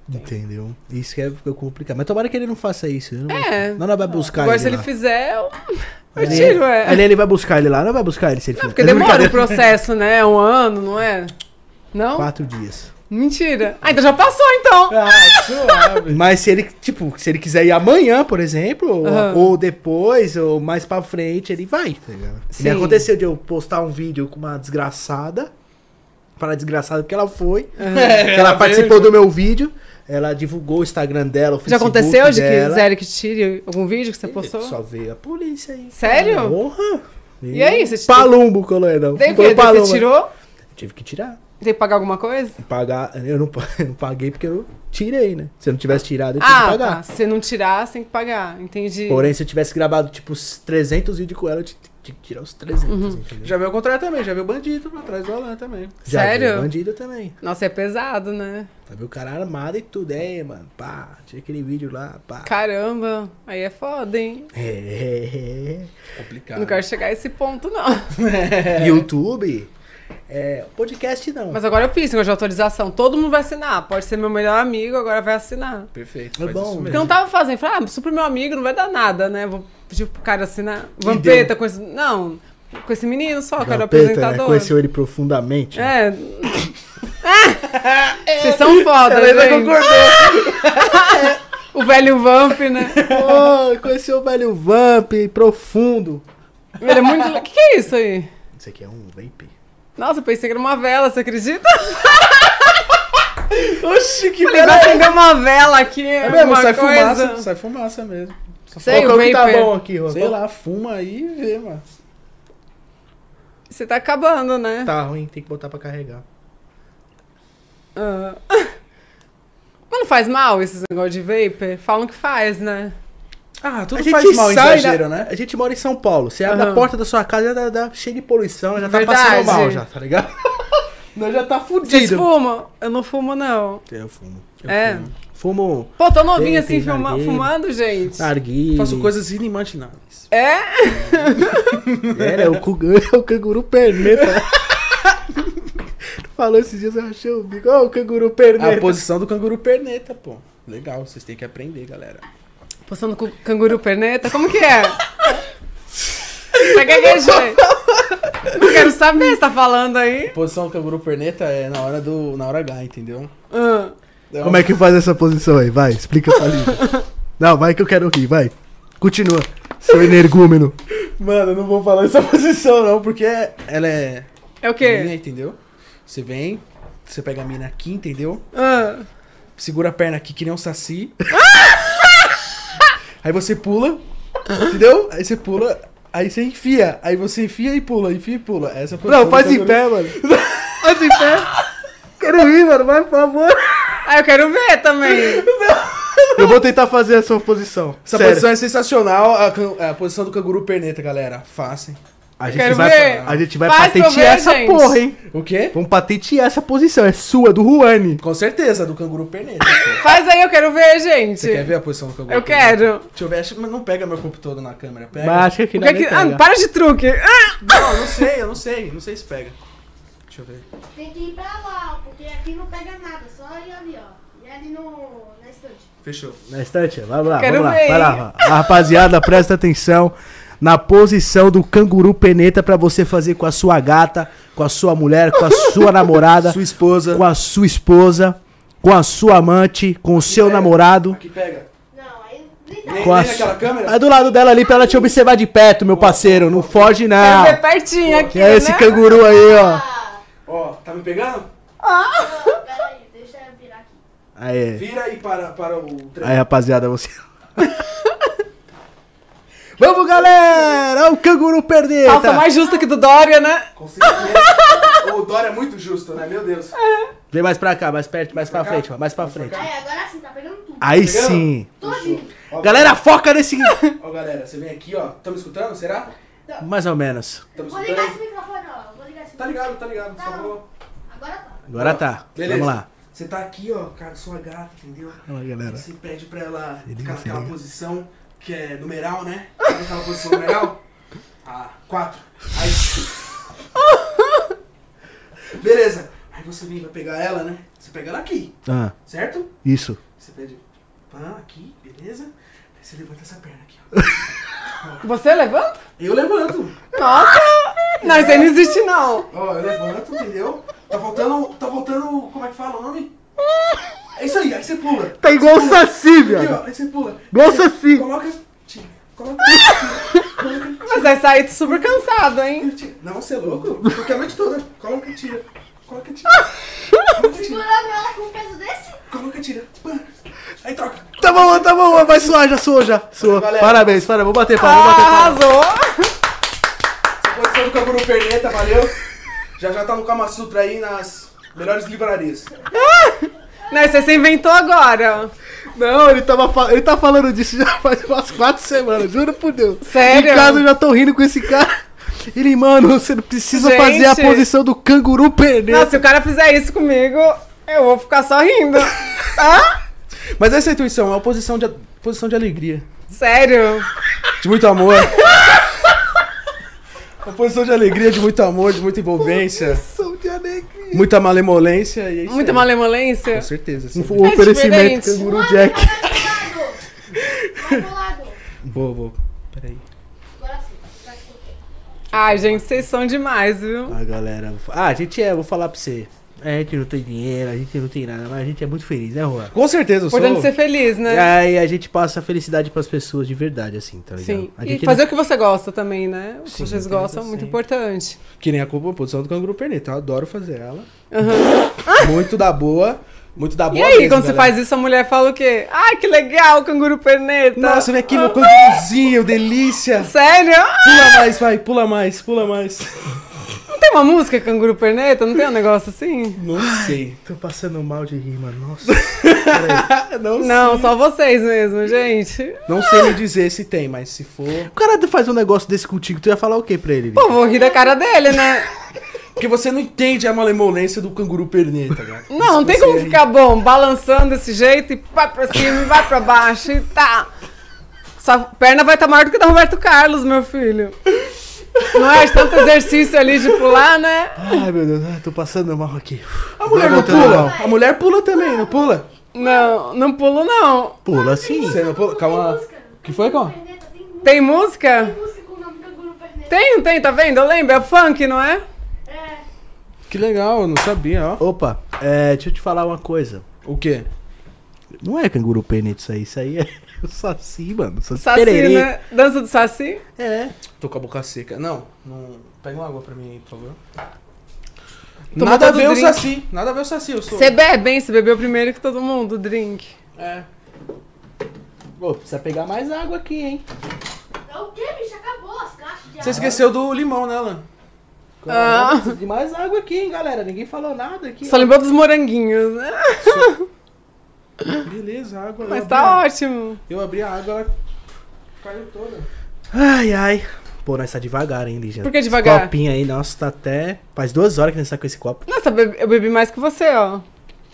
Entendeu? Isso que é fica complicado. Mas tomara que ele não faça isso. Ele não,
É.
não, não vai buscar
Agora,
ele
se ele
lá.
fizer, eu, eu
Ele-
tiro, é.
Ele, ele vai buscar ele lá, não vai buscar ele se ele
Não,
fizer.
porque
É
demora o
brincadeira.
processo, né? É Um ano, não é? Não?
Quatro É. dias.
Mentira. Ah, então já passou, então.
Ah, suave.
Mas se ele, tipo, se ele quiser ir amanhã, por exemplo, ou-
Aham.
ou, depois, ou mais pra frente, ele vai, tá ligado? Que nem
Sim.
aconteceu de eu postar um vídeo com uma desgraçada, para a desgraçada que ela foi, que ela
eu
participou do meu vídeo, ela divulgou o Instagram dela, o
Já
Facebook
aconteceu de que
dela,
quiserem que tire algum vídeo que você postou?
Só veio a polícia aí.
Sério?
Porra!
E aí, você tirou?
Palumbo, coloredão.
Daí o
Foi
quê? Daí
palumbo.
Você tirou?
Tive que tirar.
Tem que pagar alguma coisa?
Pagar, eu não, [laughs] pa- eu não paguei porque eu tirei, né? Se eu não tivesse tirado, eu tinha que
Ah,
pagar.
tá. Se você não tirar, você tem que pagar. Entendi.
Porém, se eu tivesse gravado, tipo, os 300 vídeos com ela, eu tinha tinha que tirar os 300,
Uhum.
entendeu?
Já viu o contrário também, já viu o bandido pra trás do Alan também.
Já
Sério?
veio bandido também.
Nossa, é pesado, né?
Tá vendo o cara armado e tudo, é, mano. Pá, tinha aquele vídeo lá, pá.
Caramba, aí é foda, hein?
É, é,
Complicado.
Não quero chegar a esse ponto, não. [laughs]
é. YouTube. É, podcast não.
Mas agora eu fiz negócio de autorização. Todo mundo vai assinar. Pode ser meu melhor amigo, agora vai assinar.
Perfeito.
É
faz
bom.
isso
Porque eu
mesmo.
não tava fazendo. Falei, ah, super meu amigo, não vai dar nada, né? Vou pedir pro cara assinar. Vampeta com esse. Não, com esse menino só, que era o
Vampeta, né,
apresentador.
Conheceu ele profundamente. né?
É. [laughs] Ah, Vocês são foda,
Ela ainda
gente. [laughs] O velho Vamp, né?
Pô, conheceu o velho Vamp, profundo.
Ele é muito. O que, que é isso aí?
Isso aqui é um vape.
Nossa, eu pensei que era uma vela, você acredita?
Oxi, que
Falei, vai acender uma vela aqui.
É mesmo,
alguma
sai
coisa.
fumaça. Sai fumaça mesmo.
Qual
Sei,
que é o que tá
vapor.
bom aqui, Rô?
Sei
Qual-
lá, fuma aí e vê, mano.
Você tá acabando, né?
Tá ruim, tem que botar pra carregar.
Ah. [laughs] Mas não faz mal esses negócios de vapor? Falam que faz, né?
Ah,
A
tudo
gente
faz mal,
sai
exagero,
da-
né?
A gente mora em São Paulo. Você abre a
Aham.
porta da sua casa, já dá, dá- cheio de poluição, já tá
Verdade.
passando mal já, tá ligado?
Nós já tá
Vocês
fudido.
fumam? Eu não fumo, não.
Eu fumo.
é.
Fumo
Pô, tô novinha
Tem- Ah.
assim,
tem
fuma-
narguilé.
fumando, gente.
narguilha.
Faço coisas inimagináveis.
É?
Era, é o, cu- [laughs] é o canguru perneta. [laughs] Tu Falou esses dias, eu achei o bico. Ó, o canguru perneta.
A posição do canguru perneta, pô. Legal, vocês têm que aprender, galera.
Postando com canguru perneta? Como
[laughs]
que é? Você gaguejou? Não quero saber, você tá falando aí?
A posição do canguru perneta é na hora do. na hora H, entendeu?
Ah.
Como é que faz essa posição aí? Vai, explica pra Lívia. [laughs] Não, vai que eu quero rir, vai. Continua. Seu energúmeno.
Mano, eu não vou falar essa [laughs] posição, não, porque ela é.
É
Mina,
o quê?
entendeu? Você vem, você pega a mina aqui, entendeu?
Ah.
Segura a perna aqui que nem um saci.
[laughs]
aí você pula, entendeu? Aí você pula, aí você enfia. Aí você enfia e pula, enfia e pula. Essa é a posição
Não,
do
faz em
canguru.
pé, mano. Faz em pé. Quero rir, mano, vai, por favor.
Ah, eu quero ver também.
Eu vou tentar fazer a sua posição.
Essa
Sério.
posição é sensacional, a, can- é a posição do canguru perneta, galera. Façam.
A gente,
Quero
vai,
ver.
a gente vai
Faz pra eu
patentear
ver,
essa
gente.
porra, hein?
O quê?
Vamos patentear essa posição. É sua, do Juane.
Com certeza, do canguru perneta. pô.
Faz aí, eu quero ver, gente.
Você quer ver a posição do canguru
Eu
perneta?
quero.
Deixa eu ver, acho- mas não pega meu corpo todo na câmera. Pega.
Mas acho que
O que é que... Ah, para de truque. Ah!
Não, eu não sei, eu não sei. Não sei se pega. Deixa eu ver.
Tem que ir pra lá, ó, porque aqui não pega nada, só ir ali, ó. E ali no, na estante.
Fechou.
Na estante, vamos lá,
Quero
vamos lá.
ver,
Vai lá, vai. A rapaziada, presta atenção na posição do canguru peneta pra você fazer com a sua gata, com a sua mulher, com a sua namorada,
[laughs] Sua esposa.
com a sua esposa, com a sua amante, com o seu
pega.
namorado.
Aqui pega.
Não, aí nem tá.
Nem,
Com a
nem naquela
su-
câmera.
É do lado dela ali pra ela te observar de perto, meu parceiro. Não foge, não.
Quero ver pertinho aqui,
Que Ah. é esse
né?
canguru aí, ó.
Ah,
Ó, tá me pegando?
não, peraí, deixa eu virar aqui.
Aí,
Vira aí para, para o... tre-
aí rapaziada,
[laughs]
você. Vamos, galera! O canguru perneta!
Nossa, mais justa que do Dória,
É.
né?
Consegui
[laughs]
mesmo. o Dória é muito justo, né? Meu Deus.
Vem mais pra cá, mais perto, mais pra, frente, ó, mais pra frente.
Aí, agora sim, tá pegando tudo.
Aí
Tá
sim.
Todinho.
Ó,
Galera, foca nesse.
Ó, galera, você vem aqui, ó. Tá me escutando, será?
mais ou menos.
Tá me
Vou ligar esse
escutando?
microfone, ó. Vou ligar esse
Tá
microfone.
ligado, tá ligado. Só
Tá.
vou...
Agora tá.
Agora tá.
Beleza.
Vamos lá.
Você tá aqui, ó, cara, com sua gata, entendeu?
Vamos lá, galera.
Você pede pra ela
liga,
ficar
se
naquela
liga.
posição que é numeral, né? Naquela posição numeral? Ah, quatro. Aí. Beleza. Aí você vem pra pegar ela, né? Você pega ela aqui,
Ah,
certo?
isso.
Você pede pã aqui, beleza? Aí você levanta essa perna aqui, ó.
Você levanta?
Eu levanto.
Nossa! Não, isso aí não existe, não.
Ó, eu levanto, entendeu? Tá faltando. Tá faltando. Como é que fala o nome? É isso aí, aí você pula.
Tá igual o Saci,
Aqui,
velho.
ó, aí você pula.
Igual
Você
assim.
Coloca. Tira. Coloca. Coloca.
Mas vai sair super cansado, hein?
Tira. Não, você é louco? Porque a noite toda. Coloca, tira. Coloca, tira. Coloca, tira.
Segurando ela com um peso desse?
Coloca, tira. Pã. Aí troca.
Tá bom, tá bom. Vai suar, já suou já. Suou.
Valeu.
Parabéns, parabéns. Vou bater palma, Então, vou bater palma.
Arrasou!
Posição do canguru perneta, valeu. Já já tá no Kama Sutra aí nas melhores livrarias.
Não, isso aí você inventou agora.
Não, ele, tava fa- ele tá falando disso já faz umas quatro semanas, juro por Deus.
Sério?
Em casa eu já tô rindo com esse cara. Ele, mano, você não precisa
Gente.
fazer a posição do canguru perneta.
Não, se o cara fizer isso comigo, eu vou ficar só rindo. Hã?
Mas essa intuição é uma posição de, posição de alegria.
Sério?
De muito [laughs] amor. Uma posição de alegria, de muito amor, de muita envolvência.
Sou de alegria.
Muita malemolência e é isso
Muita
aí.
malemolência?
Com certeza. sim.
Um f- oferecimento
diferente.
canguru
Mano,
Jack.
Vai pro lado. Vai pro lado.
Vou, vou. Peraí.
Agora sim. Vai pro
Ai, gente, vocês são demais, viu?
Ah, galera. vou fa- Ah, a gente é, vou falar pra você. A gente não tem dinheiro, a gente não tem nada, mas a gente é muito feliz, né, Juan?
Com certeza, eu sou.
Importante ser feliz,
E
né?
aí a gente passa felicidade pras pessoas de verdade, assim, tá ligado?
Sim.
A
E
gente
fazer o que você gosta também, né? O que
Sim,
vocês
com
gostam é
certeza,
muito
sim.
importante.
Que nem a composição do Canguru
tá?
Perneta. Eu adoro fazer ela. Muito da boa. Muito da boa
E aí,
mesmo,
quando você
galera.
faz isso, a mulher fala o quê? Ai, que legal, canguru
tá?
perneta.
Nossa, vem aqui meu canguruzinho, delícia.
Sério? Ah,
Pula mais, vai. Pula mais, pula mais.
Não tem uma música canguru perneta? Não tem um negócio assim?
Não sei.
Tô passando mal de rima, nossa.
Não,
Não, só vocês mesmo, gente.
Não sei me dizer se tem, mas se for.
o cara faz um negócio desse contigo, tu ia falar o que pra ele?
Pô, vou rir da cara dele, né?
Porque você não entende a malemolência do canguru tá perneta, cara.
[laughs] Não, não tem como ficar bom balançando desse jeito e vai pra cima e vai pra baixo e tá. Sua perna vai estar maior do que a do Roberto Carlos, meu filho. Não é? De Tanto exercício ali de pular, né?
Ai, meu Deus, ah, tô passando mal aqui.
A mulher não pula. tá A mulher pula também, não pula?
Não, não pulo, não.
Pula assim. sim.
Você não pula? Calma. Que foi, calma?
Perneta,
Tem
tem música,
música?
tem música com o nome Canguru Perneta.
Tem, tem, tá vendo? Eu lembro, é funk, não é?
É.
Que legal, eu não sabia, ó.
Opa, é, deixa eu te falar uma coisa.
O quê?
Não é canguru perneta isso aí, isso aí é [laughs] o saci, mano. Saci,
Saci,
pererê.
né? Dança do saci?
É.
Tô com a boca seca. Não, não. Pega uma água pra mim aí, por favor.
Tomou
nada a
todo
ver o
drink.
Saci. Nada a ver o Saci, eu sou.
Você bebe, hein? Você bebeu primeiro que todo mundo, o drink.
É. Pô, precisa pegar mais água aqui, hein?
É o que, bicho? Acabou as caixas de
Você
água.
esqueceu do limão, né, Alan?
Ah.
Precisa de mais água aqui, hein, galera. Ninguém falou nada aqui.
Só
ó.
lembrou dos moranguinhos, né?
Beleza, água.
Mas
eu
tá
abri,
ótimo.
Eu abri a água, ela caiu toda.
Ai, ai. Pô, nós tá devagar, hein, Lígia?
Por que devagar?
Esse copinho aí, nossa, tá até... Faz duas horas que nós tá com esse copo.
Nossa, be- eu bebi mais que você, ó.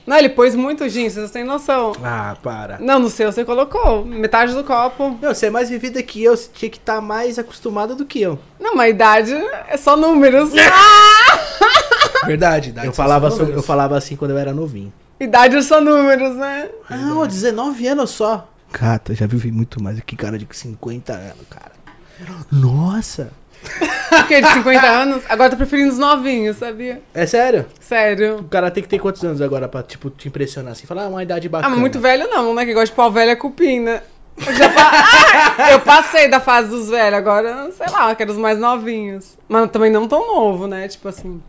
Não, ele pôs muito gin, vocês têm noção.
Ah, para.
Não, no seu você colocou metade do copo.
Não, você é mais vivida que eu, você tinha que estar mais acostumada do que eu.
Não, mas a idade é só números. Ah!
Verdade, dá
Eu falava, sobre- eu falava assim quando eu era novinho.
idade é só números, né?
Ah, ó, 19 anos só. Cata, já vivi muito mais que cara de 50 anos, cara. Nossa.
Porque de 50 anos, agora tô preferindo os novinhos, sabia?
É sério?
Sério.
O cara tem que ter quantos anos agora pra, tipo, te impressionar assim? Falar, ah, uma idade
Ah,
bacana.
mas muito velho não, né? Que gosta de pau velho é cupim, né? Eu, já fa- [laughs] Ah, eu passei da fase dos velhos, agora, sei lá, eu quero os mais novinhos. Mas também não tão novo, né? Tipo assim,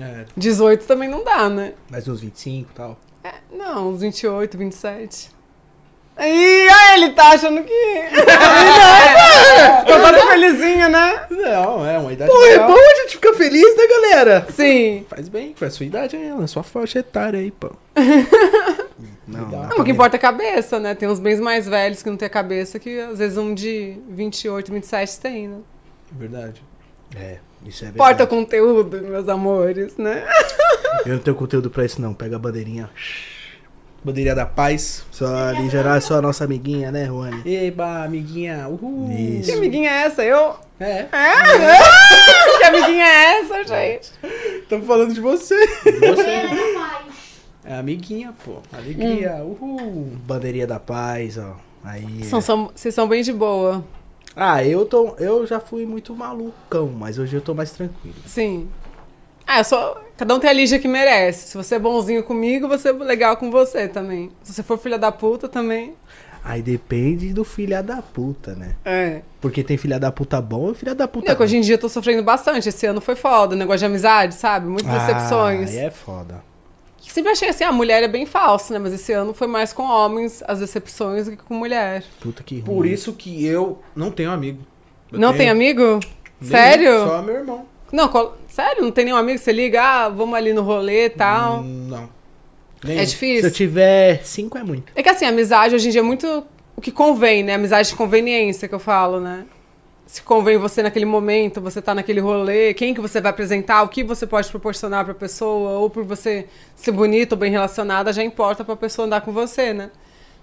É,
18 também não dá, né?
Mais uns 25 e tal.
É, não, uns 28, 27. Aí, aí ele tá achando que.
[laughs]
Aí não, Ficou todo felizinho, né?
Não, é uma idade
Pô, é
legal.
bom a gente ficar feliz, né, galera?
Sim.
Faz bem, faz sua idade aí, Alan. Sua faixa etária aí, pô. É
Não,
Legal.
dá
Não, o
pra
que
mim.
importa é a cabeça, né? Tem uns bens mais velhos que não tem a cabeça, que às vezes um de 28, 27 tem, né?
Verdade.
É, isso é
Importa o
verdade.
conteúdo, meus amores, né?
Eu não tenho conteúdo pra isso, não. Pega a bandeirinha.
Bandeirinha da paz.
Só ali, geral, é só a nossa amiguinha, né, Juane?
Eba, amiguinha. Uhul.
Isso.
Que amiguinha é essa? Eu?
É,
É?
[laughs]
Ah, que amiguinha é essa, gente?
estamos falando de você.
Ela é da paz.
É amiguinha, pô. Alegria. Uhul.
Bandeirinha Hum. da Paz, ó. Aí.
é.
é.
São- são- Vocês são bem de boa.
Ah, eu tô. Eu já fui muito malucão, mas hoje eu tô mais tranquilo.
Sim. Ah, eu sou. Cada um tem a liga que merece. Se você é bonzinho comigo, você é legal com você também. Se você for filha da puta também.
Aí depende do filha da puta, né?
É.
Porque tem filha da puta bom e filha da puta.
Não, é que
ruim.
hoje em dia eu tô sofrendo bastante. Esse ano foi foda. O negócio de amizade, sabe? Muitas
Ah,
decepções.
Aí é foda.
Sempre achei assim, a mulher é bem falsa, né? Mas esse ano foi mais com homens as decepções do que com mulher.
Puta que ruim.
Por isso que eu não tenho amigo. Eu
não
tenho-
tem amigo?
nenhum,
Sério?
Só meu irmão.
Não, col- sério? Não tem nenhum amigo que você liga? Ah, vamos ali no rolê e tal.
Hum, Não.
é
Nenhum.
Se
difícil.
eu tiver cinco é muito.
É que assim, a amizade hoje em dia é muito o que convém, né? Amizade de conveniência que eu falo, né? Se convém você naquele momento, você tá naquele rolê, quem que você vai apresentar, o que você pode proporcionar pra pessoa, ou por você ser bonito ou bem relacionada, já importa pra pessoa andar com você, né?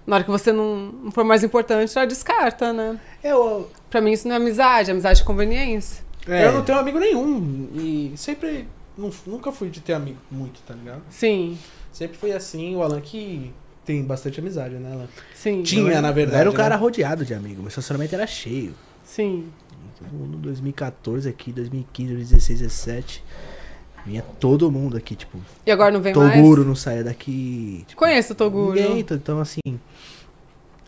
Na hora que você não, não for mais importante, já descarta, né?
Eu.
Pra mim isso não é amizade, é amizade de conveniência.
É.
Eu não tenho amigo nenhum. E sempre. nu- Nunca fui de ter amigo muito, tá ligado?
Sim,
Sempre foi assim. O Alan que tem bastante amizade, né, Alan?
sim.
Tinha, na verdade.
era um
né?
cara rodeado de amigo. Meu estacionamento era cheio.
Sim.
No 2014 aqui, 2015, 2016, 17. Vinha todo mundo aqui, tipo,
E agora não vem
Toguro
mais?
não saia daqui. Tipo,
Conheço o Toguro.
ninguém, então- então assim.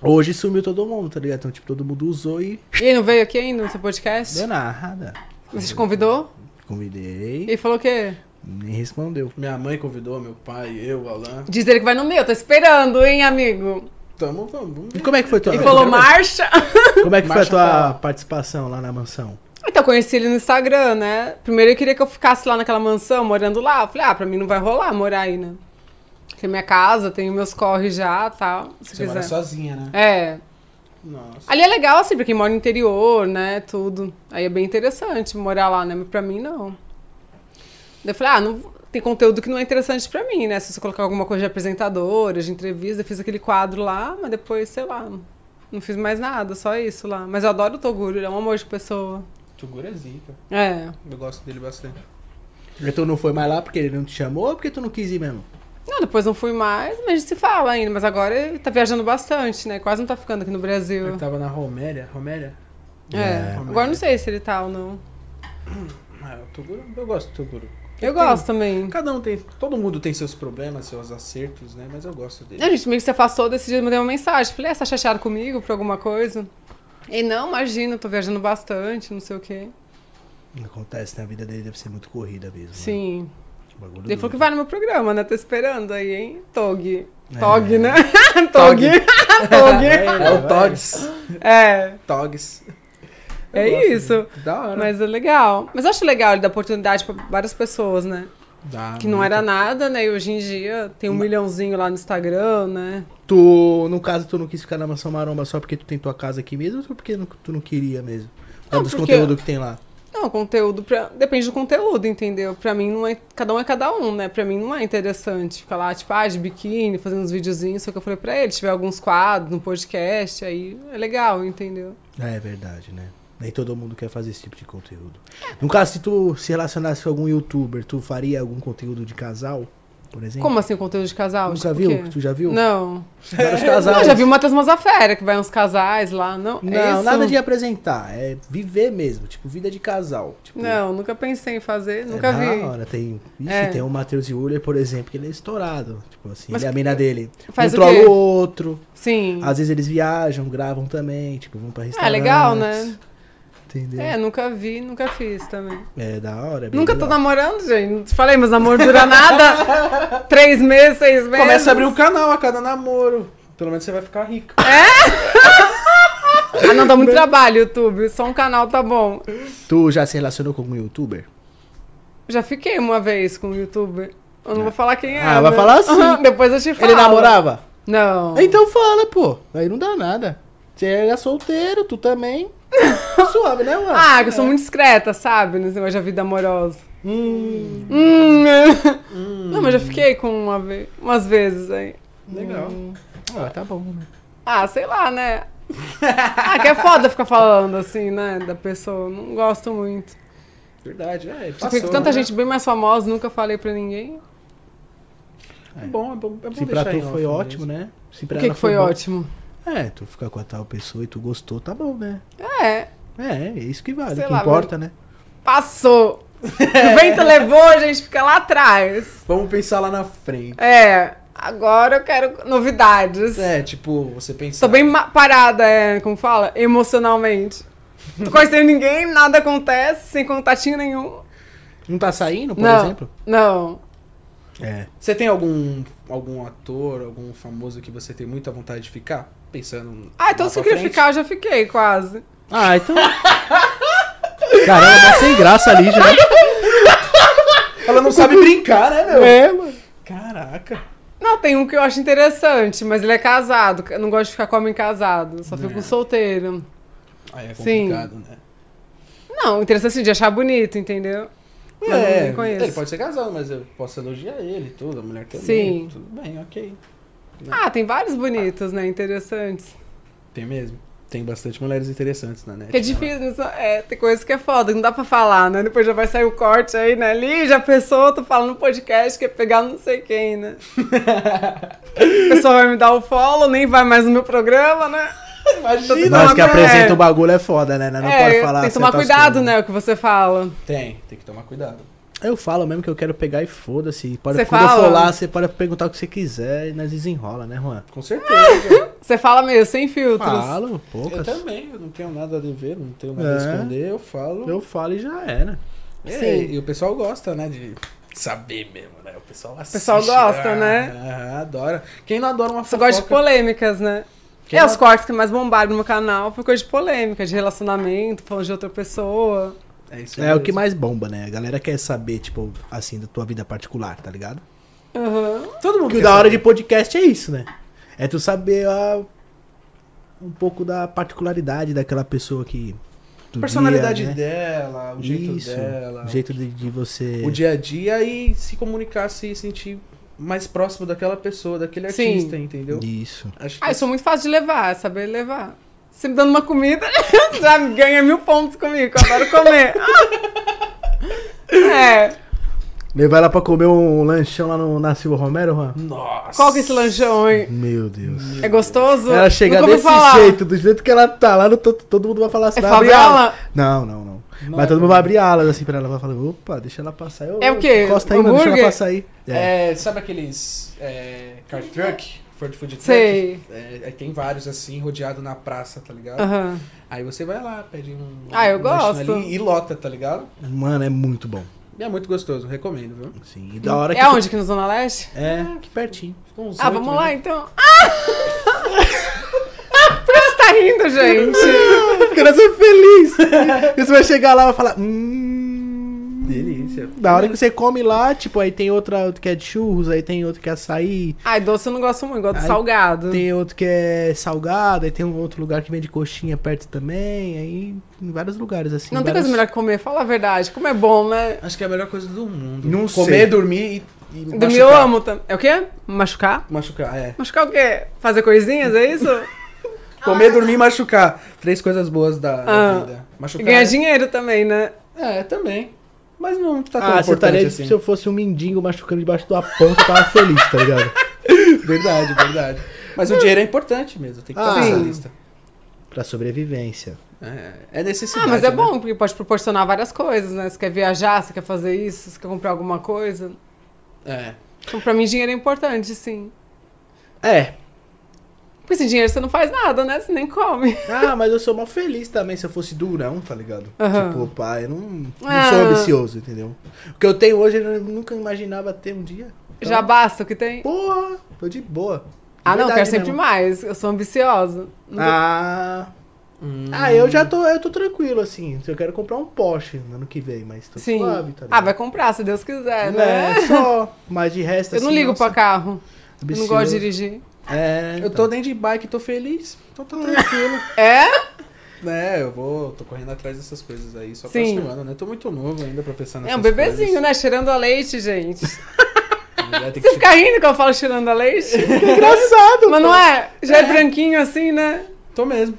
Hoje sumiu todo mundo, tá ligado? Então, tipo, todo mundo usou e
E ele não veio aqui ainda no seu podcast?
deu nada.
Você te convidou? E
Convidei,
ele falou o quê?
nem respondeu.
Minha mãe convidou, meu pai, eu, Alan.
Diz ele que vai no meu, tô esperando, hein, amigo?
Tamo, vamos, vamos
E
ver.
como é que foi tua
E falou
como
marcha.
é que foi a
Marcha
tua
fala.
participação lá na mansão?
Então, eu conheci ele no Instagram, né? Primeiro ele queria que eu ficasse lá naquela mansão, morando lá. Eu falei, ah, pra mim não vai rolar morar aí, né? Tem minha casa, tenho meus corres já tal. Se
Você mora
quiser.
sozinha, né?
É.
Nossa.
Ali é legal, assim, pra quem mora no interior, né? Tudo. Aí é bem interessante morar lá, né? Mas pra mim, não. Daí eu falei, ah, não... tem conteúdo que não é interessante pra mim, né? Se você colocar alguma coisa de apresentadora, de entrevista, eu fiz aquele quadro lá, mas depois, sei lá, não fiz mais nada, só isso lá. Mas eu adoro o Toguro, ele é um amor de pessoa.
Toguro é zica.
É.
Eu gosto dele bastante.
E tu não foi mais lá porque ele não te chamou ou porque tu não quis ir mesmo?
Não, depois não fui mais, mas a gente se fala ainda. Mas agora ele tá viajando bastante, né? Quase não tá ficando aqui no Brasil.
Ele tava na Romélia. Romélia?
É.
É.
Agora eu não sei se ele tá ou não.
Ah, o Toguro. Eu gosto do Toguro.
Eu gosto também.
Cada um tem. Todo mundo tem seus problemas, seus acertos, né? Mas eu gosto dele.
A gente meio que se afastou desse dia, eu mandei uma mensagem. Falei, ah, você tá chateado comigo por alguma coisa? E não, imagina, eu tô viajando bastante, não sei o quê.
Acontece, né? A vida dele deve ser muito corrida mesmo. né?
Sim.
Uhum.
Bagulho
Ele falou que
doido.
vai no meu programa, né? Tô esperando aí, hein? Tog.
É.
Tog,
[laughs]
né? Tog. Tog.
É o Togs.
É.
Togs. Eu
É
gosto
isso.
dele. Da hora.
Mas é legal. Mas eu acho legal ele dar oportunidade pra várias pessoas, né?
Dá
Que não
muita-
era nada, né? E hoje em dia tem um milhãozinho lá no Instagram, né?
Tu, no caso, tu não quis ficar na mansão maromba só porque tu tem tua casa aqui mesmo ou porque não- tu não queria mesmo? Por causa
Não,
dos
porque-
conteúdos que tem lá.
Não, conteúdo pra... depende do conteúdo, entendeu? Pra mim não é. Cada um é cada um, né? Pra mim não é interessante ficar lá, tipo, ah, de biquíni, fazendo uns videozinhos, só que eu falei pra ele, se tiver alguns quadros, um podcast, aí é legal, entendeu?
Ah, é verdade, né? Nem todo mundo quer fazer esse tipo de conteúdo. No caso, se tu se relacionasse com algum youtuber, tu faria algum conteúdo de casal, por exemplo?
Como assim o conteúdo de casal?
Nunca
Tipo, o
viu?
quê?
Tu já viu?
Não.
Vários
Não,
casais.
já vi o Matheus Mazafera, que vai uns casais lá, não?
Não,
é isso?
nada de apresentar. É viver mesmo, tipo, vida de casal. Tipo,
Não, nunca pensei em
é
fazer, nunca
da
vi.
Hora. Tem, Ixi,
É.
tem o Matheus Euler, por exemplo, que ele é estourado. Tipo assim,
Mas
ele é a
que-
mina dele.
faz
um
o quê?
trola o outro.
Sim.
Às vezes eles viajam, gravam também, tipo, vão pra
Ah, é
restaurantes.
legal, né?
Entendeu?
É,
É,
nunca vi, nunca fiz também.
da hora. é bem
Nunca tô
legal.
namorando, gente. Não te Falei, meus amor
[laughs]
dura nada. Três meses, seis meses.
Começa a abrir um canal a cada namoro. Pelo menos você vai ficar rico.
Ah, não, dá muito trabalho, YouTube. Só um canal tá bom.
Tu já se relacionou com algum youtuber?
Já fiquei uma vez com um youtuber. Eu não vou falar quem é.
Ah, vai
né?
falar assim.
Aham, [laughs] Depois eu te falo.
Ele namorava?
Não.
Então fala, pô. Aí não dá nada. Você era solteiro, tu
[laughs]
também. Tá Suave, né, mano?
Ah, que eu sou muito discreta, sabe? Nesse negócio de vida amorosa.
Hum.
Hum. Não, mas já fiquei com uma vez, umas vezes aí.
Legal.
Ah, tá bom, né?
Ah, sei lá, né? Ah, que é foda ficar falando assim, né? Da pessoa. Não gosto muito.
Verdade, é.
Eu
Passou,
fiquei com tanta
né?
gente bem mais famosa, nunca falei pra ninguém.
É bom, é bom, é bom
Se pra
deixar
tu
em off
foi
mesmo.
ótimo, né? Se pra
o que,
ela
que foi
bom-
ótimo?
É, tu ficar com a tal pessoa e tu gostou, tá bom, né?
É,
É, é isso que vale,
Sei
o que
lá,
importa, né?
passou. O vento levou, a gente fica lá atrás.
Vamos pensar lá na frente.
É, agora eu quero novidades.
É, tipo, você pensa.
Tô bem ma- parada, é, como fala? Emocionalmente. Não conhecendo ninguém, nada acontece, sem contatinho nenhum.
Não tá saindo, por
não,
exemplo?
não.
É.
Você tem algum algum ator, algum famoso que você tem muita vontade de ficar? Pensando.
Ah, então
lá
se eu
pra
queria
frente?
ficar, eu já fiquei, quase.
Ah, [laughs] então. Caramba, tá sem graça ali, já.
Ela não sabe brincar, né, meu?
É, mano.
Caraca.
Não, tem um que eu acho interessante, mas ele é casado. Eu não gosto de ficar com homem casado, só fico com solteiro.
Aí é
Sim.
complicado, né?
Não, interessante assim, de achar bonito, entendeu? Mas não
é,
nem conheço.
ele pode ser casado, mas eu posso elogiar ele, tudo, a mulher também.
Sim.
Tudo bem, ok. É.
Ah, tem vários bonitos, né? Interessantes.
Tem mesmo. Tem bastante mulheres interessantes na net.
Que é difícil, né? Só- é, tem coisas que é foda, não dá pra falar, né? Depois já vai sair o corte aí, né? Ali já a pessoa, tô falando no podcast, quer pegar não sei
[laughs]
quem, né? a pessoa vai me dar o follow, nem vai mais no meu programa, né?
Imagina.
Nós que
Não, mas-
apresenta o bagulho é foda, né? Não
É,
pode falar. tá
tem que tomar
certas
cuidado,
coisas.
né? O que você fala.
Tem, tem que tomar cuidado.
Aí eu falo mesmo que eu quero pegar e foda-se. Pode-
Você
Quando eu for
fala?
lá, você pode perguntar o que você quiser e nós desenrola, né, Juan?
Com certeza.
Você fala mesmo, sem filtros.
Falo,
eu
poucas.
também, eu não tenho nada a dever, não tenho nada a
É.
esconder, eu falo.
Eu falo e já era.
É,
Sim.
E o pessoal gosta, né, de saber mesmo, né? O pessoal assiste.
pessoal gosta, né?
Aham, adora. Quem não adora uma
Você
fofoca?
gosta de polêmicas, né?
Quem
é,
não-
os cortes que mais bombaram no meu canal foi coisa de polêmica, de relacionamento, falando de outra pessoa.
É, isso
É o
mesmo.
que mais bomba, né? A galera quer saber, tipo, assim, da tua vida particular, tá ligado?
Aham.
Todo mundo
Porque o
quer
da hora
saber.
de podcast é isso, né? É tu saber a- um pouco da particularidade daquela pessoa que. do
personalidade
dia, né?
dela, o jeito
Isso,
dela,
O jeito de, de você.
o dia a dia e se comunicar, se sentir mais próximo daquela pessoa, daquele
Sim.
artista, entendeu?
Isso.
Acho
Ah, eu sou muito fácil de levar, é saber levar. Você me dando uma comida, [laughs] já ganha mil pontos comigo, que eu adoro comer. é.
Levar ela pra comer um lanchão lá no, na Silva Romero, Juan?
Nossa.
Qual que é esse lanchão, hein?
Meu Deus.
É gostoso?
Ela chegar
Nunca ouvi
desse
falar.
jeito, do jeito que ela tá lá, no to- todo mundo vai falar assim,
É
vai abrir
favela?
ala. Não, não, não.
Não é
Mas todo mundo
favela.
vai abrir alas assim pra ela, vai falar, opa, deixa ela passar. Eu,
É o quê?
Encosta aí, mano, deixa ela
Hambúrguer?
passar aí. É.
É, sabe aqueles é, car truck? Ford food truck?
Sei.
É, aí tem vários assim, rodeado na praça, tá ligado?
Aham.
Aí você vai lá, pede um.
Ah, eu
um lanchinho
gosto.
ali e lota, tá ligado?
Mano, é muito bom.
E é muito gostoso, recomendo, viu?
Sim, e da hora que
É onde? Aqui na Zona Leste?
É, aqui pertinho.
[laughs]
Ficou uns
Ah,
oito
vamos lá
minutos.
então. Ah! [laughs] Por que você tá rindo, gente?
Porque nós é feliz. E [laughs] você vai chegar lá e vai falar, hum...
Delícia.
Da hora que você come lá, tipo, aí tem outra que é de churros, aí tem outro que é açaí,
Ai, doce eu não gosto muito, gosto de
Ai,
salgado.
Tem outro que é salgado, aí tem um outro lugar que vende coxinha perto também, aí em vários lugares assim.
Não tem
vários-
coisa melhor que comer, fala a verdade. Comer é bom, né?
Acho que é a melhor coisa do mundo.
Não sei.
Comer, dormir e. e
Dormir eu amo também. É o quê? Machucar?
Machucar, é.
Machucar o quê? Fazer coisinhas, é isso?
Comer, dormir e machucar. Três coisas boas da, da
Ah.
vida.
E
Machucar.
ganhar dinheiro também, né?
É, também. Mas não tá tão
Ah, você
importante
estaria
assim.
se eu fosse um mendigo machucando debaixo de uma ponta, eu tava feliz, tá ligado?
Verdade, verdade. Mas o dinheiro é importante mesmo, tem que estar
Ah,
nessa
sim.
lista.
Pra sobrevivência.
É, é necessidade.
Ah, mas é
né?
bom, porque pode proporcionar várias coisas, né? Você quer viajar, você quer fazer isso, você quer comprar alguma coisa.
É.
Então, pra mim, dinheiro é importante, sim.
É.
Porque sem dinheiro você não faz nada, né? Você nem come.
Ah, mas eu sou mal feliz também se eu fosse durão, tá ligado?
Aham.
Tipo, pai, eu não, não sou
Ah.
ambicioso, entendeu? O que eu tenho hoje eu nunca imaginava ter um dia. Então,
Já basta o que tem.
Porra, tô de boa. De
Ah, não,
verdade né,
quero sempre
mesmo.
mais. Eu sou ambiciosa.
Ah.
Hum,
Ah, eu já tô, eu tô tranquilo, assim. Eu quero comprar um Porsche no ano que vem, mas tô
Sim.
suave, tá
ah, vai comprar, se Deus quiser, né?
É, só. Mas de resto,
Eu não
assim,
ligo
nossa,
pra carro. Eu não
ambicioso.
gosto de dirigir.
É,
então. Eu tô dentro de bike, tô feliz. Então tô tranquilo.
[laughs] É?
né, eu vou. tô correndo atrás dessas coisas aí, só
Sim.
próximo ano, né? Tô muito novo ainda pra pensar nessas
É um bebezinho, né? Cheirando a leite, gente.
[laughs] então,
né? Tem
[laughs] Você
que
fica rindo quando eu falo cheirando a leite?
[laughs] engraçado.
Mas não é? Já é, branquinho assim, né?
Tô mesmo.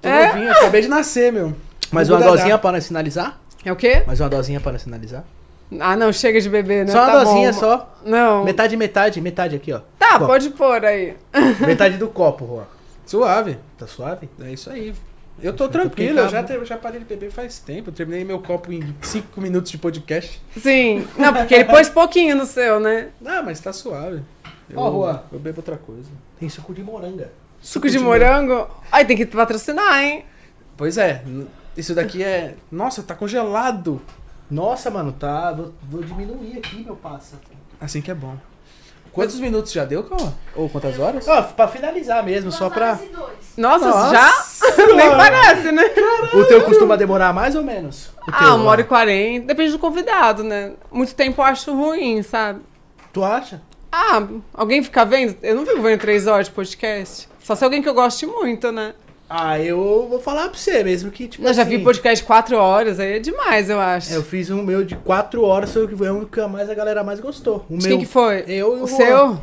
Tô
É?
novinho, acabei de nascer, meu.
Mais
Vou
uma
mudar.
dosinha pra nós finalizar?
É o quê?
Mais uma dosinha pra nós finalizar?
Ah, não, chega de beber, né?
só uma
tá
dosinha,
bom.
só.
Não.
Metade, metade, metade aqui, ó.
Então- Tá,
Copo.
pode pôr aí. [laughs]
Metade do copo, Juan.
Suave.
Tá suave?
É isso aí. Eu tô
Eu tô
tranquilo, eu
ficando-
já, te- já parei de beber faz tempo. Eu terminei meu copo em 5 minutos de podcast.
Sim. Não, porque ele pôs pouquinho no seu, né?
Ah, mas tá suave. Eu,
Ó, Juan.
eu bebo outra coisa.
Tem suco de moranga.
Suco de morango. Ai, tem que patrocinar, hein?
Pois é, n- isso daqui é. Nossa, tá congelado!
Nossa, mano, tá. Vou, vou diminuir aqui, meu passa.
Assim que é bom. Quantos minutos já deu, Calma? Ou quantas horas?
Ó, pra finalizar mesmo, só
Duas
pra.
horas e dois.
Nossa,
Nossa
já? [laughs] Nem parece, né?
O teu costuma demorar mais ou menos? O teu,
Ah, uma hora e
Juan?
quarenta. Depende do convidado, né? Muito tempo eu acho ruim, sabe?
Tu acha?
Ah, alguém fica vendo? Eu não fico vendo três horas de podcast. Só se alguém que eu goste muito, né?
Ah, eu vou falar pra você mesmo que, tipo.
Eu já
assim,
vi podcast de quatro horas, aí é demais, eu acho.
É, eu fiz um meu de 4 horas, foi o que foi o que a mais a galera mais gostou. O
De
meu.
Quem que foi?
Eu e o
O seu?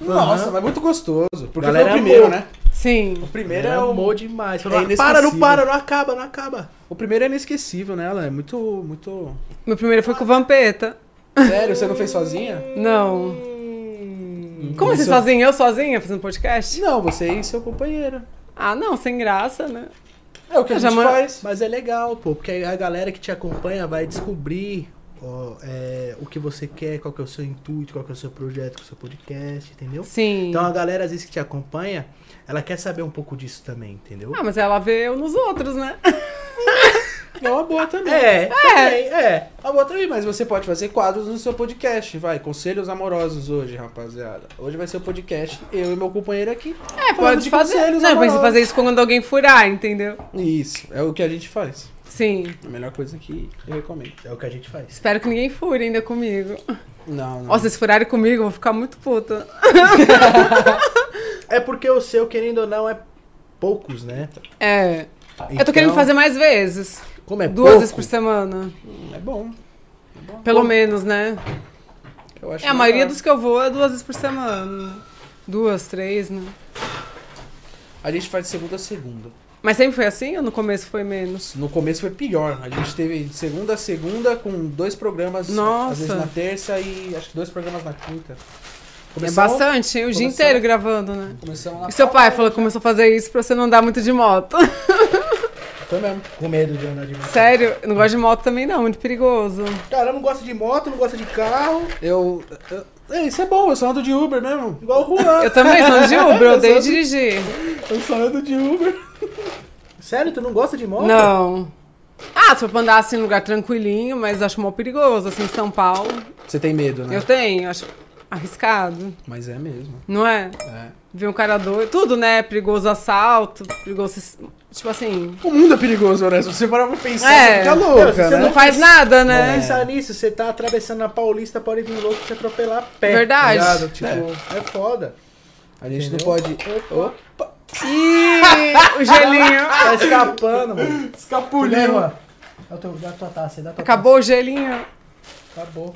Nossa,
Aham.
mas muito gostoso. Porque
Galera
foi o primeiro,
amou.
né?
Sim.
O
Primeiro
primeiro é
era
o.
amor demais.
é
Falou, "Ah, para,
inesquecível."
não para, não acaba, não acaba.
O primeiro é inesquecível, né? Ela é muito. muito.
Meu primeiro foi com o Vampeta.
Sério, você não fez sozinha?
Não. Como assim,
Isso-
sozinha? Eu sozinha fazendo podcast?
Não, você e seu companheiro.
Ah, não, sem graça, né?
É o que a
Já
gente
manda-
faz.
Mas é legal, pô, porque aí a galera que te acompanha vai descobrir ó, é, o que você quer, qual que é o seu intuito, qual que é o seu projeto, qual é o seu podcast, entendeu?
Sim.
Então a galera, às vezes, que te acompanha, ela quer saber um pouco disso também, entendeu?
Ah, mas ela vê eu nos outros, né?
É uma boa também.
É, também, é.
Uma boa também, mas você pode fazer quadros no seu podcast, vai. Conselhos amorosos hoje, rapaziada. Hoje vai ser o podcast, eu e meu companheiro aqui.
É,
falando
[laughs] pode
de
fazer.
conselhos
Não, pode
amorosos.
fazer isso quando alguém furar, entendeu?
Isso, é o que a gente faz.
Sim.
A melhor coisa que eu recomendo.
É o que a gente faz.
Espero que ninguém fure ainda comigo.
Não, não.
Nossa, se furarem comigo, eu vou ficar muito puta.
É porque o seu, querendo ou não, é poucos, né?
É. Eu tô
Então,
querendo fazer mais vezes.
Como é
Duas
pouco,
vezes por semana.
É bom.
Pelo menos, né?
Eu acho
É, a maioria
melhor.
dos que eu vou é duas vezes por semana. Duas, três, né?
A gente faz de segunda a segunda.
Mas sempre foi assim ou no começo foi menos?
No começo foi pior. A gente teve de segunda a segunda com dois programas.
Nossa.
Às vezes na terça e acho que dois programas na quinta.
é bastante, hein? O dia
começou-
inteiro gravando, né?
Começamos lá.
E seu pai falou que começou a fazer isso pra você não andar muito de moto. é
Foi mesmo.
com medo de andar de moto.
[laughs] Sério, eu não gosto de moto também não, muito perigoso.
Cara, não gosta de moto, não gosta de carro,
Eu. eu- é, isso é bom, eu só ando de Uber mesmo. Igual o Juan.
Eu também sou de Uber, [laughs] eu odeio dirigir.
Eu só ando de Uber.
Sério, tu não gosta de moto?
Não. Ah, se for pra andar assim em lugar tranquilinho, mas acho mó perigoso, assim, em São Paulo.
Você tem medo, né?
Eu tenho, acho arriscado,
Mas é mesmo.
não é?
É.
Ver um cara doido, tudo, né? Perigoso assalto, perigoso. Tipo assim.
O mundo é perigoso, né? Se você parar pra pensar,
É.
você fica
Meu, se
louca,
você
né?
Não faz nada, né?
Pensar nisso, você tá atravessando a Paulista, pode vir um louco te atropelar a pé.
Verdade.
tá ligado? Tipo, é. foda.
A gente
Entendeu?
não pode. Opa.
Ih, o Um
[laughs]
gelinho.
Tá escapando,
[laughs]
mano. Né,
Escapuliu.
mano? Dá o teu- Dá a tua taça, aí, dá a tua
Acabou o gelinho.
taça. Acabou.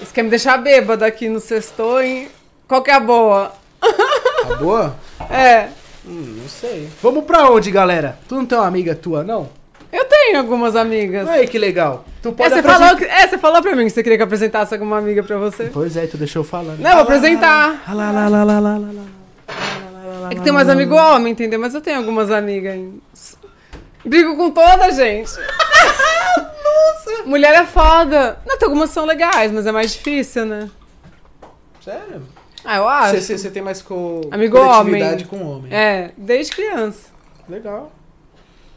Isso quer me deixar bêbada aqui no sexto, hein? Qual que é a boa?
Tá boa?
[laughs] É.
Hum, não sei.
Vamos pra onde, galera? Tu não tem uma amiga tua, não?
Eu tenho algumas amigas.
Olha aí que legal. Tu
É,
pode
você,
apresentar-
falou que, é, você falou pra mim que você queria que eu apresentasse alguma amiga pra você.
Pois é, tu deixou eu falando.
Não, eu vou apresentar.
Ah, lá, lá, lá, lá, lá, lá, lá.
É que tem mais amigo homem, entendeu? Mas eu tenho algumas amigas. ainda. Brigo com toda, gente. Nossa! Mulher é foda. Não, tem algumas que são legais, mas é mais difícil, né?
Sério?
Ah, eu acho.
Você- Você você tem mais co...
Amigo
coletividade
homem.
com homem.
É, desde criança.
Legal.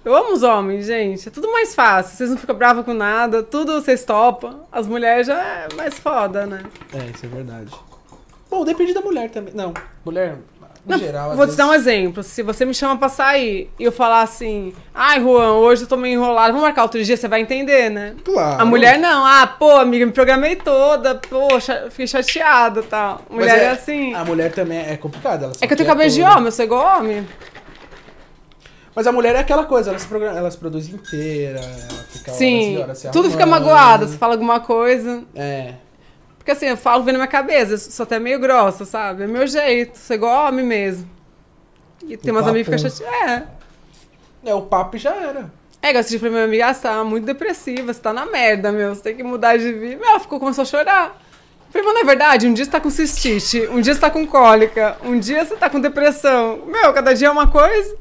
Eu amo os homens, gente. É tudo mais fácil. Vocês não ficam bravos com nada, tudo vocês topam. As mulheres já é mais foda, né?
É, isso é verdade. Bom, depende da mulher também. Não, mulher, no
Não,
geral. às
vou te
vezes-
dar um exemplo. Se você me chama pra sair e eu falar assim, ai, Juan, hoje eu tô meio enrolado, vamos marcar outro dia, você vai entender, né?
Claro.
A mulher não, ah, pô, amiga, me programei toda, poxa, fiquei chateada e tal.
Mas
Mulher é, assim.
A mulher também é complicada. Ela se
É que eu tenho
quer né?
cabelo de
toda.
homem, eu sou igual homem.
Mas a mulher é aquela coisa, ela se, programa, ela se produz inteira, ela fica
Sim,
horas e horas se
tudo fica
arrumando.
magoado, você fala alguma coisa.
É.
Porque assim, eu falo vendo na minha cabeça, eu sou até meio grossa, sabe? É meu jeito, sou igual homem mesmo. E tem umas
papo.
amigas que ficam chateadas.
É, o papo já era.
É, é que eu assisti pra minha amiga, ah, você tá muito depressiva, você tá na merda, meu, você tem que mudar de vida. Meu, Ela ficou, começou a chorar. Eu Falei, mas na verdade, um dia você tá com cistite, um dia você tá com cólica, um dia você tá com depressão. Meu, cada dia é uma coisa.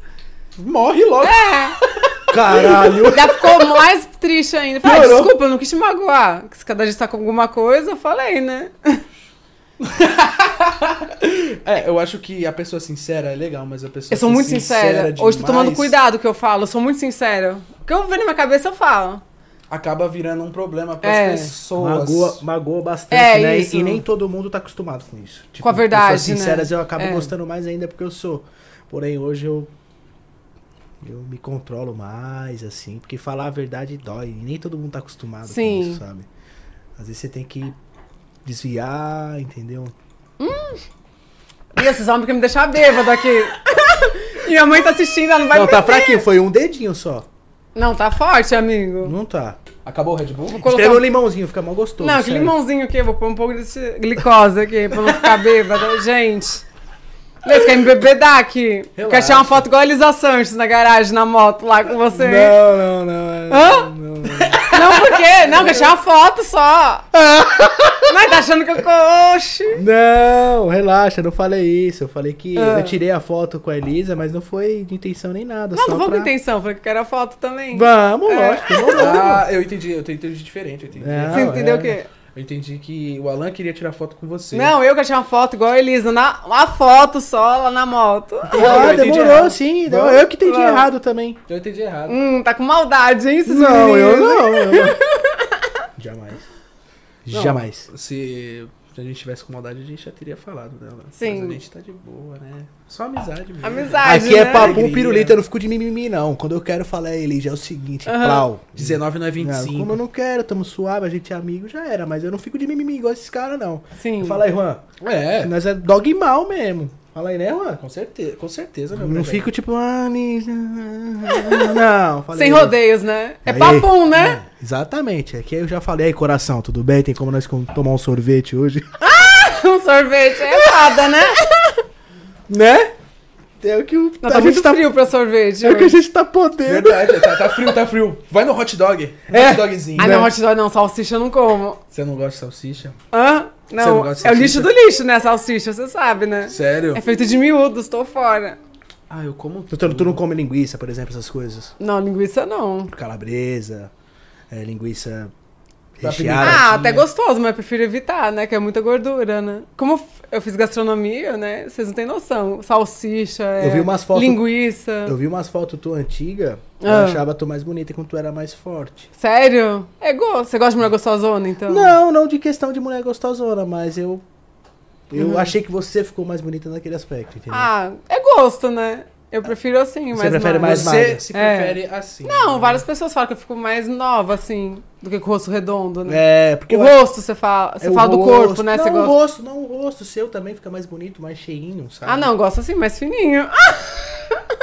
Morre logo.
É,
[laughs] Caralho.
ainda ficou mais triste ainda. Eu Falei, ah,
Piorou.
desculpa, eu não quis te magoar. Que se cada dia você tá com alguma coisa, eu falei, né?
É, eu acho que a pessoa sincera é legal, mas a pessoa
Eu sou muito sincera. Hoje tô
demais
tomando cuidado com o que eu falo, eu sou muito sincera. O que eu vejo na minha cabeça, eu falo.
Acaba virando um problema para
É.
pessoas.
Magoa, magoa bastante,
É,
né? E-
isso.
E nem todo mundo tá acostumado com isso. Tipo,
Com a verdade,
pessoas sinceras,
né?
eu acabo
É.
gostando mais ainda porque eu sou. Porém, hoje eu. Eu me controlo mais, assim. Porque falar a verdade dói. E nem todo mundo tá acostumado
Sim.
com isso, sabe? Às vezes você tem que desviar, entendeu?
E esses homens querem me deixar bêbado aqui. [laughs] Minha mãe tá assistindo, ela não vai
não, tá
beber.
fraquinho, foi um dedinho só.
Não, tá forte, amigo.
Não tá.
Acabou o Red Bull?
Vou colocar
Espreme
um-
o limãozinho, fica mal gostoso.
Não, que
sério.
limãozinho aqui, eu vou pôr um pouco desse glicose aqui pra não
[laughs]
ficar bêbada. Gente. Eles querem me bebedar aqui. Quer
Relaxa.
tirar uma foto igual a Elisa Sanches na garagem, na moto lá com você.
Não, não, não. não.
né? Hã? Não, por
[laughs] É
quê? Não, quer tirar uma foto só. Mas tá achando que eu. Oxi.
Não, Não, relaxa, eu não falei isso. Eu falei que
Ah.
eu tirei a foto com a Elisa, mas não foi de intenção nem nada.
Não,
só
não vou
pra...
com intenção, falei que eu quero a foto também.
Vamos, lógico.
Ah, eu entendi, eu entendi diferente. Eu entendi,
É.
Você
Não,
entendeu o quê?
eu entendi que o Alan queria tirar foto com você.
Não, eu que achei uma foto igual a Elisa, na, uma foto só lá na moto.
Ah,
Eu entendi
demorou,
errado.
sim.
Vamos.
eu que entendi
Vamos.
errado também.
Eu entendi errado.
Hum, tá com maldade, hein? esses
Não, eu
meninos.
não. eu não. [laughs]
Jamais.
Jamais.
Se a gente tivesse com maldade, a gente já teria falado dela.
Sim.
Mas a gente tá de boa, né? Só amizade mesmo.
Amizade,
Aqui é
né?
papo
Alegria.
pirulita, eu não fico de mimimi, não. Quando eu quero falar, Elisa, é o seguinte,
Aham.
plau.
19 não é
Não,
25.
Como eu não quero, tamo suave, a gente é amigo, já era. Mas eu não fico de mimimi igual esses caras, não.
Sim.
Fala aí, Juan.
É,
Nós é dog mal mesmo. Fala aí, né, Juan?
com certeza, com certeza, né, meu
Não
velho.
fico tipo, ah, Elisa, ah, Não, falei.
Sem rodeios, né? É
Aí.
papum, né?
É, Exatamente. Aqui eu já falei, aí, coração, tudo bem? Tem como nós com- tomar um sorvete hoje?
[laughs] Um sorvete é
[laughs]
fada, né?
né? É o que o,
Não,
a
tá
gente
muito
tá,
frio pra sorvete.
é o que a
hoje.
gente tá podendo.
Verdade, tá, tá frio, tá frio. Vai no hot dog. No
É.
Hot dogzinho.
Ah, não, hot dog não, salsicha eu não como.
Você não gosta de salsicha?
Hã?
Você não
Não,
gosta de
é o lixo
salsicha?
do lixo, né? Salsicha, você sabe, né?
Sério?
É feito de miúdos, tô fora.
Ah, eu como
Doutor, tu não come linguiça, por exemplo, essas coisas?
Não, linguiça não.
Calabresa, é, linguiça
Tá
recheada.
Ah,
Baratinha.
até gostoso, mas eu prefiro evitar, né? Que é muita gordura, né? Como eu f- eu fiz gastronomia, né? Vocês não têm noção. Salsicha, é,
Eu vi umas fotos-
linguiça.
Eu vi umas fotos tu antiga, eu
Ah.
achava tu mais bonita quando tu era mais forte.
Sério? É gosto. Você gosta de mulher gostosona, então?
Não, não de questão de mulher gostosona, mas eu. Eu achei que você ficou mais bonita naquele aspecto, entendeu?
Uhum. Ah, é gosto, né? Eu prefiro assim,
Você
mais
prefere
magra.
mais
Você
magra.
se
É.
prefere assim.
Não, várias pessoas falam que eu fico mais nova, assim, do que com o rosto redondo, né?
É, porque
O
eu-
rosto, você fala. Você
é o
fala do
rosto.
corpo, né?
Não,
Você
o
gosta.
rosto, não, o rosto seu também fica mais bonito, mais cheinho, sabe?
Ah, não, eu gosto assim, mais fininho. Ah,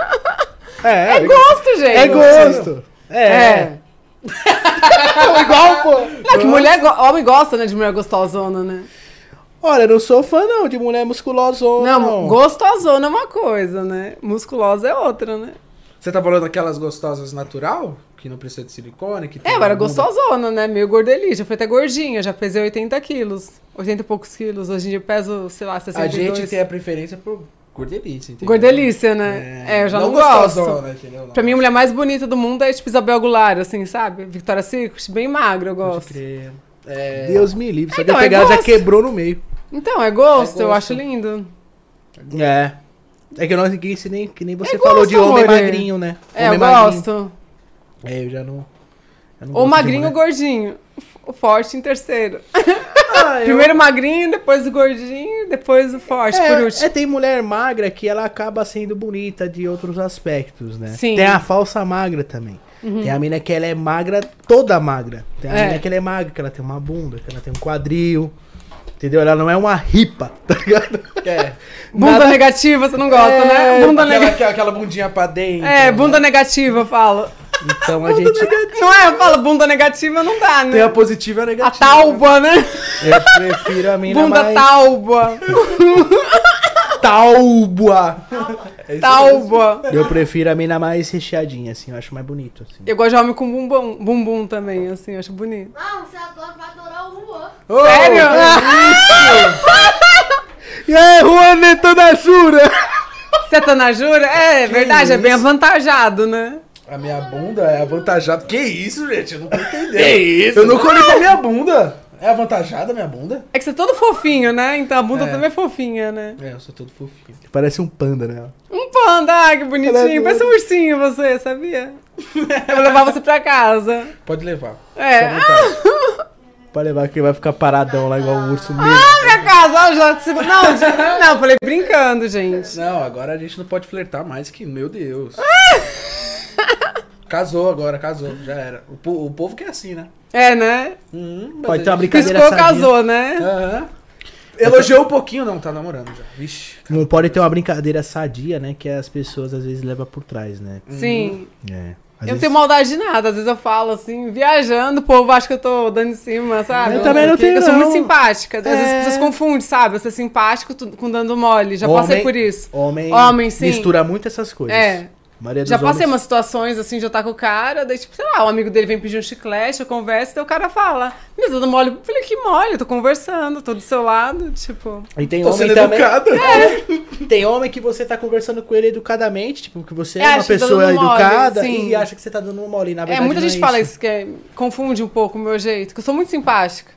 É,
é gosto, gente.
É gosto. É.
É.
igual, pô.
Não, é que mulher. go- Homem gosta, né? De mulher gostosona, né?
Olha, eu não sou fã, não, de mulher musculosa ou
Não,
não.
gostosona é uma coisa, né? Musculosa é outra, né?
Você tá falando aquelas gostosas natural? Que não precisa de silicone? Que tem
É, eu era
uma bunda-
gostosona, né? Meio gordelícia. Já fui até gordinha, já pesei 80 quilos. 80 e poucos quilos. Hoje em dia eu peso, sei lá,
A
62.
gente tem a preferência por gordelícia, entendeu?
Gordelícia, né? É, eu já não, gosto.
gostosona, entendeu? Não.
Pra mim, a mulher mais bonita do mundo é tipo Isabel Goulart, assim, sabe? Victoria Secret, bem magra, eu
Pode
gosto.
crer.
É...
Deus me livre. Só
Então,
que
é
pegar ela já
gosto.
quebrou no meio.
Então, é gosto,
É
eu
gosto.
acho lindo.
É. É que eu não ninguém se nem que nem você
É
falou de
gosto,
homem
amore.
magrinho, né?
É,
homem
eu
magrinho.
gosto.
É, eu já não. eu não
Ou
gosto de
magrinho ou
mulher.
gordinho. O forte em terceiro.
Ah, eu-
Primeiro o magrinho, depois o gordinho, depois o forte,
É,
por último.
é, tem mulher magra que ela acaba sendo bonita de outros aspectos, né?
Sim. Uhum.
Tem a falsa magra também. Tem a mina que ela é magra, toda magra. Tem a
É.
mina que ela é magra, que ela tem uma bunda, que ela tem um quadril. Entendeu? Ela não é uma ripa, [laughs] tá ligado?
É.
Bunda
Nada-
negativa, você não gosta,
É,
né? Bunda
Aquela,
negativa.
aquela, aquela bundinha pra dentro.
É,
né?
bunda negativa, eu falo.
Então a gente.
Não é? Eu falo bunda negativa, não dá,
Tem
né?
a positiva e a
A
negativa.
tauba, né?
Eu prefiro a mina
Bunda
mais
tauba.
talba.
É isso mesmo.
Tauba.
Eu prefiro a mina mais recheadinha, assim. Eu acho mais bonito, assim.
Eu gosto de homem com bumbum, bumbum também, assim, eu acho bonito.
Não, você adora, vai adorar um o Juan.
Ô,
Sério? [laughs]
E aí, Juaneta da Jura?
Você tá na jura? É, é verdade, é bem
isso?
avantajado, né?
A minha bunda é avantajada. Que isso, gente? Eu não tô
[laughs]
entendendo. Que isso? Eu nunca olhei pra minha bunda. É avantajada a minha bunda?
É que você é todo fofinho, né? Então a bunda
É.
também é fofinha, né?
É, eu sou todo fofinho.
Parece um panda, né?
Um panda, ah, que bonitinho.
Ela é
Parece um ursinho
[laughs]
você, sabia? Eu vou levar você pra casa.
Pode levar. Fica à
É.
vontade.
Pra levar que vai ficar paradão lá igual um urso mesmo.
Ah, minha casa, ó, já. se- Não, já- não, falei brincando, gente.
Não, agora a gente não pode flertar mais que, meu
[laughs]
Deus. casou agora, casou. Já era. O, po- o povo que é assim, né?
É, né?
Hum, mas
Pode ter
a
uma
gente-
brincadeira
Piscou,
sadia.
casou, né?
Aham. Elogiou um pouquinho, não, tá namorando já. Vixe.
Não pode ter uma brincadeira sadia, né? Que as pessoas às vezes levam por trás, né?
Sim.
É.
eu não tenho maldade de nada, às vezes eu falo assim, viajando, o povo acha que eu tô dando em cima, sabe?
Eu também não
sei o quê,
tenho,
que Eu sou
não.
muito simpática, às vezes
É.
as pessoas confundem, sabe? Eu ser simpático tu- com dando mole, já
Homem-
passei por isso.
Homem,
Homem, sim.
mistura muito essas coisas.
É.
Maria dos
Já
homens-
passei umas situações assim, já tá com o cara, daí, tipo, sei lá, o amigo dele vem pedir um chiclete, eu converso, daí o cara fala, me dando mole, eu falei, que mole, eu tô conversando, tô do seu lado, tipo.
E tem
Tô
homem
sendo
também.
educada.
Tem homem que você tá conversando com ele educadamente, tipo, que você é,
É,
uma
acha que tá
pessoa
dando mole,
educada
sim.
e acha que você tá dando uma mole. Na
É,
verdade,
muita
não
gente fala
isso.
isso, que é- confunde um pouco o meu jeito, que eu sou muito simpática.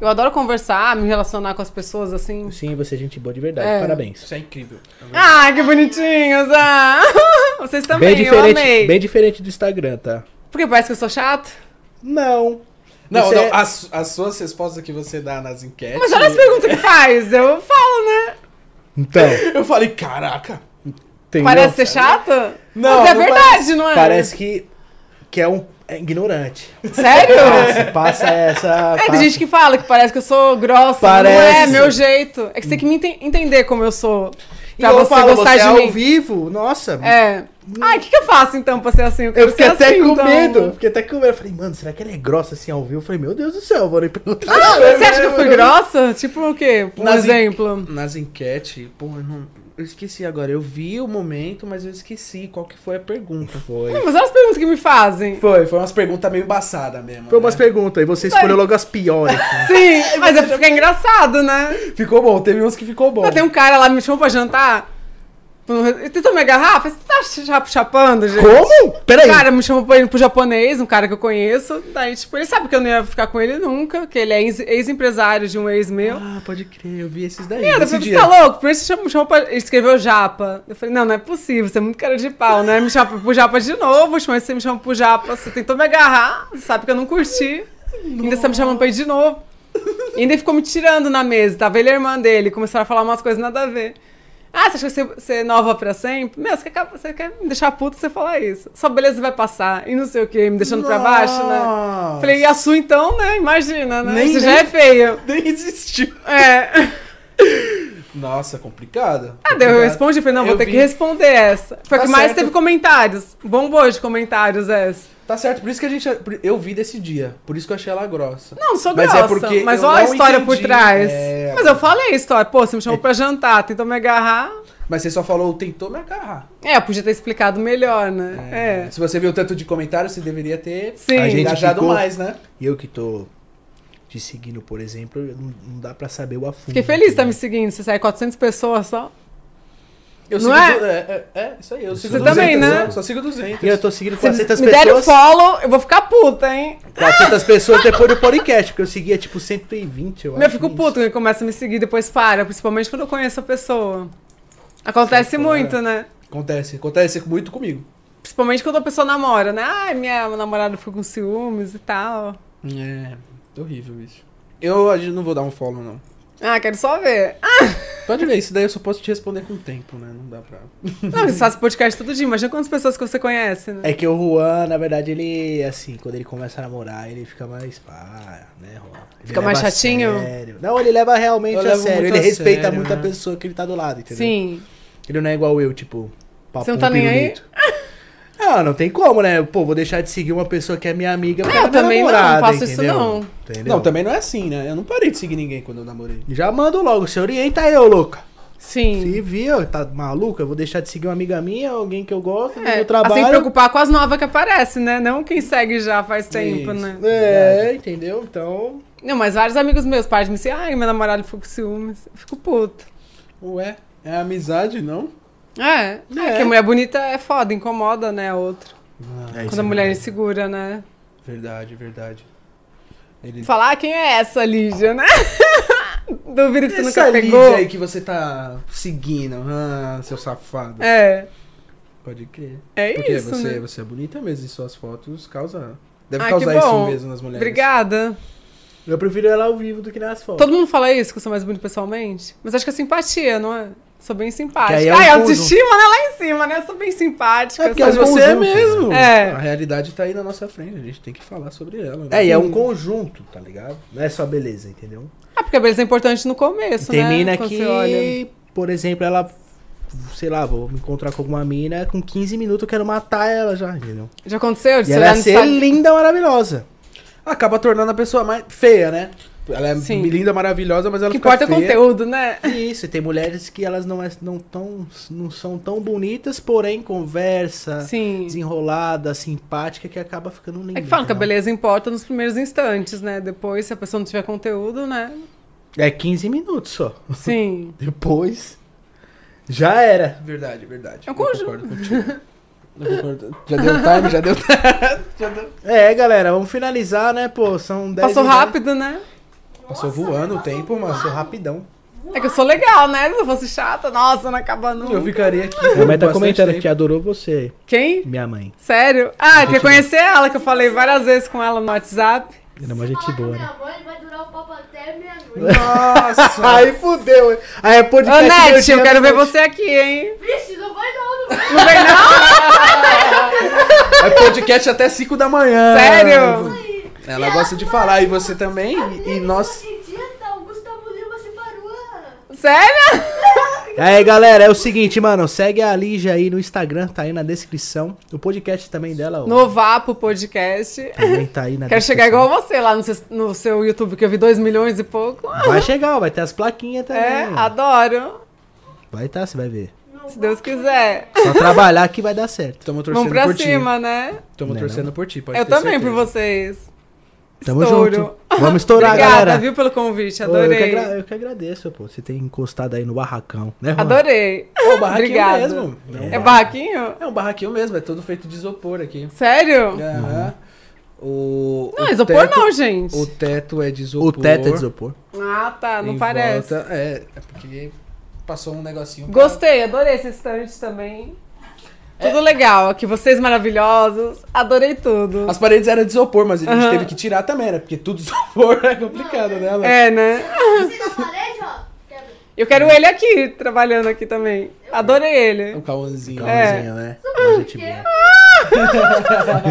Eu adoro conversar, me relacionar com as pessoas assim.
Sim, você é gente boa de verdade,
É.
parabéns.
Isso é incrível.
Ah, que bonitinhos! Ah. [laughs] Vocês também,
bem, diferente,
eu amei.
bem diferente do Instagram, tá?
Porque parece que eu sou chato.
Não.
Não,
Você
não,
ah,
é-
as, as suas respostas que você dá nas enquetes.
Mas olha as perguntas que faz, eu falo, né?
Então,
Eu falei, caraca.
entendeu?
Parece ser chata?
Não,
Mas é
não
verdade, não é?
Parece que, que é um é ignorante.
Sério?
Passa, passa essa...
É,
passa-
tem gente que fala que parece que eu sou grossa. Não é
Parece.
meu jeito. É que você tem que me enten- entender como eu sou.
E
Pra
eu
você
falo,
gostar
você é
de
ao
mim.
vivo, nossa...
É. Ai, o que, que eu faço então pra ser assim?
Eu fiquei
quero ser
até
assim,
com
então.
medo, eu fiquei até com medo. Eu falei, mano, será que ela é grossa assim ao vivo? Eu falei, meu Deus do céu, vou nem perguntar.
Ah, você acha
[laughs]
que eu fui grossa? Tipo o quê? Um
Nas en-
exemplo.
Nas enquetes, pô, eu, não, eu esqueci agora. Eu vi o momento, mas eu esqueci qual que foi a pergunta.
Foi.
Não, mas olha as perguntas que me fazem.
Foi, foi umas perguntas meio embaçadas mesmo.
Foi
né?
umas perguntas, e você escolheu logo as piores. [laughs]
Sim, mas é pra ficar engraçado, né?
Ficou bom, teve uns que ficou bom.
Não, Tem um cara lá me chamou pra jantar. Ele tentou minha garrafa? Você tá cha- chapando, gente?
Como? Peraí.
O cara me chamou pra ir pro japonês, um cara que eu conheço. Daí, tipo, ele sabe que eu não ia ficar com ele nunca, que ele é ex- ex-empresário de um ex meu.
Ah, pode crer, eu vi esses daí.
Meu, eu
desse
falei, você
dia.
tá louco? Primeiro você chamou- me chamou pra. Ele escreveu japa. Eu falei, não, não é possível, você é muito cara de pau, né? Me chama pro japa de novo, última vez você me chama pro japa, você tentou me agarrar, você sabe que eu não curti. Ainda você tá me chamando pra ir de novo. E ainda ficou me tirando na mesa, tava ele e a irmã dele, começaram a falar umas coisas nada a ver. Ah, você acha que você, você é nova pra sempre? Meu, você quer, você quer me deixar puto você falar isso. Sua beleza vai passar e não sei o quê, me deixando pra baixo, né?
Nossa.
Falei, e a sua então, né? Imagina, né?
Nem- nem-
Você já é feio.
Nem existiu.
É.
Nossa, complicado.
Ah, daí eu respondi, falei, não, vou
Eu
ter
vi.
que responder essa. Foi a
Tá
que mais
certo.
teve comentários. Bombou de comentários essa.
Tá certo, por isso que a gente. Eu vi desse dia. Por isso que eu achei ela grossa.
Não, não sou
Mas
grossa,
é porque
mas
eu
olha a
não
história por
entendi,
trás.
é.
Mas eu falei a história, pô, você me chamou pra jantar, tentou me agarrar.
Mas você só falou, tentou me agarrar.
É, eu podia ter explicado melhor, né? É.
Se você viu o tanto de comentários, você deveria ter
Sim.
A gente
engajado
ficou-
mais, né?
E eu que tô te seguindo, por exemplo, eu não, não dá pra saber o afundo.
Fiquei feliz de tá me
entendeu?
seguindo, você sai 400 pessoas só.
Eu
Não
sigo
é?
du- é, é? é, isso aí. Eu sigo
Você
200,
também, né?
eu Só sigo 200.
E eu tô seguindo
Se
400
me derem o
pessoas.
follow, eu vou ficar puta, hein?
400 pessoas depois do podcast, porque eu seguia tipo 120, eu
Meu, eu
acho.
fico
isso.
puto quando começa a me seguir e depois para, principalmente quando eu conheço a pessoa. Acontece
Sim, claro.
muito, né?
Acontece, acontece muito comigo.
Principalmente quando a pessoa namora, né? Ai, minha namorada ficou com ciúmes e tal.
É, horrível isso. Eu a gente não vou dar um follow, não.
Ah, quero só ver. Ah,
Pode ver, isso daí eu só posso te responder com o tempo, né? Não dá pra.
não, você faz podcast todo dia. Imagina quantas pessoas que você conhece, né?
É que o Juan, na verdade, ele, assim, quando ele começa a namorar, ele fica mais pá, né, Juan? Ele
Fica mais
leva a
chatinho?
sério. Não, ele leva realmente
Eu
a
levo
sério.
muito
Ele
a
respeita
sério,
muito a
né?
pessoa que ele tá do lado, entendeu?
Sim.
Ele não é igual eu, tipo, papo
Você não tá nem aí?
aí? Não, não tem como, né? Pô, vou deixar de seguir uma pessoa que é minha amiga pra
eu
minha
também não,
namorada,
não faço isso,
entendeu?
não.
Entendeu?
Não, também não é assim, né? Eu não parei de seguir ninguém quando eu namorei.
Já mando logo, você orienta eu, louca.
Sim.
Se viu, tá maluca? Eu vou deixar de seguir uma amiga minha, alguém que eu gosto, do
É,
meu trabalho.
Assim, preocupar com as novas que aparecem, né? Não quem segue já faz tempo,
Isso.
né?
É, entendeu? Então.
Não, mas vários amigos meus, pais me dizem, ai, meu namorado ficou com ciúmes. Eu fico puto.
Ué, é amizade, não?
É, é. que a mulher bonita é foda, incomoda, né, a outra.
é isso
Quando a
aí.
mulher é insegura, né?
Verdade, verdade. Ele...
Falar, ah, quem é essa, Lígia, [laughs] né? Duvido que você
Essa
nunca
Lídia
pegou.
aí que você tá seguindo, ah, seu safado.
É,
Pode crer.
é
Porque
isso,
você,
né?
você é bonita mesmo e suas fotos causam. Deve
Ah, que
causar isso
bom.
mesmo nas mulheres.
Obrigada.
Eu prefiro ela ao vivo do que nas fotos.
Todo mundo fala isso, que eu sou mais bonita pessoalmente. Mas acho que é simpatia, não é? Sou bem simpática.
Que aí é um
ah, é
conjunto.
autoestima, né? Lá em cima, né? Eu sou bem simpática.
É
eu
porque
sou-
às
Mas
É um
você é
conjunto,
mesmo.
né? É.
A realidade tá aí na nossa frente, a gente tem que falar sobre ela. né?
É, e é um conjunto, tá ligado? Não é só beleza, entendeu?
Ah, porque a beleza é importante no começo,
Tem
né?
mina
Quando
que,
você olha.
por exemplo, ela. Sei lá, vou me encontrar com alguma mina, com 15 minutos eu quero matar ela já, entendeu?
Já aconteceu? De
E
você
ela ia
olhar no
ser
Instagram-
linda, maravilhosa.
Acaba tornando a pessoa mais feia, né? Ela é
Sim.
linda, maravilhosa, mas ela
que
fica
importa é
feia.
conteúdo, né?
Isso, e tem mulheres que elas não, é- não, tão, não são tão bonitas, porém conversa,
Sim.
desenrolada, simpática, que acaba ficando linda.
É que falam que a
entendeu?
beleza importa nos primeiros instantes, né? Depois, se a pessoa não tiver conteúdo, né?
É 15 minutos só. [laughs]
Sim.
Depois. Já era.
Verdade, verdade.
É um conjunto.
concordo contigo. [laughs] Eu concordo. Já deu time, já deu time.
É, galera, vamos finalizar, né, pô? São 10
Passou
minutos.
rápido, né?
Passou voando o tempo, mano.
Passou rapidão.
É que eu sou legal, né? Se eu fosse chata, nossa, não acaba nunca.
Eu ficaria aqui.
Minha mãe tá
bastante
comentando
tempo.
que adorou você,
Quem?
minha mãe.
Sério? Ah, quer conhecer ela, que eu falei várias vezes com ela no WhatsApp.
Ela é uma gente
Falar com
boa, né?
minha mãe, vai durar o papo até meia-noite.
Nossa!
Aí fudeu, hein? Aí é
Ô,
podcast. meu
Net,
dia,
eu quero ver
meu-
você aqui, hein?
Vixe, não vai não, não vai.
Não vem não?
É podcast até 5 da manhã.
Sério?
Ela gosta de falar, e você também? E, e nós.
Que dia tá? O Gustavo
[laughs]
Lima separou. ela.
Sério?
Aí, galera, é o seguinte, mano. Segue a Lígia aí no Instagram, tá aí na descrição. O podcast também dela, ó.
Novapo Podcast.
Também tá aí na
[laughs] Quero
descrição.
chegar igual você lá no seu, no seu YouTube, que eu vi 2 milhões e pouco.
Vai chegar, ó, vai ter as plaquinhas também.
É,
ó.
adoro.
Vai tá, você vai ver.
Se Deus quiser.
Só trabalhar que vai dar certo.
Estamos torcendo
Vamos pra
por
cima, né?
ti. Estamos
Né,
torcendo
não?
por ti, pode
Eu
ter
também por
certeza.
vocês.
Tamo
Estouro.
junto. Vamos estourar,
Obrigada,
galera.
viu, pelo convite.
Ô, Eu que,
Adorei.
agra- eu que agradeço, pô. Você ter encostado aí no barracão, né, Juan?
Adorei.
Pô, É um barraquinho
Obrigada.
mesmo. Não,
É barraquinho?
É um barraquinho mesmo, é todo feito de isopor aqui.
Uhum.
Sério?
Aham. O,
Não,
É. o
isopor
teto-
não, gente.
O teto é de isopor.
O teto é de isopor.
Ah, tá, não
em
parece.
volta- é, é porque passou um negocinho. pra-
Gostei, adorei esse estante também. Tudo
É.
legal aqui, vocês maravilhosos. Adorei tudo.
As paredes eram de isopor, mas a gente
Aham.
teve que tirar também, né? Porque tudo [laughs] isopor é complicado, né? Alex?
É, né?
Você na parede, ó. Quebra.
Eu quero ele aqui, trabalhando aqui também. Adorei
O
ele.
Cauãzinho.
É.
Calmazinho, né? Gente
Porque
boa.
Da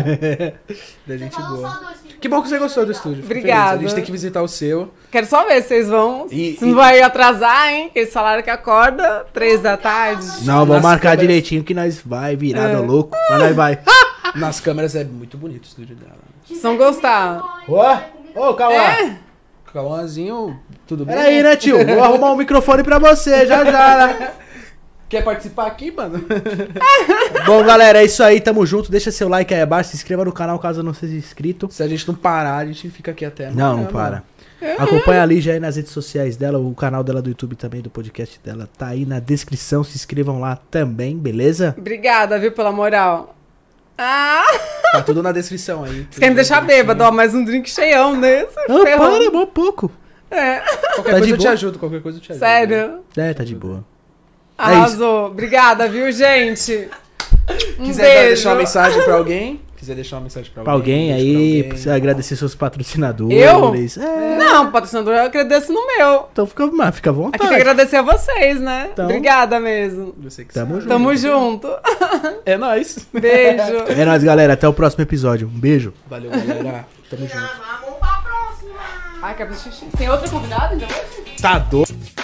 você
gente
falou
boa.
só dois minutos.
Que bom que você gostou do estúdio. fico
Obrigada.
feliz. A gente tem que visitar o seu.
Quero só ver se vocês vão.
E-
se não
e-
vai atrasar, hein? Que esse salário que acorda, três da tarde.
Não, vamos
Nas
marcar
câmeras.
direitinho que nós vai virado
É.
louco. Mas nós vai.
Nas câmeras é muito bonito o estúdio dela. né?
Tiver
São gostar.
comigo,
Ô,
vai comigo.
ô, Cauã.
É?
Cauãzinho, tudo bem?
Peraí, né, tio? Vou arrumar um microfone pra você, já já, [laughs] né?
Quer participar aqui, mano?
Bom,
[laughs]
galera, é isso aí. Tamo junto. Deixa seu like aí abaixo. Se inscreva no canal caso não seja inscrito.
Se a gente não parar, a gente fica aqui até
Não, não
amanhã,
para.
mano.
É.
Acompanha a Lígia aí nas redes sociais dela, o canal dela do YouTube também, do podcast dela, tá aí na descrição, se inscrevam lá também, beleza?
Obrigada, viu, pela moral. Ah!
Tá tudo na descrição aí.
Você quer me deixar bêbado, ó, mais um drink cheião desse.
Ah,
Não,
Tá ferrou.
para, bom pouco.
É,
Qualquer
Tá de
coisa eu te
boa?
ajudo, qualquer coisa eu te ajudo.
sério.
É, tá de boa.
É
Arrasou. Obrigada, viu, gente? Um
Quiser dar-
beijo.
deixar uma mensagem pra alguém? Quiser deixar uma mensagem pra
Pra alguém
alguém? deixa pra
aí,
alguém. né?
precisa agradecer seus patrocinadores.
Eu?
É,
Não, patrocinador, eu agradeço no meu.
então fica, mas fica à
Aqui tem que
vontade.
agradecer a vocês, né?
Então.
Obrigada mesmo.
Você que
Tamo
sabe.
junto.
Tamo junto. [laughs]
É nóis. [laughs]
Beijo.
É nóis, galera, até o próximo episódio. Um beijo.
Valeu, galera. Tamo junto.
Ah, Vamos pra próxima.
Ai, cabeça xixi. Tem outra convidada ainda hoje?
Tá doido.